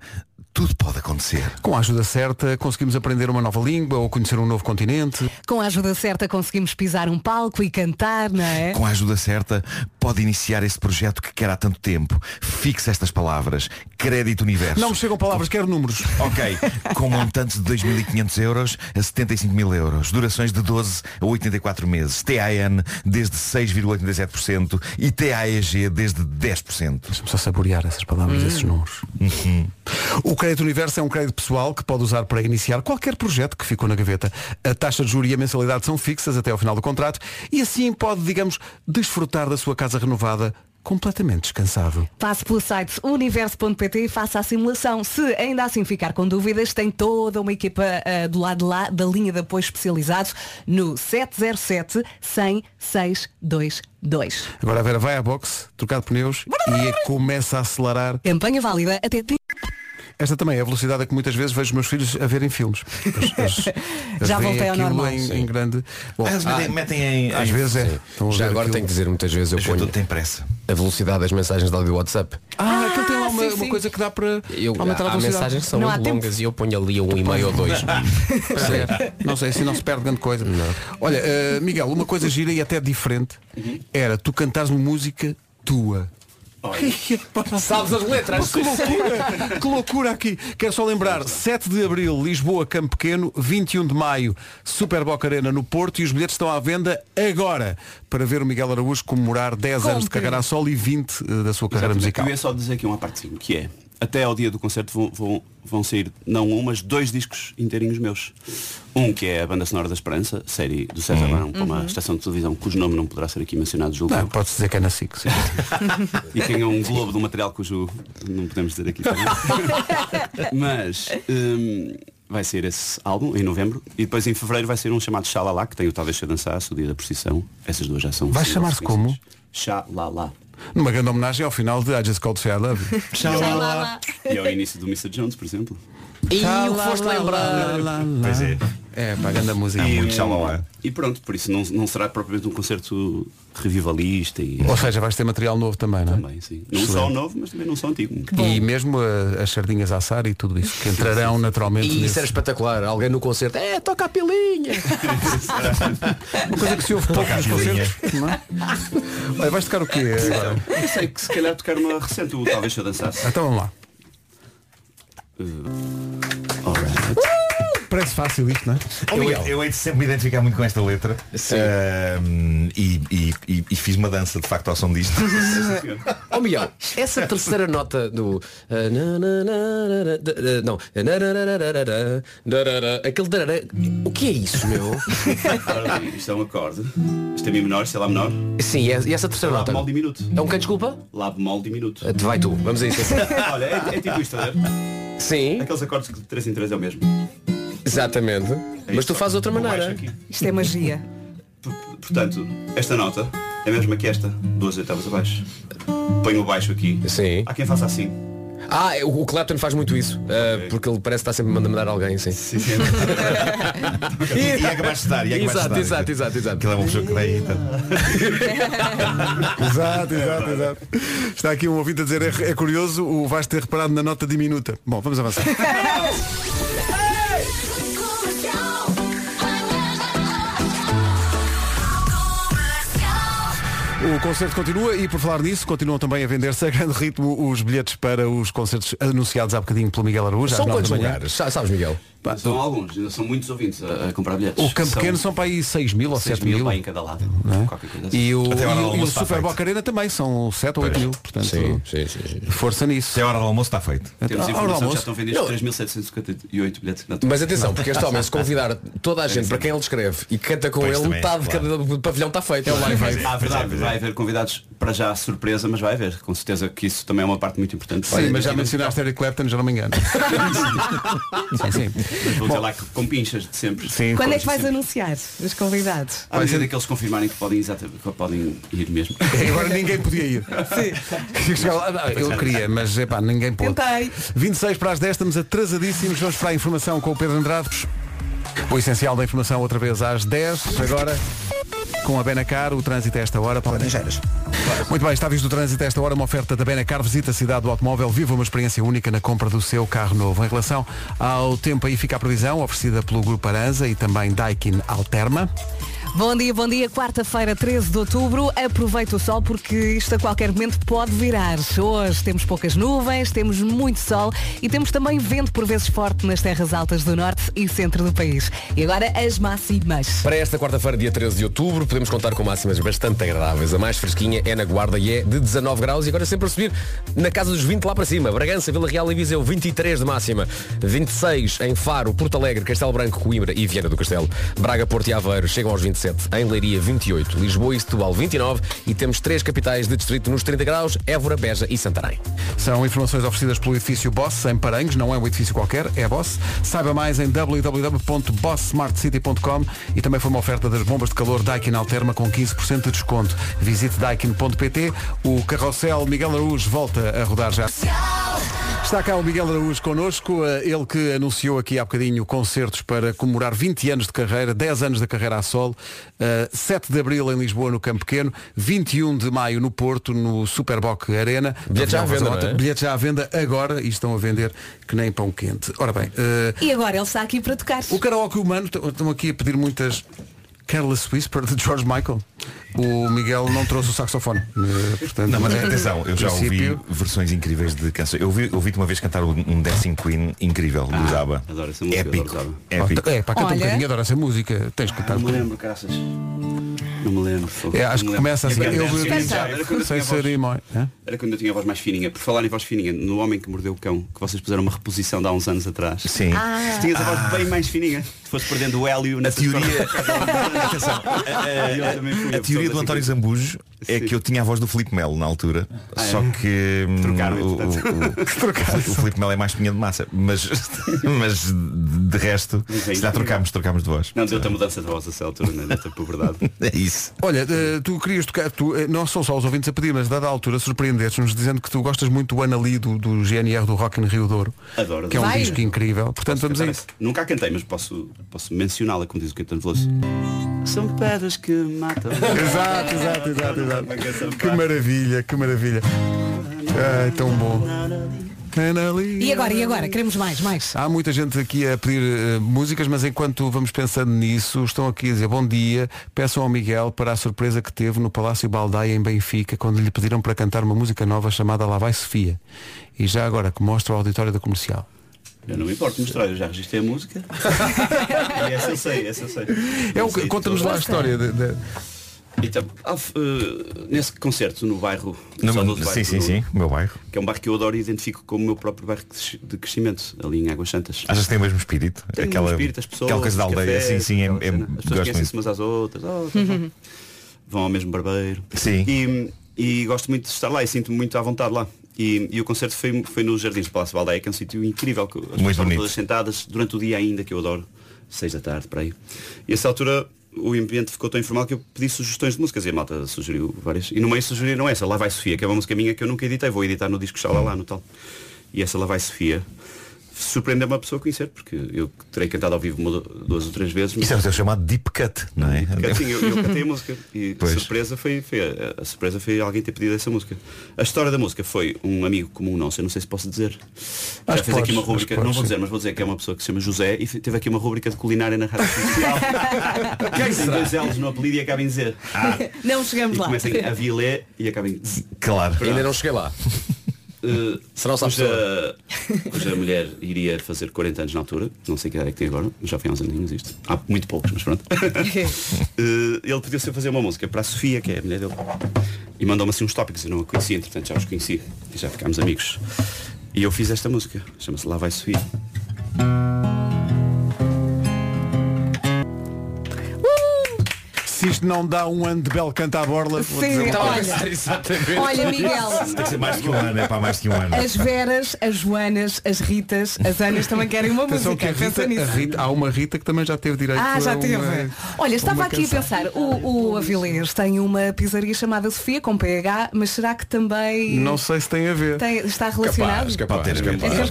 [SPEAKER 8] tudo pode acontecer.
[SPEAKER 2] Com a ajuda certa, conseguimos aprender uma nova língua ou conhecer um novo continente.
[SPEAKER 4] Com a ajuda certa conseguimos pisar um palco e cantar, não é?
[SPEAKER 8] Com a ajuda certa, pode iniciar esse projeto que quer há tanto tempo. Fixe estas palavras. Crédito Universo.
[SPEAKER 2] Não me chegam palavras, quero números.
[SPEAKER 8] Ok, com montantes de 2.500 euros a 75 mil euros, durações de 12 a 84 meses, TAN desde 6,87% e TAEG desde 10%.
[SPEAKER 2] Deixa-me só saborear essas palavras, esses
[SPEAKER 4] Hum.
[SPEAKER 2] números. O crédito universo é um crédito pessoal que pode usar para iniciar qualquer projeto que ficou na gaveta. A taxa de juros e a mensalidade são fixas até ao final do contrato e assim pode, digamos, desfrutar da sua casa renovada completamente descansado.
[SPEAKER 4] Passe pelo site universo.pt e faça a simulação. Se ainda assim ficar com dúvidas, tem toda uma equipa ah, do lado de lá da linha de apoio especializado no 707 100 622.
[SPEAKER 2] Agora a Vera vai à boxe, trocar de pneus e é começa a acelerar.
[SPEAKER 4] Campanha válida até
[SPEAKER 2] Esta também é a velocidade a que muitas vezes vejo os meus filhos a verem filmes.
[SPEAKER 4] *laughs*
[SPEAKER 2] Eles- eles
[SPEAKER 4] Já
[SPEAKER 2] veem
[SPEAKER 4] voltei ao
[SPEAKER 2] aquilo
[SPEAKER 4] normal.
[SPEAKER 2] Em, em
[SPEAKER 10] Sim.
[SPEAKER 2] grande... Bom, ah,
[SPEAKER 8] Eles metem, metem em.
[SPEAKER 2] às
[SPEAKER 8] em-
[SPEAKER 2] vezes é.
[SPEAKER 10] Sim.
[SPEAKER 2] Estão a
[SPEAKER 10] Já
[SPEAKER 2] ver
[SPEAKER 10] agora
[SPEAKER 2] aquilo.
[SPEAKER 10] tenho que dizer muitas vezes, eu
[SPEAKER 8] A
[SPEAKER 10] ponho
[SPEAKER 8] juventude tem pressa.
[SPEAKER 10] a velocidade das mensagens de áudio do WhatsApp.
[SPEAKER 2] Ah, aquilo tem lá uma,
[SPEAKER 4] sim,
[SPEAKER 2] uma
[SPEAKER 4] sim.
[SPEAKER 2] coisa que dá para
[SPEAKER 10] Eu,
[SPEAKER 2] aumentar a
[SPEAKER 10] há
[SPEAKER 2] velocidade.
[SPEAKER 10] mensagens que são
[SPEAKER 4] Não há
[SPEAKER 10] muito
[SPEAKER 4] tempo.
[SPEAKER 10] longas e eu ponho ali um e-mail ou dois.
[SPEAKER 2] *laughs* Não sei, assim não se perde grande coisa. Olha, eh, Miguel, uma coisa gira e até diferente era tu cantares uma música tua. *laughs*
[SPEAKER 10] Sabes as letras?
[SPEAKER 2] Que loucura! que loucura aqui! Quero só lembrar, 7 de Abril, Lisboa, Campo Pequeno, 21 de Maio, Super Boca Arena no Porto e os bilhetes estão à venda agora para ver o Miguel Araújo comemorar 10 anos de Cagará Sol e 20 eh, da sua carreira
[SPEAKER 9] Exatamente.
[SPEAKER 2] musical.
[SPEAKER 9] Eu ia só dizer aqui uma partezinha, que é até ao dia do concerto vão, vão, vão sair não um, mas dois discos inteirinhos meus. Um que é a Banda Sonora da Esperança, série do César Barão, para uma estação de televisão cujo nome não poderá ser aqui mencionado, julgo.
[SPEAKER 2] Uhum. Não, pode-se dizer que é na SIC. sim.
[SPEAKER 9] E quem é um globo do material cujo não podemos dizer
[SPEAKER 2] *laughs*
[SPEAKER 9] aqui também. Mas hum, vai ser esse álbum em novembro e depois em fevereiro vai ser um chamado Xalala, que tem o Talvez Se Dançasse, o Dia da Procissão. Essas duas já são.
[SPEAKER 2] Vai
[SPEAKER 9] singles
[SPEAKER 2] chamar-se
[SPEAKER 9] conhecidos. Xalala.
[SPEAKER 2] Numa grande homenagem ao final de I Just Called to Say I Love. You.
[SPEAKER 9] E ao início do Mr. Jones, por exemplo.
[SPEAKER 10] E o que foste lembrar?
[SPEAKER 8] Pois é.
[SPEAKER 2] É, pá, grande música.
[SPEAKER 9] E, um,
[SPEAKER 8] muito xalala.
[SPEAKER 9] E pronto, por isso não, não será propriamente um concerto revivalista e
[SPEAKER 2] Ou seja, vais ter material novo também, não é?
[SPEAKER 9] também, sim. Não só novo, mas também não só antigo.
[SPEAKER 2] E mesmo eh, as sardinhas a assar e tudo isso, que entrarão naturalmente
[SPEAKER 10] E isso
[SPEAKER 2] nesse-
[SPEAKER 10] era espetacular. Alguém no concerto, é, toca a pilinha.
[SPEAKER 2] *laughs* Uma coisa que se ouve pouco nos concertos, não é? Olha, vais tocar o quê agora?
[SPEAKER 9] Eu sei que se calhar tocar uma recente, o talvez se eu dançasse.
[SPEAKER 2] Então vamos lá.
[SPEAKER 9] Alright.
[SPEAKER 2] Parece fácil isto, não é?
[SPEAKER 8] Eu, eu hei de sempre me identificar muito com esta letra Ahm, e, e- e- e fiz uma dança de facto ao som *laughs* disto.
[SPEAKER 10] Ó Miguel, essa terceira nota do. ah, na, na, na, na, na, da- da- Não. Ah, na, na, na, na, na, na, na, na, na, na, Aquele. da- na- O que é isso, meu?
[SPEAKER 9] Ora bem, isto é um acorde. Isto é mi menor, sei lá menor.
[SPEAKER 10] Sim, e essa e essa terceira
[SPEAKER 9] Lá
[SPEAKER 10] nota.
[SPEAKER 9] bemol diminuto.
[SPEAKER 10] É um que desculpa?
[SPEAKER 9] Lá bemol diminuto.
[SPEAKER 10] Ah, Vai tu, vamos a isso.
[SPEAKER 9] Olha, é, é tipo isto, a ver?
[SPEAKER 10] Sim,
[SPEAKER 9] Aqueles acordes que de 3 em 3 é o mesmo.
[SPEAKER 10] exatamente.
[SPEAKER 9] É
[SPEAKER 10] Mas
[SPEAKER 9] isto,
[SPEAKER 10] tu fazes de outra
[SPEAKER 9] vou baixo
[SPEAKER 10] maneira.
[SPEAKER 9] aqui.
[SPEAKER 4] Isto é magia.
[SPEAKER 9] Por- Portanto, esta nota é a mesma que esta, duas oitavas abaixo. Ponho o baixo aqui.
[SPEAKER 10] Sim.
[SPEAKER 9] Há quem faça assim.
[SPEAKER 10] Ah, o o Clapton faz muito isso. uh, Porque ele parece que está sempre mandando mandar alguém, sim.
[SPEAKER 9] Sim, sim.
[SPEAKER 8] é
[SPEAKER 10] *laughs*
[SPEAKER 8] E é que vais estar, e é que vais
[SPEAKER 10] Exato,
[SPEAKER 8] estar.
[SPEAKER 10] exato, exato, exato.
[SPEAKER 8] Aquilo é uma pessoa que vai irritar.
[SPEAKER 2] Exato, exato, exato. Está aqui um ouvinte a dizer, é, é curioso, o vais ter reparado na nota diminuta. Bom, vamos avançar. O concerto continua e por falar nisso, continuam também a vender-se a grande ritmo os bilhetes para os concertos anunciados há bocadinho pelo Miguel Araújo. às
[SPEAKER 10] São
[SPEAKER 2] nove
[SPEAKER 10] quantos
[SPEAKER 2] da manhã.
[SPEAKER 10] lugares? um Sa- Sabes, Miguel?
[SPEAKER 9] São alguns, ainda são muitos ouvintes a, a comprar bilhetes.
[SPEAKER 2] O Campo Pequeno são para aí 6 mil ou
[SPEAKER 9] 6
[SPEAKER 2] 7
[SPEAKER 9] mil
[SPEAKER 2] mil. é?
[SPEAKER 9] pá, em cada lado. Qualquer coisa assim.
[SPEAKER 2] E o,
[SPEAKER 8] Até a hora do
[SPEAKER 2] e o- e o
[SPEAKER 8] almoço está
[SPEAKER 2] Super
[SPEAKER 8] feito.
[SPEAKER 2] Boca Arena também são 7 ou 8 mil. Portanto,
[SPEAKER 10] sim, sim, sim.
[SPEAKER 2] força nisso.
[SPEAKER 8] Se é hora do almoço, está feito.
[SPEAKER 9] Temos
[SPEAKER 2] Ah,
[SPEAKER 9] informação que
[SPEAKER 2] almoço.
[SPEAKER 9] já estão vendidos 3.758 bilhetes na
[SPEAKER 10] Mas atenção, porque este homem, se convidar toda a gente para quem ele escreve e canta com
[SPEAKER 8] Pois
[SPEAKER 10] ele,
[SPEAKER 8] também,
[SPEAKER 10] metade de
[SPEAKER 8] claro.
[SPEAKER 10] cada pavilhão está feito. É o live aid.
[SPEAKER 9] Ah, verdade, vai haver convidados para já surpresa, mas vai haver. Com certeza que isso também é uma parte muito importante.
[SPEAKER 2] Sim, mas já mencionaste Eric Clapton, já não me engano. *laughs* sim, sim.
[SPEAKER 9] Mas vou dizer lá que com pinchas de sempre.
[SPEAKER 4] Quando é
[SPEAKER 9] Hoje
[SPEAKER 4] que vais
[SPEAKER 9] sempre.
[SPEAKER 4] anunciar os convidados?
[SPEAKER 9] À medida que eles confirmarem que podem, exatamente, que podem ir mesmo.
[SPEAKER 2] *laughs* E É, Agora ninguém podia ir. Chegava lá, "Ah, Eu queria, mas epá, ninguém pôde.
[SPEAKER 4] Tentei.
[SPEAKER 2] 26 para as 10, estamos atrasadíssimos. Vamos para a informação com o Pedro Andrade. O essencial da informação outra vez às 10. Agora, com a Benacar, o trânsito a esta hora. Paulo
[SPEAKER 7] Laranjeiras.
[SPEAKER 2] Muito bem, está visto o trânsito a esta hora, uma oferta da Benacar, visita a cidade do automóvel, viva uma experiência única na compra do seu carro novo. Em relação ao tempo, aí fica a previsão, oferecida pelo Grupo Aranza e também Daikin Alterma.
[SPEAKER 4] Bom dia, bom dia. Quarta-feira, 13 de outubro. Aproveita o sol porque isto a qualquer momento pode virar. Hoje temos poucas nuvens, temos muito sol e temos também vento por vezes forte nas terras altas do norte e centro do país. E agora as máximas.
[SPEAKER 10] Para esta quarta-feira, dia 13 de outubro, podemos contar com máximas bastante agradáveis. A mais fresquinha é na Guarda e é de 19 graus e agora sempre a subir na casa dos 20 lá para cima. Bragança, Vila Real e Viseu, 23 de máxima. 26 em Faro, Porto Alegre, Castelo Branco, Coimbra e Viana do Castelo. Braga, Porto e Aveiro chegam aos 27. Em Leiria, 28. Lisboa e Setúbal, 29. E temos três capitais de distrito nos 30 graus, Évora, Beja e Santarém.
[SPEAKER 2] São informações oferecidas pelo edifício Boss em Paranhos, não é um edifício qualquer, é Boss. Saiba mais em www.bosssmartcity.com e também foi uma oferta das bombas de calor Daikin Alterma com 15% de desconto. Visite daikin.pt. O carrossel Miguel Araújo volta a rodar já. Está cá o Miguel Araújo connosco, eh, ele que anunciou aqui há bocadinho concertos para comemorar 20 anos de carreira, 10 anos da carreira a solo, eh, 7 de Abril em Lisboa no Campo Pequeno, 21 de Maio no Porto, no Superboc Arena.
[SPEAKER 10] Bilhetes já à venda,
[SPEAKER 2] Bilhetes
[SPEAKER 10] não é?
[SPEAKER 2] Bilhetes já à venda agora e estão a vender que nem pão quente. Ora bem, eh,
[SPEAKER 4] E agora ele está aqui para tocar.
[SPEAKER 2] o karaoke humano, t- estão aqui a pedir muitas... Careless Whisper de George Michael. O Miguel não trouxe o saxofone. eh,
[SPEAKER 9] *laughs*
[SPEAKER 2] portanto,
[SPEAKER 8] Não, mas
[SPEAKER 2] é-
[SPEAKER 8] atenção, eu já ouvi
[SPEAKER 2] princípio-
[SPEAKER 8] versões incríveis de canções. Eu ouvi- ouvi-te uma vez cantar um um Dancing Queen incrível, do Zaba.
[SPEAKER 9] Ah, adoro essa música,
[SPEAKER 8] Épico.
[SPEAKER 9] adoro Zaba.
[SPEAKER 8] Épico.
[SPEAKER 2] É, para cantar um
[SPEAKER 4] Olha.
[SPEAKER 2] bocadinho, adoro essa música. Tens que cantar.
[SPEAKER 9] Ah,
[SPEAKER 2] um
[SPEAKER 9] Não me lembro, caraças. Não me lembro. fogo.
[SPEAKER 2] tá É, acho
[SPEAKER 9] Não
[SPEAKER 2] que
[SPEAKER 9] me lembro.
[SPEAKER 2] começa assim.
[SPEAKER 9] Era
[SPEAKER 2] Eu
[SPEAKER 9] quando
[SPEAKER 2] bebi
[SPEAKER 9] tinha- era quando eu
[SPEAKER 2] sem
[SPEAKER 9] tinha
[SPEAKER 2] né?
[SPEAKER 9] voz-
[SPEAKER 2] cerimónia. Hã?
[SPEAKER 9] Era quando eu tinha a voz mais fininha. Por falar em voz fininha, no Homem que Mordeu o Cão, que vocês puseram uma reposição de há uns anos atrás.
[SPEAKER 8] Sim.
[SPEAKER 9] Se tinhas a voz bem mais fininha, se fosse perdendo o hélio na
[SPEAKER 8] teoria-
[SPEAKER 9] *laughs*
[SPEAKER 8] A teoria do António Zambujo é
[SPEAKER 9] Sim. Ah, é?
[SPEAKER 8] que eu tinha a voz do Filipe Melo na altura, só que hum,
[SPEAKER 9] Trocaram,
[SPEAKER 8] o,
[SPEAKER 9] *laughs*
[SPEAKER 8] o, o, o Filipe Melo é mais pinha de massa, mas, *laughs* mas de resto,
[SPEAKER 9] Mas é
[SPEAKER 8] se já
[SPEAKER 9] incrível.
[SPEAKER 8] trocámos, trocámos de voz.
[SPEAKER 9] Não, deu-te a mudança de voz nessa altura, não é? Deu-te a puberdade.
[SPEAKER 8] *laughs* É isso.
[SPEAKER 2] Olha, eh, tu querias tocar, tu, eh, não são só os ouvintes a pedir, mas dada a altura surpreendeste-nos dizendo que tu gostas muito do Anali do, do GNR do Rock in Rio Douro,
[SPEAKER 9] Adoro.
[SPEAKER 2] que é um
[SPEAKER 4] Vai.
[SPEAKER 2] disco incrível. Portanto, vamos a
[SPEAKER 9] Cantar
[SPEAKER 2] isso.
[SPEAKER 9] essa. Nunca a cantei, mas posso, posso mencioná-la, como diz o Caetano Veloso. São pedras que *laughs* matam.
[SPEAKER 2] Exato, exato, exato, exato. Que maravilha, que maravilha. Ai, tão bom. Anali.
[SPEAKER 4] E agora, e agora? Queremos mais, mais.
[SPEAKER 2] Há muita gente aqui a pedir eh, músicas, mas enquanto vamos pensando nisso, estão aqui a dizer bom dia, peçam ao Miguel para a surpresa que teve no Palácio Baldaia em Benfica, quando lhe pediram para cantar uma música nova chamada Lá Vai Sofia. E já agora que mostra o auditório da comercial.
[SPEAKER 9] Eu não me importo mostrar, eu já registrei a
[SPEAKER 8] *laughs*
[SPEAKER 9] música. e essa eu sei, essa eu sei.
[SPEAKER 8] um
[SPEAKER 2] É
[SPEAKER 9] Não
[SPEAKER 2] o que-
[SPEAKER 9] sei
[SPEAKER 2] Conta-nos lá a
[SPEAKER 9] todas.
[SPEAKER 2] história. de- de-
[SPEAKER 9] Então, há, eh, nesse concerto no bairro.
[SPEAKER 8] Não,
[SPEAKER 9] Salvador do
[SPEAKER 8] mas- sim,
[SPEAKER 9] Bairro,
[SPEAKER 8] sim,
[SPEAKER 9] no-
[SPEAKER 8] sim, o meu bairro.
[SPEAKER 9] Que é um bairro que eu adoro e identifico como o meu próprio bairro de- de crescimento, ali em Águas Santas.
[SPEAKER 8] Achas que tem o mesmo espírito?
[SPEAKER 9] Tem um espírito, as pessoas,
[SPEAKER 8] aquela coisa da
[SPEAKER 9] os
[SPEAKER 8] aldeia,
[SPEAKER 9] cafés,
[SPEAKER 8] sim, sim, é,
[SPEAKER 9] aquela
[SPEAKER 8] é,
[SPEAKER 9] cena. as pessoas
[SPEAKER 8] gosto
[SPEAKER 9] conhecem-se
[SPEAKER 8] muito.
[SPEAKER 9] tá.
[SPEAKER 8] *laughs*
[SPEAKER 9] umas às outras, oh, tá bom. vão ao mesmo barbeiro.
[SPEAKER 8] Sim.
[SPEAKER 9] E, E gosto muito de estar lá e sinto-me muito à vontade lá. E, e o concerto foi, foi nos Jardins de Palácio Baldeia, que é um sítio incrível, que as pessoas estavam
[SPEAKER 8] bonito.
[SPEAKER 9] todas sentadas durante o dia ainda, que eu adoro, seis da tarde, para aí. E a essa altura o ambiente ficou tão informal que eu pedi sugestões de músicas e a malta sugeriu várias. E no meio sugeriram essa, Lá vai Sofia, que é uma música minha que eu nunca editei, vou editar no disco Xalá lá no tal. E essa Lá vai Sofia surpreendeu uma pessoa a conhecer, porque eu terei cantado ao vivo uma, duas ou três vezes. mas-
[SPEAKER 8] Isso é o seu chamado deep cut, não é?
[SPEAKER 9] porque, assim, eu, eu cantei a música e
[SPEAKER 8] *laughs* Pois.
[SPEAKER 9] a surpresa foi, foi a, a surpresa foi alguém ter pedido essa música. A história da música foi um amigo comum nosso, eu não sei se posso dizer. Já
[SPEAKER 2] Acho que
[SPEAKER 9] fez aqui
[SPEAKER 2] podes,
[SPEAKER 9] uma
[SPEAKER 2] acho
[SPEAKER 9] rubrica,
[SPEAKER 2] que podes,
[SPEAKER 9] não vou
[SPEAKER 2] sim.
[SPEAKER 9] dizer, mas vou dizer que é uma pessoa que se chama José e fe- teve aqui uma rubrica de culinária na rádio comercial. Quem tem dois L's no apelido e acaba em Z.
[SPEAKER 4] Não
[SPEAKER 9] E
[SPEAKER 4] chegamos lá.
[SPEAKER 9] começa em Avilé e acaba em Z.
[SPEAKER 8] Claro.
[SPEAKER 10] Ainda não cheguei *laughs* lá.
[SPEAKER 9] Uh,
[SPEAKER 10] Será o
[SPEAKER 9] cuja, Ah, cuja mulher iria fazer 40 anos na altura, não sei que idade é que tem agora, já foi há uns aninhos isto. Há muito poucos, mas
[SPEAKER 2] *laughs*
[SPEAKER 9] pronto. Uh, ele pediu-se a fazer uma música para a Sofia, que é a mulher dele. E mandou-me assim uns tópicos, eu não a conhecia, entretanto já os conheci e já ficámos amigos. E eu fiz esta música, chama-se Lá Vai Sofia.
[SPEAKER 4] Uh!
[SPEAKER 2] Se isto não dá um ano de belo canto à borla, vou dizer
[SPEAKER 4] Sim,
[SPEAKER 2] uma coisa.
[SPEAKER 4] olha,
[SPEAKER 2] *laughs*
[SPEAKER 4] olha Miguel,
[SPEAKER 8] Tem que ser mais que um ano, é para mais que
[SPEAKER 4] *laughs*
[SPEAKER 8] um ano.
[SPEAKER 4] as Veras, as Joanas, as Ritas, as Anas também querem uma
[SPEAKER 2] Atenção que
[SPEAKER 4] música.
[SPEAKER 2] a Rita,
[SPEAKER 4] Pensa nisso.
[SPEAKER 2] a Rita- há uma Rita que também já teve direito
[SPEAKER 4] Ah, já
[SPEAKER 2] a uma,
[SPEAKER 4] teve. Olha, estava
[SPEAKER 2] uma
[SPEAKER 4] aqui a
[SPEAKER 2] canção.
[SPEAKER 4] pensar, o, o Avilés tem uma pizzaria chamada Sofia com PH, mas será que também
[SPEAKER 2] Não sei se tem a ver.
[SPEAKER 4] tem- está relacionado?
[SPEAKER 8] Pode ter
[SPEAKER 10] capaz,
[SPEAKER 8] capaz,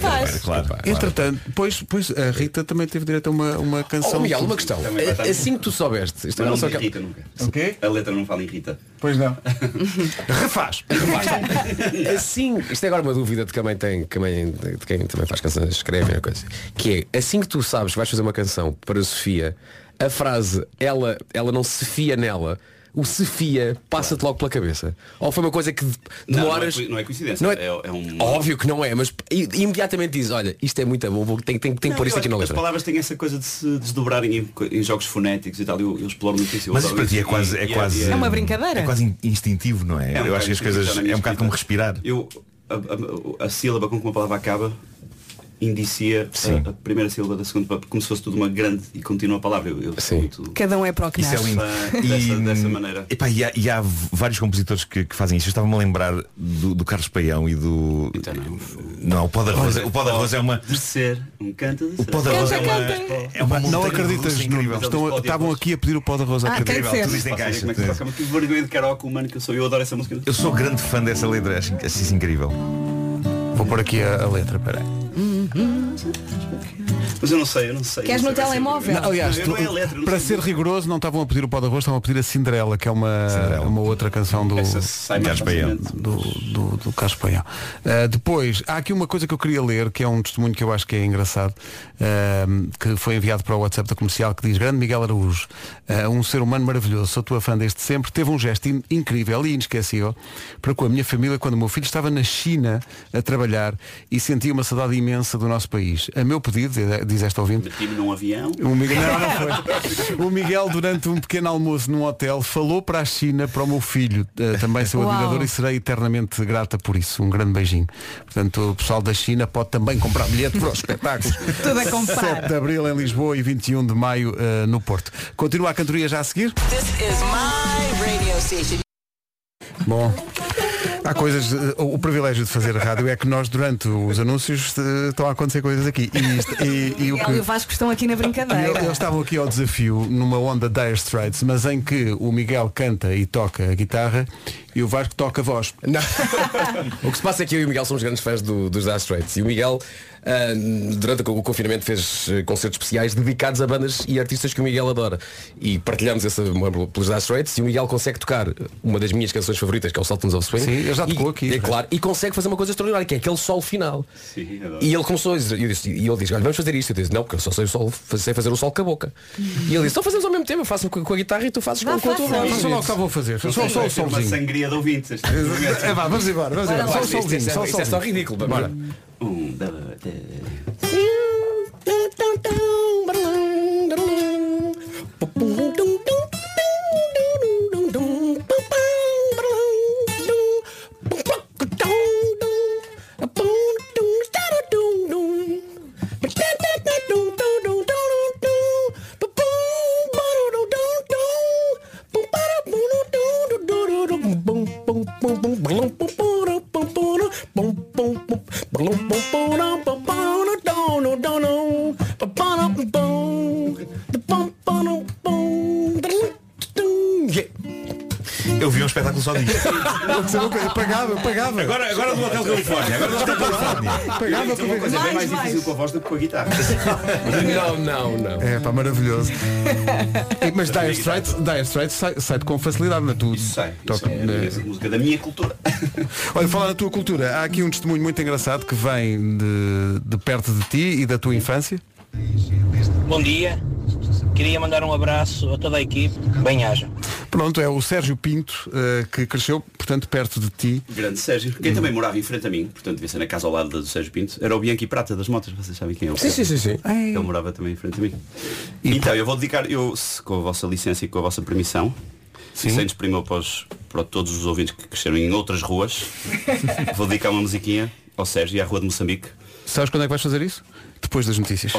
[SPEAKER 4] capaz.
[SPEAKER 8] capaz, claro.
[SPEAKER 2] Entretanto, pois, pois a Rita também teve direito a uma, uma
[SPEAKER 10] Oh,
[SPEAKER 2] canção.
[SPEAKER 10] Miguel, uma questão.
[SPEAKER 9] Também vai estar
[SPEAKER 10] Assim que tu soubeste, isto é
[SPEAKER 9] Mas
[SPEAKER 10] não
[SPEAKER 9] não
[SPEAKER 10] só
[SPEAKER 9] fala em
[SPEAKER 10] que-
[SPEAKER 9] Rita nunca.
[SPEAKER 2] O quê?
[SPEAKER 9] A letra não fala em Rita.
[SPEAKER 2] Pois
[SPEAKER 9] *laughs*
[SPEAKER 2] não. Refaz.
[SPEAKER 10] Assim, isto é agora uma dúvida de quem tem, que também- de quem também faz canções, escreve uma coisa. Que é, assim que tu sabes que vais fazer uma canção para a Sofia, a frase ela, ela não se fia nela, o se fia passa-te logo pela cabeça. Ou foi uma coisa que de-
[SPEAKER 9] Não,
[SPEAKER 10] demoras.
[SPEAKER 9] não é co- não é coincidência, é- é um-
[SPEAKER 10] Óbvio que não é, mas i- imediatamente dizes, olha, isto é muito bom, vou- tenho, tenho, tenho que pôr
[SPEAKER 9] Eu
[SPEAKER 8] é
[SPEAKER 10] isto aqui
[SPEAKER 9] acho
[SPEAKER 10] na
[SPEAKER 9] que As
[SPEAKER 10] letra.
[SPEAKER 9] palavras têm essa coisa de se desdobrarem em, co- em jogos fonéticos e tal, eu, eu exploro muito isso. eu
[SPEAKER 8] Mas isso
[SPEAKER 9] adoro
[SPEAKER 8] para ti é quase.
[SPEAKER 9] E-
[SPEAKER 8] É,
[SPEAKER 9] e-
[SPEAKER 8] quase
[SPEAKER 9] e-
[SPEAKER 4] É uma brincadeira?
[SPEAKER 8] É quase in- instintivo, não é?
[SPEAKER 9] É um
[SPEAKER 8] eu acho que as
[SPEAKER 9] bocado
[SPEAKER 8] coisas.
[SPEAKER 9] instintivo, já na
[SPEAKER 8] É um bocado
[SPEAKER 9] minha
[SPEAKER 8] como
[SPEAKER 9] escrita.
[SPEAKER 8] respirar.
[SPEAKER 9] Eu, a, a- a sílaba com que uma palavra acaba indicia a, a primeira sílaba da segunda, palavra, como se fosse tudo uma grande e contínua palavra. Eu, eu sou
[SPEAKER 10] Sim.
[SPEAKER 9] muito-
[SPEAKER 4] Cada um é para o que
[SPEAKER 8] Isso é
[SPEAKER 4] nasce.
[SPEAKER 8] lindo.
[SPEAKER 9] Dessa- *laughs* dessa- dessa maneira.
[SPEAKER 8] Epá, e, há, e há v- vários compositores que, que fazem isso. Eu estava-me a lembrar do, do Carlos Paião e do.
[SPEAKER 9] Então não.
[SPEAKER 8] Não, o Pó da Rosa. O Pó da Rosa é uma.
[SPEAKER 9] De ser um canto de
[SPEAKER 8] O
[SPEAKER 9] ser.
[SPEAKER 8] Pó da Rosa é
[SPEAKER 4] Canta,
[SPEAKER 8] uma.
[SPEAKER 4] canta.
[SPEAKER 8] É uma
[SPEAKER 2] Não
[SPEAKER 8] montanha
[SPEAKER 2] acreditas,
[SPEAKER 8] russa
[SPEAKER 2] Nuno.
[SPEAKER 8] incrível.
[SPEAKER 2] Estão-
[SPEAKER 9] Pode ir,
[SPEAKER 2] Estavam
[SPEAKER 9] pode.
[SPEAKER 2] aqui a pedir o pó da rosa.
[SPEAKER 4] Ah,
[SPEAKER 2] acredito.
[SPEAKER 4] tem que ser.
[SPEAKER 8] Incrível, tudo isto
[SPEAKER 9] Vocês
[SPEAKER 8] encaixa.
[SPEAKER 9] como é que se toca? Mas Que vergonha de karaoke humano que eu sou. Eu adoro essa música.
[SPEAKER 8] Eu sou grande fã dessa letra, acho, acho isso incrível.
[SPEAKER 9] então-
[SPEAKER 2] Vou pôr aqui a, a letra, peraí.
[SPEAKER 9] Mas eu não sei, eu não sei.
[SPEAKER 4] Queres
[SPEAKER 9] eu
[SPEAKER 4] no
[SPEAKER 9] não sei, vai
[SPEAKER 4] telemóvel?
[SPEAKER 9] ser vergonha.
[SPEAKER 4] Não,
[SPEAKER 2] Aliás,
[SPEAKER 9] Eu
[SPEAKER 2] tu-
[SPEAKER 9] não é a letra, eu não
[SPEAKER 2] para
[SPEAKER 9] sei.
[SPEAKER 2] ser rigoroso, não estavam a pedir o pó da rosa, estavam a pedir a Cinderela, que é uma, uma outra canção do,
[SPEAKER 9] Essa sai mais
[SPEAKER 8] Carlos Paião.
[SPEAKER 9] facilmente.
[SPEAKER 2] do, do, do Carlos Paião. Uh, depois, há aqui uma coisa que eu queria ler, que é um testemunho que eu acho que é engraçado, um, que foi enviado para o WhatsApp da comercial, que diz, grande Miguel Araújo, uh, um ser humano maravilhoso, sou tua fã desde sempre, teve um gesto in- incrível e inesquecível para com a minha família quando o meu filho estava na China a trabalhar e sentia uma saudade imensa do nosso país. A meu pedido, diz esta ouvinte,
[SPEAKER 9] Meti-me num avião.
[SPEAKER 2] o Miguel, não, não foi. O Miguel, durante um pequeno almoço num hotel, falou para a China para o meu filho. Eh, também sou
[SPEAKER 4] Uau.
[SPEAKER 2] admirador e serei eternamente grata por isso. Um grande beijinho. Portanto, o pessoal da China pode também comprar bilhete para os espetáculos.
[SPEAKER 4] *laughs* Tudo a comprar.
[SPEAKER 2] 7 de Abril em Lisboa e 21 de Maio eh, no Porto. Continua a cantoria já a seguir. Bom. Há coisas, eh, o o privilégio de fazer rádio é que nós durante os anúncios eh, estão a acontecer coisas aqui. E, isto- e- e o
[SPEAKER 4] Miguel e
[SPEAKER 2] que,
[SPEAKER 4] o Vasco estão aqui na
[SPEAKER 2] E
[SPEAKER 4] brincadeira.
[SPEAKER 2] Eles estavam aqui ao desafio numa onda Dire Straits, mas em que o Miguel canta e toca a guitarra e o Vasco toca a voz.
[SPEAKER 10] Não. *laughs* o que se passa é que eu e o Miguel somos grandes fãs do- dos Dire Straits e o Miguel ah, durante o confinamento fez eh, concertos especiais dedicados a bandas e artistas que o Miguel adora e partilhamos esse amor pelos Dire Straits e o Miguel consegue tocar uma das minhas canções favoritas que é o Sultans of Swing
[SPEAKER 2] Sim, ele já tocou
[SPEAKER 10] e,
[SPEAKER 2] aqui. né?
[SPEAKER 10] é claro e consegue fazer uma coisa extraordinária que é aquele sol final
[SPEAKER 9] Sim, adoro.
[SPEAKER 10] e ele começou a dizer, eu disse- e ele diz, olha, vamos fazer isto. Eu disse, não, porque eu só sei, o sol, sei fazer o sol com a boca. E ele disse, então fazemos ao mesmo tempo, eu faço com com a guitarra e tu fazes
[SPEAKER 4] Vá,
[SPEAKER 10] com, com a tua
[SPEAKER 4] faça.
[SPEAKER 10] voz.
[SPEAKER 2] Façam lá o que estavam a fazer. Só, só, o
[SPEAKER 8] um
[SPEAKER 9] Vai ser uma
[SPEAKER 2] solzinho.
[SPEAKER 9] sangria de ouvintes.
[SPEAKER 8] *laughs*
[SPEAKER 9] este
[SPEAKER 2] É,
[SPEAKER 9] momento.
[SPEAKER 2] vá, vamos embora, vamos embora. Só o
[SPEAKER 10] Isto é-
[SPEAKER 2] solzinho, só um o
[SPEAKER 10] Isto é só
[SPEAKER 2] solzinho.
[SPEAKER 10] ridículo. vamos lá.
[SPEAKER 9] Um, dois, três.
[SPEAKER 10] Bum, bum, Yeah.
[SPEAKER 8] Eu vi um espetáculo só disto.
[SPEAKER 2] Eu pagava, eu pagava.
[SPEAKER 8] Agora, agora do Hotel Califórnia. Agora do Hotel Califórnia.
[SPEAKER 2] pagava
[SPEAKER 9] Isto é uma coisa bem mais difícil com a voz do que com
[SPEAKER 11] *laughs*
[SPEAKER 9] a guitarra.
[SPEAKER 10] Não, não, não.
[SPEAKER 2] É
[SPEAKER 10] *laughs*
[SPEAKER 2] pá, maravilhoso. E, mas Dire Straits, Dire Straits sai, sai com facilidade na tua.
[SPEAKER 9] Isso sai. Isso é a música da minha cultura.
[SPEAKER 2] Olha, falar da tua cultura, há aqui um testemunho muito engraçado que vem de, de perto de ti e da tua infância.
[SPEAKER 11] Bom dia. Queria mandar um abraço a toda a equipe. Bem-aja.
[SPEAKER 2] Pronto, é o Sérgio Pinto eh, que cresceu, portanto, perto de ti.
[SPEAKER 9] Grande Sérgio. Quem também morava em frente a mim, portanto devia ser na casa ao lado da do Sérgio Pinto, era o Bianchi Prata das Motas, vocês sabem quem é o
[SPEAKER 10] Sim, sim, sim, sim.
[SPEAKER 9] Ele morava também em frente a mim. então, eu vou dedicar, eu, se- com a vossa licença e com a vossa permissão, e sem desprimor para, os- para todos os ouvintes que cresceram em
[SPEAKER 10] *laughs*
[SPEAKER 9] outras ruas, vou dedicar uma musiquinha ao Sérgio e à Rua de Moçambique.
[SPEAKER 2] Sabes quando é que vais fazer isso? Depois das notícias.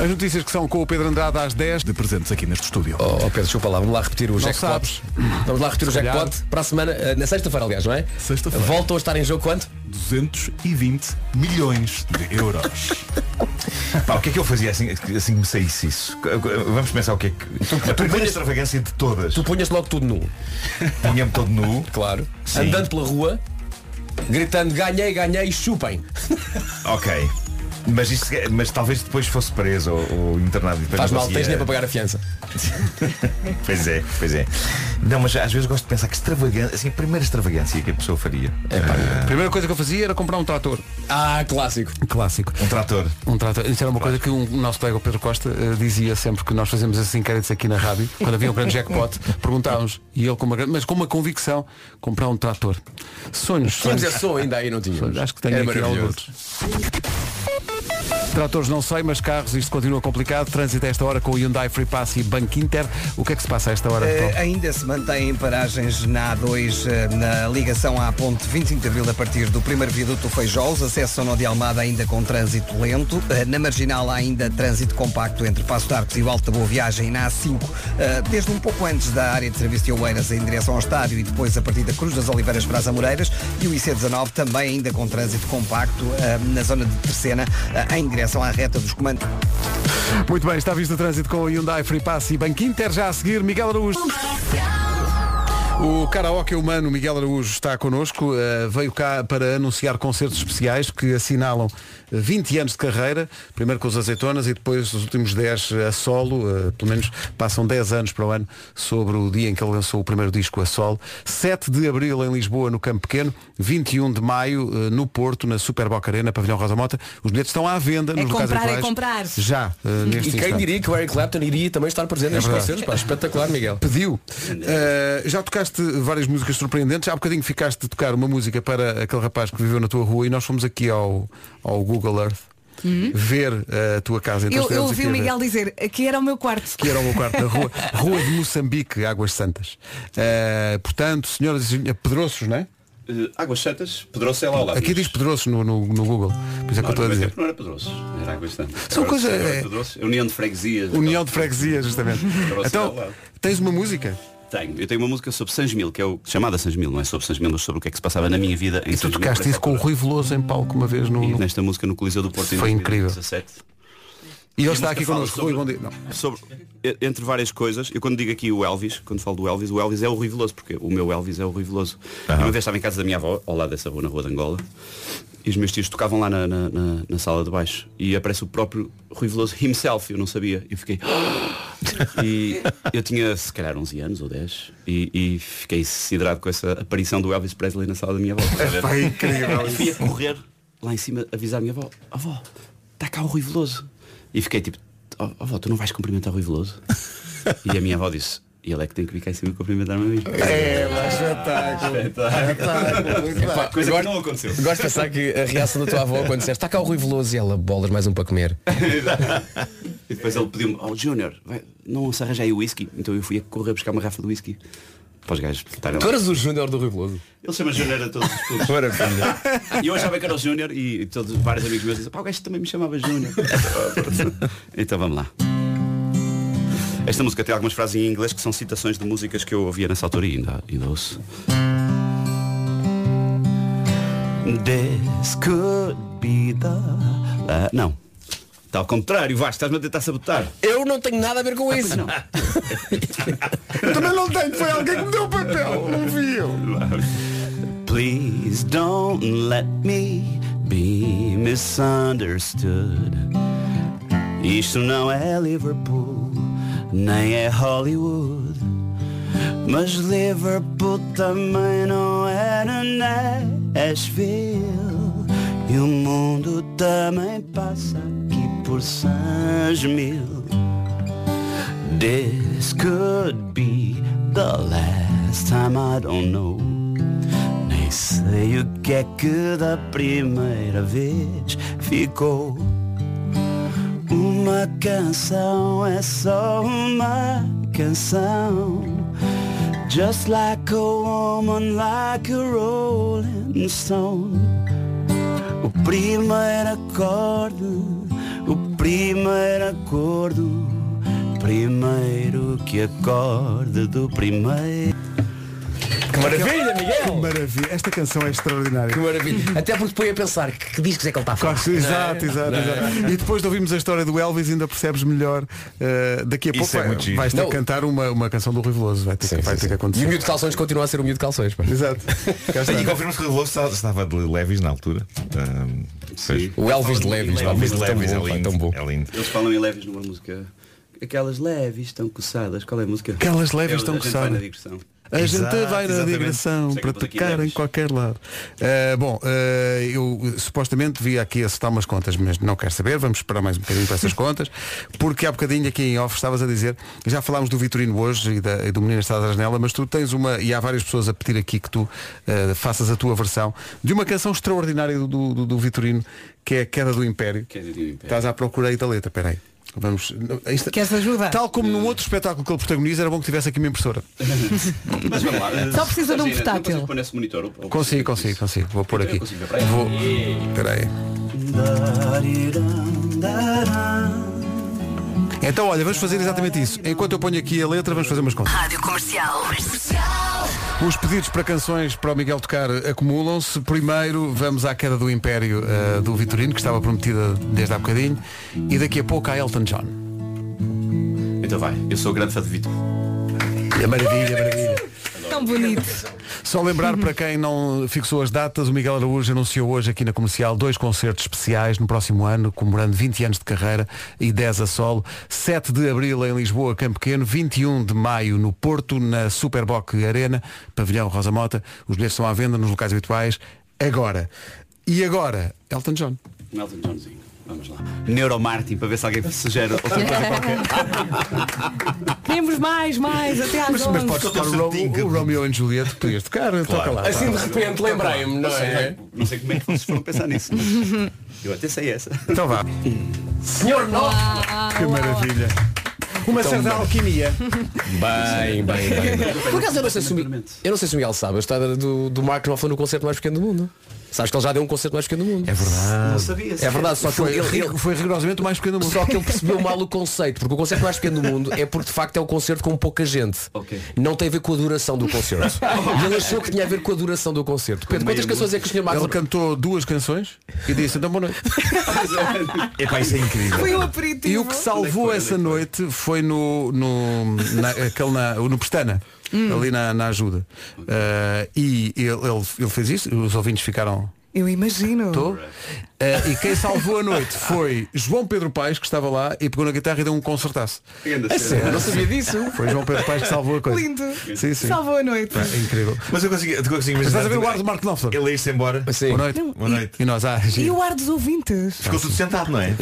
[SPEAKER 2] As notícias que são com o Pedro Andrade às 10.
[SPEAKER 1] de presentes aqui neste estúdio.
[SPEAKER 10] Oh, Pedro, chupa lá, vamos lá repetir o
[SPEAKER 2] sabes.
[SPEAKER 10] jackpot. Vamos lá repetir o jackpot para a semana, eh, na sexta-feira, aliás, não é?
[SPEAKER 1] Sexta-feira.
[SPEAKER 10] Voltam a estar em jogo quanto?
[SPEAKER 1] 220 milhões de
[SPEAKER 4] *laughs*
[SPEAKER 1] euros.
[SPEAKER 8] Pá, o que é que eu fazia assim, assim que me saísse isso? Vamos pensar o que é que. a primeira extravagância de todas.
[SPEAKER 10] Tu punhas logo tudo nu,
[SPEAKER 8] Punha-me todo nu.
[SPEAKER 10] claro.
[SPEAKER 8] Sim.
[SPEAKER 10] Andando pela rua, gritando ganhei, ganhei, chupem.
[SPEAKER 8] Ok. Mas, isso, mas talvez depois fosse preso ou, ou internado. e depois
[SPEAKER 10] Faz
[SPEAKER 8] não
[SPEAKER 2] assim,
[SPEAKER 10] mal, tens
[SPEAKER 8] conseguia-
[SPEAKER 10] nem
[SPEAKER 2] é.
[SPEAKER 10] para pagar a fiança.
[SPEAKER 8] Pois é, pois é. Não, mas às vezes gosto de pensar que extravagância, assim, a primeira extravagância que a pessoa faria.
[SPEAKER 3] É
[SPEAKER 2] A primeira coisa que eu fazia era comprar um trator.
[SPEAKER 10] Ah, clássico.
[SPEAKER 2] Clássico.
[SPEAKER 8] Um trator.
[SPEAKER 2] Um trator. Isso era uma coisa que o nosso colega Pedro Costa eh, dizia sempre que nós fazemos esses inquéritos aqui na rádio, quando havia um grande jackpot, perguntávamos, e ele com uma grande, mas com uma convicção, comprar um trator.
[SPEAKER 10] Tínhamos
[SPEAKER 2] Sonhos, sonhos. É
[SPEAKER 10] esse som ainda aí, não tínhamos.
[SPEAKER 2] Acho que tenho
[SPEAKER 10] Era
[SPEAKER 2] aqui
[SPEAKER 10] maravilhoso.
[SPEAKER 2] Tratores não sei, mas carros, isto continua complicado. Trânsito a esta hora com o Hyundai Free Pass e Banco Inter. O que é que se passa a esta hora?
[SPEAKER 7] Eh,
[SPEAKER 2] Tom?
[SPEAKER 7] ainda se mantêm paragens na A2 eh, na ligação à ponte 25 de Abril a partir do primeiro viaduto do Feijó. Os acessos ao Nó de Almada ainda com trânsito lento. Eh, na Marginal há ainda trânsito compacto entre Passo de Arcos e o Alto da Boa Viagem e na A5 eh, desde um pouco antes da área de serviço de Oeiras em direção ao estádio e depois a partir da Cruz das Oliveiras para as Amoreiras e o IC19 também ainda com trânsito compacto eh, na zona de Terceira eh, em direção à reta dos comandos.
[SPEAKER 2] Muito bem, está visto o trânsito com o Hyundai Free Pass e Banco Inter. Já a seguir, Miguel Araújo. O karaoke humano Miguel Araújo está connosco, eh, veio cá para anunciar concertos especiais que assinalam eh, 20 anos de carreira, primeiro com os azeitonas e depois os últimos 10 a solo, eh, pelo menos passam 10 anos para o ano sobre o dia em que ele lançou o primeiro disco a solo. 7 de abril em Lisboa, no Campo Pequeno, 21 de maio eh, no Porto, na Super Boca Arena, Pavilhão Rosa Mota. Os bilhetes estão à venda nos locais
[SPEAKER 4] comprar, é
[SPEAKER 2] habituais.
[SPEAKER 4] comprar.
[SPEAKER 2] Já, eh, neste
[SPEAKER 10] E quem
[SPEAKER 2] instante. É
[SPEAKER 10] diria que o Eric Clapton iria também estar presente nestes concertos? Pá, espetacular, Miguel.
[SPEAKER 2] Pediu. Uh, já tocaste várias músicas surpreendentes. Há bocadinho ficaste de tocar uma música para aquele rapaz que viveu na tua rua e nós fomos aqui ao, ao Google Earth ver uh, a tua casa.
[SPEAKER 4] Uhum. Eu, eu
[SPEAKER 2] estivemos
[SPEAKER 4] ouvi
[SPEAKER 2] aqui
[SPEAKER 4] o
[SPEAKER 2] a ver
[SPEAKER 4] Miguel dizer, aqui era o meu quarto.
[SPEAKER 2] que era o meu quarto da rua, Rua de Moçambique, Águas Santas. Uh, portanto, senhoras e senhores, Pedroços, não é?
[SPEAKER 9] Eh, Águas Santas, Pedroso é lá ao lado.
[SPEAKER 2] Aqui
[SPEAKER 9] Mas-
[SPEAKER 2] diz Pedroços no, no, no Google. Por isso
[SPEAKER 9] Não,
[SPEAKER 2] é que eu estou a
[SPEAKER 9] no meu
[SPEAKER 2] dizer.
[SPEAKER 9] tempo não era Pedroso, era Águas Santas.
[SPEAKER 2] São
[SPEAKER 9] Agora,
[SPEAKER 2] coisa-
[SPEAKER 9] se era
[SPEAKER 2] é-
[SPEAKER 9] Pedroso, é União de Freguesias.
[SPEAKER 2] União de Freguesia, justamente.
[SPEAKER 9] Pedroços
[SPEAKER 2] Então,
[SPEAKER 9] ao lado.
[SPEAKER 2] tens uma música?
[SPEAKER 9] Tenho. Eu tenho uma música sobre Sãs Mil, que é o chamada Sãs Mil, não é sobre Sãs Mil, mas sobre o que é que se passava na minha vida em
[SPEAKER 2] E
[SPEAKER 9] Sãs
[SPEAKER 2] tu
[SPEAKER 9] Mil, por
[SPEAKER 2] tocaste isso
[SPEAKER 9] essa
[SPEAKER 2] com o
[SPEAKER 9] altura.
[SPEAKER 2] Rui Veloso em palco uma vez no.
[SPEAKER 9] E
[SPEAKER 2] no-
[SPEAKER 9] nesta música no Coliseu do Porto em
[SPEAKER 2] Foi incrível.
[SPEAKER 9] 2017.
[SPEAKER 2] E ele
[SPEAKER 9] a
[SPEAKER 2] está
[SPEAKER 9] música
[SPEAKER 2] aqui
[SPEAKER 9] fala
[SPEAKER 2] connosco.
[SPEAKER 9] sobre-
[SPEAKER 2] Rui, bom dia. Não.
[SPEAKER 9] sobre e- entre várias coisas, eu quando digo aqui o Elvis, quando falo do Elvis, o Elvis é o Rui Veloso, porque o meu Elvis é o Rui Veloso. Eu Uma vez estava em casa da minha avó, ao lado dessa rua, na rua de Angola, e os meus tios tocavam lá na, na- na- na sala de baixo e aparece o próprio Rui Veloso himself, eu não sabia, e fiquei. "Ah!" e eu tinha se calhar 11 anos ou 10 e, e fiquei siderado com essa aparição do Elvis Presley na sala da minha avó. estás a ver? *laughs*
[SPEAKER 2] Foi incrível.
[SPEAKER 9] E fui a correr lá em cima avisar a minha avó, avó, está cá o Rui Veloso. E fiquei tipo, "Oh, avó, tu não vais cumprimentar o Rui *laughs* Veloso? e a minha avó disse, e ele é que tem que vir cá em cima e cumprimentar-me a *laughs* mim.
[SPEAKER 2] É, mas
[SPEAKER 10] tá,
[SPEAKER 2] espetáculo.
[SPEAKER 9] Então.
[SPEAKER 2] espetáculo. Muito bem.
[SPEAKER 9] Coisa que não aconteceu.
[SPEAKER 10] Gosto de pensar que a reação da tua avó quando disseste está cá o Rui Veloso e ela bolas mais um para comer.
[SPEAKER 9] E depois ele pediu-me, oh Júnior, vai- não se arranja aí o whisky. Então eu fui a correr buscar uma garrafa de whisky. Para os gajos estarem
[SPEAKER 10] Tu
[SPEAKER 9] lá.
[SPEAKER 10] eras o Júnior do Rui Veloso.
[SPEAKER 9] Ele chama Júnior a todos os clubes. E eu achava que era o Júnior e todos, vários amigos meus diziam, pá, o gajo também me chamava Júnior. então vamos lá.
[SPEAKER 12] Esta música tem algumas frases em inglês que são citações de músicas que eu ouvia nessa altura e ainda, ainda ouço. This could be the... Ah, não. Está ao contrário, Vasco, estás-me a tentar sabotar.
[SPEAKER 10] Eu não tenho nada a ver com isso.
[SPEAKER 2] Também não tenho, foi alguém que me deu o papel, não vi eu.
[SPEAKER 12] Please don't let me be misunderstood. Isto não é Liverpool, nem é Hollywood. Mas Liverpool também não era Nashville. E o mundo também passa aqui por Sanjmil. This could be the last time I don't know. Nem sei o que é que da primeira vez ficou. Uma canção é só uma canção. Just like a woman, like a rolling stone. O primeiro acorde, o primeiro acordo. Primeiro que acorde do primeiro.
[SPEAKER 10] Que maravilha,
[SPEAKER 2] Que
[SPEAKER 10] Miguel!
[SPEAKER 2] maravilha, esta canção é extraordinária.
[SPEAKER 10] Que maravilha. Até porque põe a pensar que, que discos é que ele está a falar.
[SPEAKER 2] Claro, Exato, exato, exato. E depois de ouvirmos a história do Elvis, ainda percebes melhor. eh, daqui a
[SPEAKER 8] Isso
[SPEAKER 2] pouco
[SPEAKER 8] é
[SPEAKER 2] vai-
[SPEAKER 8] muito giro.
[SPEAKER 2] vais ter
[SPEAKER 10] Não.
[SPEAKER 2] que cantar uma, uma canção do Rui Veloso. Vai ter, que- vai ter que
[SPEAKER 3] E
[SPEAKER 2] acontecer.
[SPEAKER 3] o miúdo de calções continua a ser o miúdo de calções. pá.
[SPEAKER 2] Exato. Cá
[SPEAKER 3] é.
[SPEAKER 2] está.
[SPEAKER 8] E confirmo que o Veloso estava- estava de Levis na altura. Ahm, pois.
[SPEAKER 3] O Elvis de Levis. pá,
[SPEAKER 8] Elvis de
[SPEAKER 3] tão
[SPEAKER 8] Levis,
[SPEAKER 3] bom,
[SPEAKER 8] é
[SPEAKER 3] pá,
[SPEAKER 8] lindo,
[SPEAKER 3] tão bom.
[SPEAKER 8] é lindo.
[SPEAKER 12] Eles falam em leves numa música. Aquelas leves estão coçadas. Qual é a música?
[SPEAKER 2] Aquelas leves
[SPEAKER 12] É,
[SPEAKER 2] estão
[SPEAKER 12] a gente
[SPEAKER 2] coçadas.
[SPEAKER 12] vai na digressão.
[SPEAKER 2] A gente
[SPEAKER 8] Exato,
[SPEAKER 2] vai na
[SPEAKER 8] exatamente.
[SPEAKER 2] digressão
[SPEAKER 12] Sei que
[SPEAKER 2] para
[SPEAKER 12] eu tô daqui
[SPEAKER 2] tocar em
[SPEAKER 12] leves.
[SPEAKER 2] qualquer lado. Eh, bom, eh, eu eh, supostamente vi aqui acertar umas contas, mas não quero saber. Vamos esperar mais um bocadinho para
[SPEAKER 8] *laughs*
[SPEAKER 2] essas contas, porque há bocadinho aqui em off estavas a dizer, já falámos do Vitorino hoje e, da- e do Menino Estado da Janela, mas tu tens uma, e há várias pessoas a pedir aqui que tu eh, faças a tua versão de uma canção extraordinária do, do, do- do Vitorino, que é a Queda do Império.
[SPEAKER 12] Queda do
[SPEAKER 8] é.
[SPEAKER 12] Império.
[SPEAKER 2] Estás à procura aí da letra, peraí. Vamos. não, isto-
[SPEAKER 4] Queres ajuda?
[SPEAKER 2] Tal como num outro espetáculo que ele protagoniza, era bom que tivesse aqui uma impressora.
[SPEAKER 12] Mas vamos lá.
[SPEAKER 4] Só precisa de um
[SPEAKER 12] Imagina, não
[SPEAKER 4] portátil.
[SPEAKER 12] consigo pôr nesse monitor, ou- ou-
[SPEAKER 2] Consigo, consigo, consigo. Vou pôr
[SPEAKER 12] Então eu
[SPEAKER 2] aqui.
[SPEAKER 12] consigo ver para aí.
[SPEAKER 2] Vou. Espera aí. Então, olha, vamos fazer exatamente isso. Enquanto eu ponho aqui a letra, vamos fazer umas contas.
[SPEAKER 13] Rádio Comercial.
[SPEAKER 2] Os pedidos para canções para o Miguel tocar acumulam-se. Primeiro, vamos à queda do Império eh, do Vitorino, que estava prometida desde há bocadinho. E daqui a pouco há Elton John.
[SPEAKER 12] Então vai. Eu sou grande fã de Vitor.
[SPEAKER 2] É maravilha, maravilha.
[SPEAKER 4] Tão bonito.
[SPEAKER 2] Só lembrar para quem não fixou as datas, o Miguel Araújo anunciou hoje aqui na comercial dois concertos especiais no próximo ano, comemorando 20 anos de carreira e 10 a solo. 7 de abril em Lisboa, Campo Pequeno, 21 de maio no Porto, na Superboc Arena, Pavilhão Rosa Mota. Os bilhetes estão à venda nos locais habituais agora. E agora, Elton John.
[SPEAKER 12] Melton Johnzinho. Vamos lá. Neuromartin, para ver se alguém sugere outra coisa qualquer.
[SPEAKER 4] Queremos mais, mais, até às
[SPEAKER 2] Mas, mas
[SPEAKER 4] 11.
[SPEAKER 2] podes tocar o,
[SPEAKER 8] Estou
[SPEAKER 2] Ro-
[SPEAKER 8] certinho que-
[SPEAKER 2] o Romeo and Juliet, podias tocar, né? toca lá.
[SPEAKER 3] Assim de repente lembrei-me, não é?
[SPEAKER 12] Não sei como é que vocês foram pensar nisso. mas
[SPEAKER 4] *laughs*
[SPEAKER 12] Eu até sei essa.
[SPEAKER 2] Então vá.
[SPEAKER 3] Senhor Nó!
[SPEAKER 2] Que maravilha. Uma certa alquimia.
[SPEAKER 3] Bem, bem, bem. Por acaso eu não sei se o Miguel,
[SPEAKER 12] Exatamente.
[SPEAKER 3] eu não sei se o Miguel sabe, a história do, do Mark Knopfler no concerto mais pequeno do mundo. Sabes que ele já deu um concerto mais pequeno do mundo. É verdade.
[SPEAKER 2] Ah,
[SPEAKER 12] Não sabia.
[SPEAKER 3] É verdade, só que
[SPEAKER 2] Foi,
[SPEAKER 3] ele, ele-
[SPEAKER 2] rig- foi rigorosamente o mais pequeno do mundo.
[SPEAKER 3] só que ele percebeu mal o conceito, porque o concerto mais pequeno do mundo é porque de facto é um concerto com pouca gente.
[SPEAKER 12] Ok.
[SPEAKER 3] Não tem a ver com a duração
[SPEAKER 12] *laughs*
[SPEAKER 3] do concerto. E ele achou que tinha a ver com a duração do concerto. Pedro,
[SPEAKER 12] Meia
[SPEAKER 3] quantas canções é que o senhor Mark
[SPEAKER 2] Ele cantou duas canções e disse então boa noite.
[SPEAKER 8] Epá, isso é incrível.
[SPEAKER 4] Foi um aperitivo.
[SPEAKER 2] E o que salvou essa noite foi no, no, na, aquele na, no Pestana,
[SPEAKER 4] Hum.
[SPEAKER 2] ali na, na ajuda. Eh, e ele, ele, ele fez isso, os ouvintes ficaram.
[SPEAKER 4] Eu imagino.
[SPEAKER 2] "Tô?" Eh, e quem salvou a noite foi João Pedro Paes, que estava lá e pegou na guitarra e deu um concertaço.
[SPEAKER 12] Grande cena.
[SPEAKER 3] Eu não sabia disso.
[SPEAKER 2] Foi João Pedro Paes que salvou a coisa.
[SPEAKER 4] Lindo.
[SPEAKER 2] Sim, sim.
[SPEAKER 4] Salvou a noite.
[SPEAKER 2] É incrível.
[SPEAKER 8] Mas eu consigo, eu consigo
[SPEAKER 2] Mas
[SPEAKER 8] imaginar.
[SPEAKER 2] estás a ver o ar do Marco Knopfler?
[SPEAKER 8] Ele ia-se embora.
[SPEAKER 3] Sim.
[SPEAKER 2] Boa noite.
[SPEAKER 4] Não,
[SPEAKER 8] Boa noite.
[SPEAKER 2] E nós, ah,
[SPEAKER 4] E
[SPEAKER 2] giro.
[SPEAKER 4] o ar dos ouvintes?
[SPEAKER 8] Ficou tudo sentado, não é?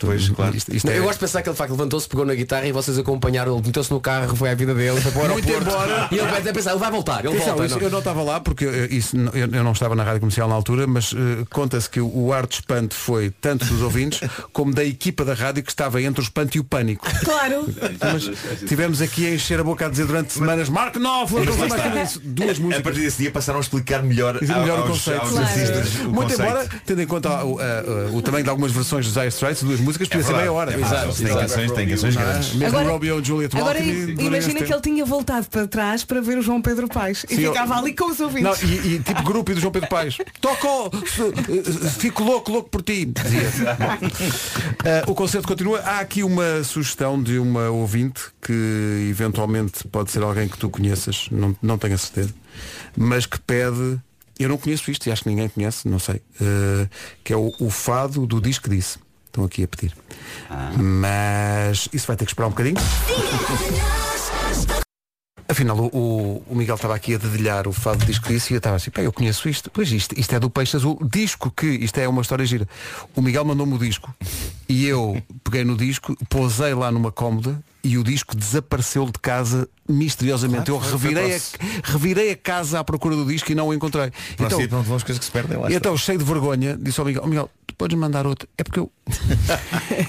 [SPEAKER 8] Pois, claro.
[SPEAKER 2] Isto- isto
[SPEAKER 3] Não,
[SPEAKER 2] é-
[SPEAKER 3] Eu gosto de pensar que ele de facto levantou-se, pegou na guitarra e vocês acompanharam, ele meteu-se no carro, foi à vida dele, foi para o
[SPEAKER 2] Muito
[SPEAKER 3] aeroporto.
[SPEAKER 2] embora.
[SPEAKER 3] E ele vai até pensar, ele vai voltar, ele
[SPEAKER 2] Atenção,
[SPEAKER 3] volta.
[SPEAKER 2] isso
[SPEAKER 3] não.
[SPEAKER 2] eu não estava lá porque eh, isso, não- eu, eu não estava na rádio comercial na altura, altura, mas eh, conta-se que o ar de espanto foi tanto
[SPEAKER 3] *laughs*
[SPEAKER 2] dos ouvintes como da equipa da rádio que estava entre o espanto e o pânico. *laughs*
[SPEAKER 4] Claro.
[SPEAKER 2] Mas tivemos aqui a encher a boca a dizer durante semanas, Marco Knopfler,
[SPEAKER 8] Mas lá
[SPEAKER 2] Marco
[SPEAKER 8] está.
[SPEAKER 2] Knopfler", duas
[SPEAKER 8] A partir desse dia passaram a explicar melhor,
[SPEAKER 2] Dizer
[SPEAKER 8] ao-
[SPEAKER 2] melhor
[SPEAKER 8] aos,
[SPEAKER 2] o conceito.
[SPEAKER 8] aos
[SPEAKER 2] Claro.
[SPEAKER 8] artistas o
[SPEAKER 2] Muito
[SPEAKER 8] conceito. É
[SPEAKER 2] embora, tendo em conta o, a- a- o tamanho de algumas versões dos Dire Straits, duas músicas, podia ser
[SPEAKER 8] verdade.
[SPEAKER 2] meia hora.
[SPEAKER 8] É verdade, Exato, tem exato. canções- tem canções
[SPEAKER 2] Não é?
[SPEAKER 8] grandes.
[SPEAKER 2] Mesmo
[SPEAKER 4] Agora-
[SPEAKER 2] Romeo and Juliet
[SPEAKER 4] Agora
[SPEAKER 2] Walking,
[SPEAKER 4] im-
[SPEAKER 2] durante
[SPEAKER 4] imagina
[SPEAKER 2] este
[SPEAKER 4] que ele tinha voltado para trás para ver o João Pedro Paes e
[SPEAKER 2] Sim, eu-
[SPEAKER 4] ficava ali com os
[SPEAKER 2] Não,
[SPEAKER 4] ouvintes.
[SPEAKER 2] e, e tipo grupo e do João Pedro Paes. Toco! se- eh, Fico louco, louco por ti. Dizia. Bom, eh, o concerto continua. Há aqui uma sugestão de uma ouvinte que eventualmente pode ser alguém que tu conheças, não, não tenho a certeza, mas que pede. Eu não conheço isto e acho que ninguém conhece, não sei. eh, que é o, o fado do disco disse. Estão aqui a pedir. Mas isso vai ter que esperar um bocadinho. Afinal, o- o, o Miguel estava aqui a dedilhar o fado do disco disso e eu estava assim, pá, eu conheço isto. Pois isto, isto é do Peixe Azul. Disco que, isto é uma história gira. O Miguel mandou-me o disco e eu peguei no disco, pousei lá numa cómoda e o disco desapareceu de casa misteriosamente.
[SPEAKER 8] Claro, foi-
[SPEAKER 2] eu
[SPEAKER 8] foi
[SPEAKER 2] revirei a,
[SPEAKER 8] para
[SPEAKER 2] revirei a casa à procura do disco e não o encontrei.
[SPEAKER 8] Para o sítio onde vão as coisas que se perdem lá.
[SPEAKER 2] E
[SPEAKER 8] está.
[SPEAKER 2] então, cheio de vergonha, disse ao Miguel, "Ó, Miguel, tu podes mandar outro.
[SPEAKER 8] *laughs*
[SPEAKER 2] É porque eu,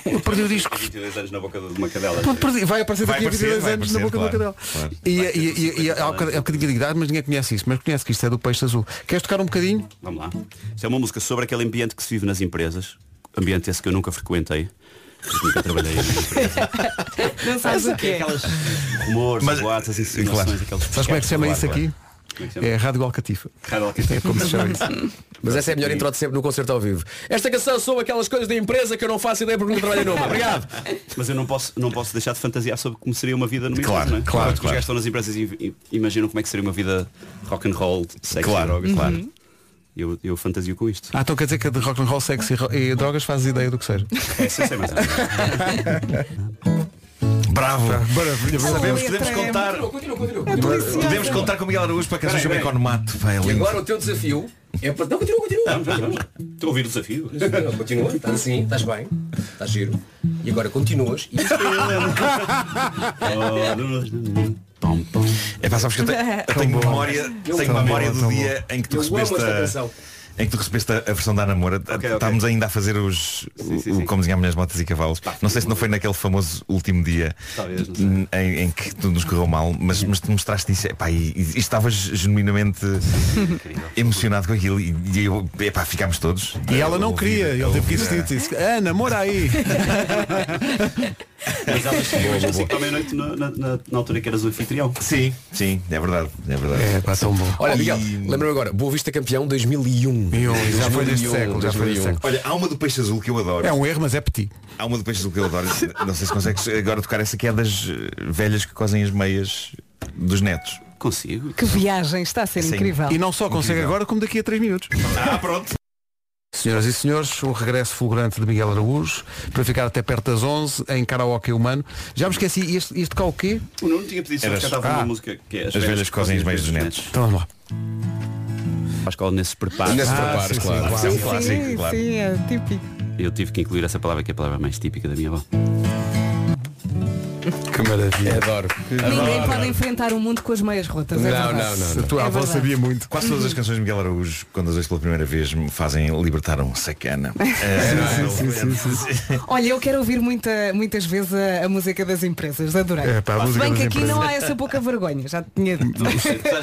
[SPEAKER 2] eu perdi o disco.
[SPEAKER 9] 22 anos na boca de uma cadela.
[SPEAKER 2] Pô, perdi- Vai aparecer
[SPEAKER 8] Vai
[SPEAKER 2] daqui a
[SPEAKER 8] aparecer,
[SPEAKER 2] 22
[SPEAKER 8] vai
[SPEAKER 2] anos na boca
[SPEAKER 8] aparecer,
[SPEAKER 2] do Cadel.
[SPEAKER 8] claro, claro.
[SPEAKER 2] E,
[SPEAKER 9] Vai ter
[SPEAKER 2] e, e, e
[SPEAKER 9] 50
[SPEAKER 2] há um bocadinho há um bocadinho digo, "Ah, mas ninguém conhece isso, mas conhece que isto é do Peixe Azul. Queres tocar um bocadinho?
[SPEAKER 9] Vamos lá. Isto é uma música sobre aquele ambiente que se vive nas empresas. Ambiente esse que eu nunca frequentei. porque Nunca trabalhei em
[SPEAKER 2] *laughs*
[SPEAKER 9] empresa.
[SPEAKER 4] Não sabes o que é.
[SPEAKER 9] Aquelas rumores,
[SPEAKER 8] Mas-
[SPEAKER 9] Mas, boatas, insinuações,
[SPEAKER 8] claro.
[SPEAKER 9] aquelas...
[SPEAKER 2] Sabes eh, como é que se chama isso aqui?
[SPEAKER 9] Como é que se chama?
[SPEAKER 2] É Rádio Alcatifa.
[SPEAKER 9] Radal Castelo.
[SPEAKER 2] É como se
[SPEAKER 8] *laughs*
[SPEAKER 2] chama isso.
[SPEAKER 10] Mas essa é a melhor intro de sempre no concerto ao vivo. Esta canção sou aquelas coisas da empresa que eu não faço ideia porque não trabalho numa. Obrigado.
[SPEAKER 9] Mas eu não posso, não posso deixar de fantasiar sobre como seria uma vida numa
[SPEAKER 8] Claro,
[SPEAKER 9] empresa, não é?
[SPEAKER 8] claro,
[SPEAKER 9] Enquanto que
[SPEAKER 8] claro.
[SPEAKER 9] Os gajos estão nas empresas e i- imaginam como é que seria uma vida rock and roll, sexy,
[SPEAKER 8] Claro,
[SPEAKER 9] drogas. claro. Eu, eu fantasio com *laughs* isto.
[SPEAKER 2] Ah, então quer dizer que a de rock and roll sexy e ro- e drogas fazes ideia do
[SPEAKER 8] *laughs*
[SPEAKER 2] que seja.
[SPEAKER 9] É, sei, sei mais ou menos. *laughs*
[SPEAKER 8] Bravo!
[SPEAKER 2] é? Maravilha,
[SPEAKER 8] Sabemos,
[SPEAKER 4] letra
[SPEAKER 8] podemos
[SPEAKER 4] é
[SPEAKER 8] contar. Podemos contar com o Miguel Araújo para canções sobre
[SPEAKER 10] Espera aí,
[SPEAKER 8] economato. Vai,
[SPEAKER 10] E
[SPEAKER 8] é lindo.
[SPEAKER 10] agora o teu desafio é para. Não, continua, continua.
[SPEAKER 9] Estou a ouvir o desafio.
[SPEAKER 10] Continua, estás assim, estás bem, estás giro. E agora continuas e
[SPEAKER 9] Oh, Pom, pom.
[SPEAKER 8] É pá, sabes
[SPEAKER 9] *laughs*
[SPEAKER 8] que eu tenho, eu tenho memória, tenho memória do dia em que tu
[SPEAKER 10] Eu amo
[SPEAKER 8] recebeste
[SPEAKER 10] esta
[SPEAKER 8] a,
[SPEAKER 10] canção.
[SPEAKER 8] em que tu recebeste a, a versão da namora.
[SPEAKER 9] ok.
[SPEAKER 8] Estávamos ainda a fazer os o- o,
[SPEAKER 9] sim.
[SPEAKER 8] como desenhar mulheres, motas e cavalos. Não sei se não foi naquele famoso último dia
[SPEAKER 9] Talvez, não sei.
[SPEAKER 8] n- em, em que tu nos correu mal, mas, mas tu mostraste isso epá, e, e- e estavas genuinamente emocionado com aquilo e, e eu, epá, ficámos todos.
[SPEAKER 2] E ela não
[SPEAKER 8] a
[SPEAKER 2] queria,
[SPEAKER 8] ouvir,
[SPEAKER 2] ele
[SPEAKER 8] a
[SPEAKER 2] teve que
[SPEAKER 8] ouvir,
[SPEAKER 2] insistir, disse, Ana, mora aí.
[SPEAKER 9] Mas elas chegam às cinco da meia-noite na, na- na- na altura que eras o anfitrião.
[SPEAKER 8] a- Sim, sim, é verdade, é verdade.
[SPEAKER 2] É pá, tão bom.
[SPEAKER 10] Olha, Miguel,
[SPEAKER 8] E-
[SPEAKER 10] lembra-me agora, Boa Vista campeão 2001.
[SPEAKER 2] E um, já foi deste
[SPEAKER 10] 2001,
[SPEAKER 2] século, já foi deste
[SPEAKER 10] 2001.
[SPEAKER 2] século.
[SPEAKER 8] Olha, há uma do peixe azul que eu adoro.
[SPEAKER 2] É um erro, mas é petit.
[SPEAKER 8] Há uma do Peixe Azul que eu adoro. Não sei se consegues agora tocar essa que é das eh, velhas que cozem as meias dos netos.
[SPEAKER 9] Consigo.
[SPEAKER 4] Que viagem, está a ser
[SPEAKER 8] Sim.
[SPEAKER 4] incrível.
[SPEAKER 2] E não só consegue
[SPEAKER 8] Incrível.
[SPEAKER 2] agora, como daqui a 3 minutos.
[SPEAKER 8] Ah, pronto.
[SPEAKER 2] Senhoras e senhores, o regresso fulgurante de Miguel Araújo para ficar até perto das 11 em karaoke humano. Já me esqueci, este, este cá o quê?
[SPEAKER 9] O Nuno tinha pedido se
[SPEAKER 8] Eras-
[SPEAKER 9] eles cantavam
[SPEAKER 8] Ah.
[SPEAKER 9] uma música que é
[SPEAKER 8] As velhas cozem as meias dos netos.
[SPEAKER 2] Então vamos lá.
[SPEAKER 9] Pascal, nesses preparos.
[SPEAKER 10] Nesse
[SPEAKER 2] Ah,
[SPEAKER 10] preparos,
[SPEAKER 2] sim, sim,
[SPEAKER 10] claro.
[SPEAKER 8] Claro, é um clássico,
[SPEAKER 4] sim,
[SPEAKER 8] claro.
[SPEAKER 4] sim, é típico.
[SPEAKER 9] Eu tive que incluir essa palavra que é a palavra mais típica da minha avó.
[SPEAKER 2] Que maravilha.
[SPEAKER 10] Adoro.
[SPEAKER 4] Ninguém pode enfrentar o mundo com as meias rotas. é
[SPEAKER 10] Não,
[SPEAKER 4] verdade.
[SPEAKER 10] não, não.
[SPEAKER 2] A tua
[SPEAKER 4] É
[SPEAKER 2] avó
[SPEAKER 4] verdade.
[SPEAKER 2] sabia muito.
[SPEAKER 8] Quase todas as canções de Miguel Araújo, quando as ouço pela primeira vez, me fazem libertar um
[SPEAKER 2] *laughs*
[SPEAKER 8] sacana. Eh,
[SPEAKER 4] Olha, eu quero ouvir muita, muitas vezes a, a música das empresas, adorei.
[SPEAKER 2] É, pá, a
[SPEAKER 4] Se
[SPEAKER 2] música
[SPEAKER 4] bem
[SPEAKER 2] das
[SPEAKER 4] que aqui
[SPEAKER 2] empresas.
[SPEAKER 4] não há essa pouca vergonha, já tinha
[SPEAKER 2] *laughs*
[SPEAKER 4] dito.
[SPEAKER 9] Já,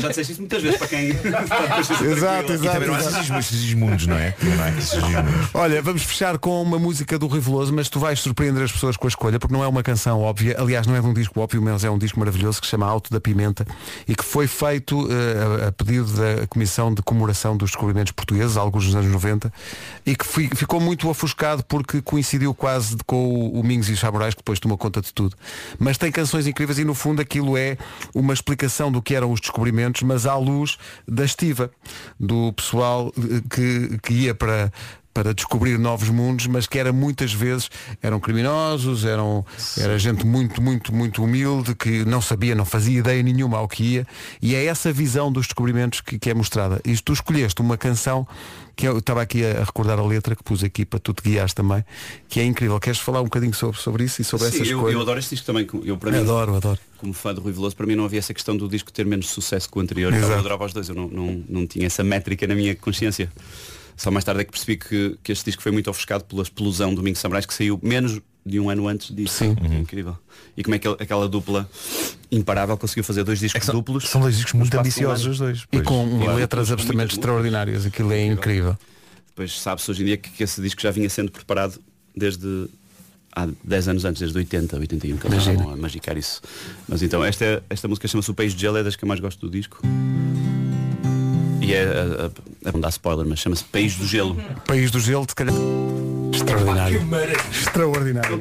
[SPEAKER 9] já disseste isso muitas vezes para *laughs* quem.
[SPEAKER 2] Exato,
[SPEAKER 8] Eh, E também não há esses ismos- esses ismundos, não é? Também não há esses ismundos.
[SPEAKER 2] Olha, vamos fechar com uma música do Rui Veloso, mas tu vais surpreender as pessoas com a escolha, porque não é uma canção óbvia, aliás não é de um disco óbvio, mas é um disco maravilhoso que se chama Alto da Pimenta e que foi feito eh, a, a pedido da Comissão de Comemoração dos Descobrimentos Portugueses, alguns dos anos 90, e que fi- ficou muito ofuscado porque coincidiu quase de- com o, o Mingos e os Saborais, que depois tomou conta de tudo. Mas tem canções incríveis e no fundo aquilo é uma explicação do que eram os descobrimentos, mas à luz da estiva, do pessoal eh, que, que ia para para descobrir novos mundos, mas que era muitas vezes eram criminosos, eram era gente muito muito muito humilde que não sabia, não fazia ideia nenhuma ao que ia, e é essa visão dos descobrimentos que, que é mostrada. E tu escolheste uma canção que eu estava aqui a, a recordar a letra que pus aqui para tu te guiares também, que é incrível. Queres falar um bocadinho sobre sobre isso e sobre
[SPEAKER 9] Sim,
[SPEAKER 2] essas
[SPEAKER 9] eu, eu
[SPEAKER 2] coisas?
[SPEAKER 9] adoro este disco também. Eu, para mim,
[SPEAKER 2] adoro, adoro.
[SPEAKER 9] como fã do Rui Veloso, para mim não havia essa questão do disco ter menos sucesso que o anterior.
[SPEAKER 2] Exato.
[SPEAKER 9] Eu adorava os dois, eu não, não, não tinha essa métrica na minha consciência. Só mais tarde é que percebi que, que este disco foi muito ofuscado pela explosão do Domingos Sambrais, que saiu menos de um ano antes disso. Sim. Incrível. E como é que ele- aquela dupla imparável conseguiu fazer dois discos duplos?
[SPEAKER 2] É São dois discos
[SPEAKER 9] no
[SPEAKER 2] muito
[SPEAKER 9] espaço de um
[SPEAKER 2] ambiciosos
[SPEAKER 9] ano.
[SPEAKER 2] os dois. E
[SPEAKER 9] Pois.
[SPEAKER 2] com
[SPEAKER 9] Claro.
[SPEAKER 2] letras
[SPEAKER 9] Muito,
[SPEAKER 2] absolutamente
[SPEAKER 9] muito.
[SPEAKER 2] extraordinárias. Aquilo é incrível.
[SPEAKER 9] Depois sabe-se hoje em dia que, que esse disco já vinha sendo preparado desde há 10 anos antes, desde 80, 81, que eles
[SPEAKER 2] Imagina.
[SPEAKER 9] estavam a magicar isso. Mas então, esta, esta música chama-se O País de Gelo, é das que eu mais gosto do disco. E é, a, a, a, não dá spoiler, mas chama-se País do Gelo.
[SPEAKER 2] País do Gelo, se calhar. Extraordinário. Extraordinário.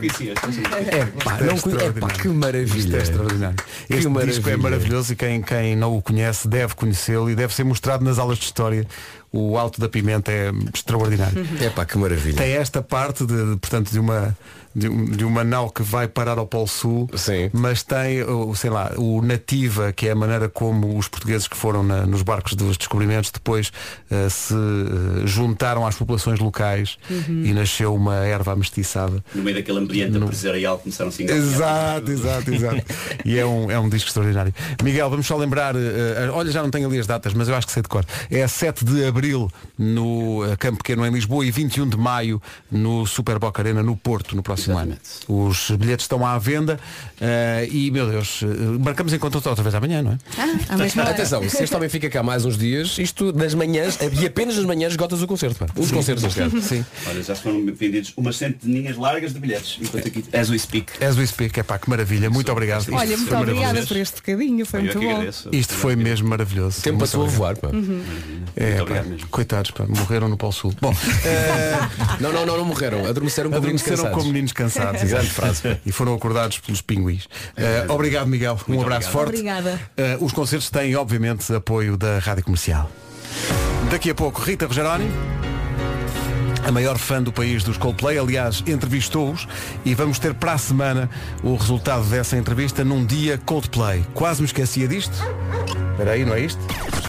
[SPEAKER 10] É pá, não conhe- é pá, que maravilha.
[SPEAKER 2] Isto é extraordinário.
[SPEAKER 10] Que
[SPEAKER 2] este disco é
[SPEAKER 10] maravilha.
[SPEAKER 2] maravilhoso e quem, quem não o conhece deve conhecê-lo e deve ser mostrado nas aulas de história. O Alto da Pimenta é extraordinário.
[SPEAKER 10] É pá, que maravilha.
[SPEAKER 2] Tem esta parte de, de, portanto, de uma de, um- de uma nau que vai parar ao Polo Sul, mas tem, o- sei lá, o nativa, que é a maneira como os portugueses que foram na- nos barcos dos descobrimentos depois eh, se eh, juntaram às populações locais
[SPEAKER 9] Uhum.
[SPEAKER 2] e nasceu uma erva amestiçada.
[SPEAKER 9] No meio daquele ambiente empresarial começaram assim, a se enganar.
[SPEAKER 2] Exato, exato, exato. E é um, é um disco extraordinário. Miguel, vamos só lembrar, eh, eh, olha, já não tenho ali as datas, mas eu acho que sei de cor. É 7 de Abril no eh, Campo Pequeno em Lisboa e 21 de Maio no Super Boca Arena no Porto no próximo ano. Os bilhetes estão à venda eh, e, meu Deus, eh, marcamos encontro outra vez amanhã, não é?
[SPEAKER 4] Ah,
[SPEAKER 6] à mesma hora.
[SPEAKER 10] Atenção, se este homem fica cá mais uns dias, isto das manhãs, e apenas nas manhãs esgotas o concerto. pá. Os concertos, neste caso.
[SPEAKER 2] Sim.
[SPEAKER 9] Olha, já foram vendidos umas centeninhas largas de bilhetes, enquanto aqui, as we speak.
[SPEAKER 2] As we speak, é pá, que maravilha. Muito obrigado.
[SPEAKER 4] Olha,
[SPEAKER 2] Isto
[SPEAKER 4] muito
[SPEAKER 2] foi
[SPEAKER 4] obrigada
[SPEAKER 2] maravilhoso.
[SPEAKER 4] por este bocadinho, foi
[SPEAKER 9] Eu é
[SPEAKER 4] muito
[SPEAKER 9] que
[SPEAKER 4] bom.
[SPEAKER 9] agradeço.
[SPEAKER 2] Isto foi mesmo maravilhoso.
[SPEAKER 10] Tempo
[SPEAKER 2] Muito
[SPEAKER 10] passou a voar,
[SPEAKER 2] obrigado.
[SPEAKER 10] pá.
[SPEAKER 4] Uhum.
[SPEAKER 2] É, pá, coitados, pá, morreram no Polo Sul.
[SPEAKER 10] *laughs*
[SPEAKER 2] Bom,
[SPEAKER 10] Não, não, não, não morreram. Adormeceram com meninos
[SPEAKER 2] Adormeceram
[SPEAKER 10] cansados.
[SPEAKER 2] com meninos cansados.
[SPEAKER 10] Grande
[SPEAKER 2] exato.
[SPEAKER 10] frase.
[SPEAKER 2] E foram acordados pelos pinguins. Eh, obrigado, Miguel. um abraço forte.
[SPEAKER 4] Obrigada.
[SPEAKER 2] Eh, os concertos têm, obviamente, apoio da Rádio Comercial. Daqui a pouco, Rita Rogeroni. A maior fã do país dos Coldplay, aliás, entrevistou-os e vamos ter para a semana o resultado dessa entrevista num dia Coldplay. Quase me esquecia disto. Espera aí, não é isto?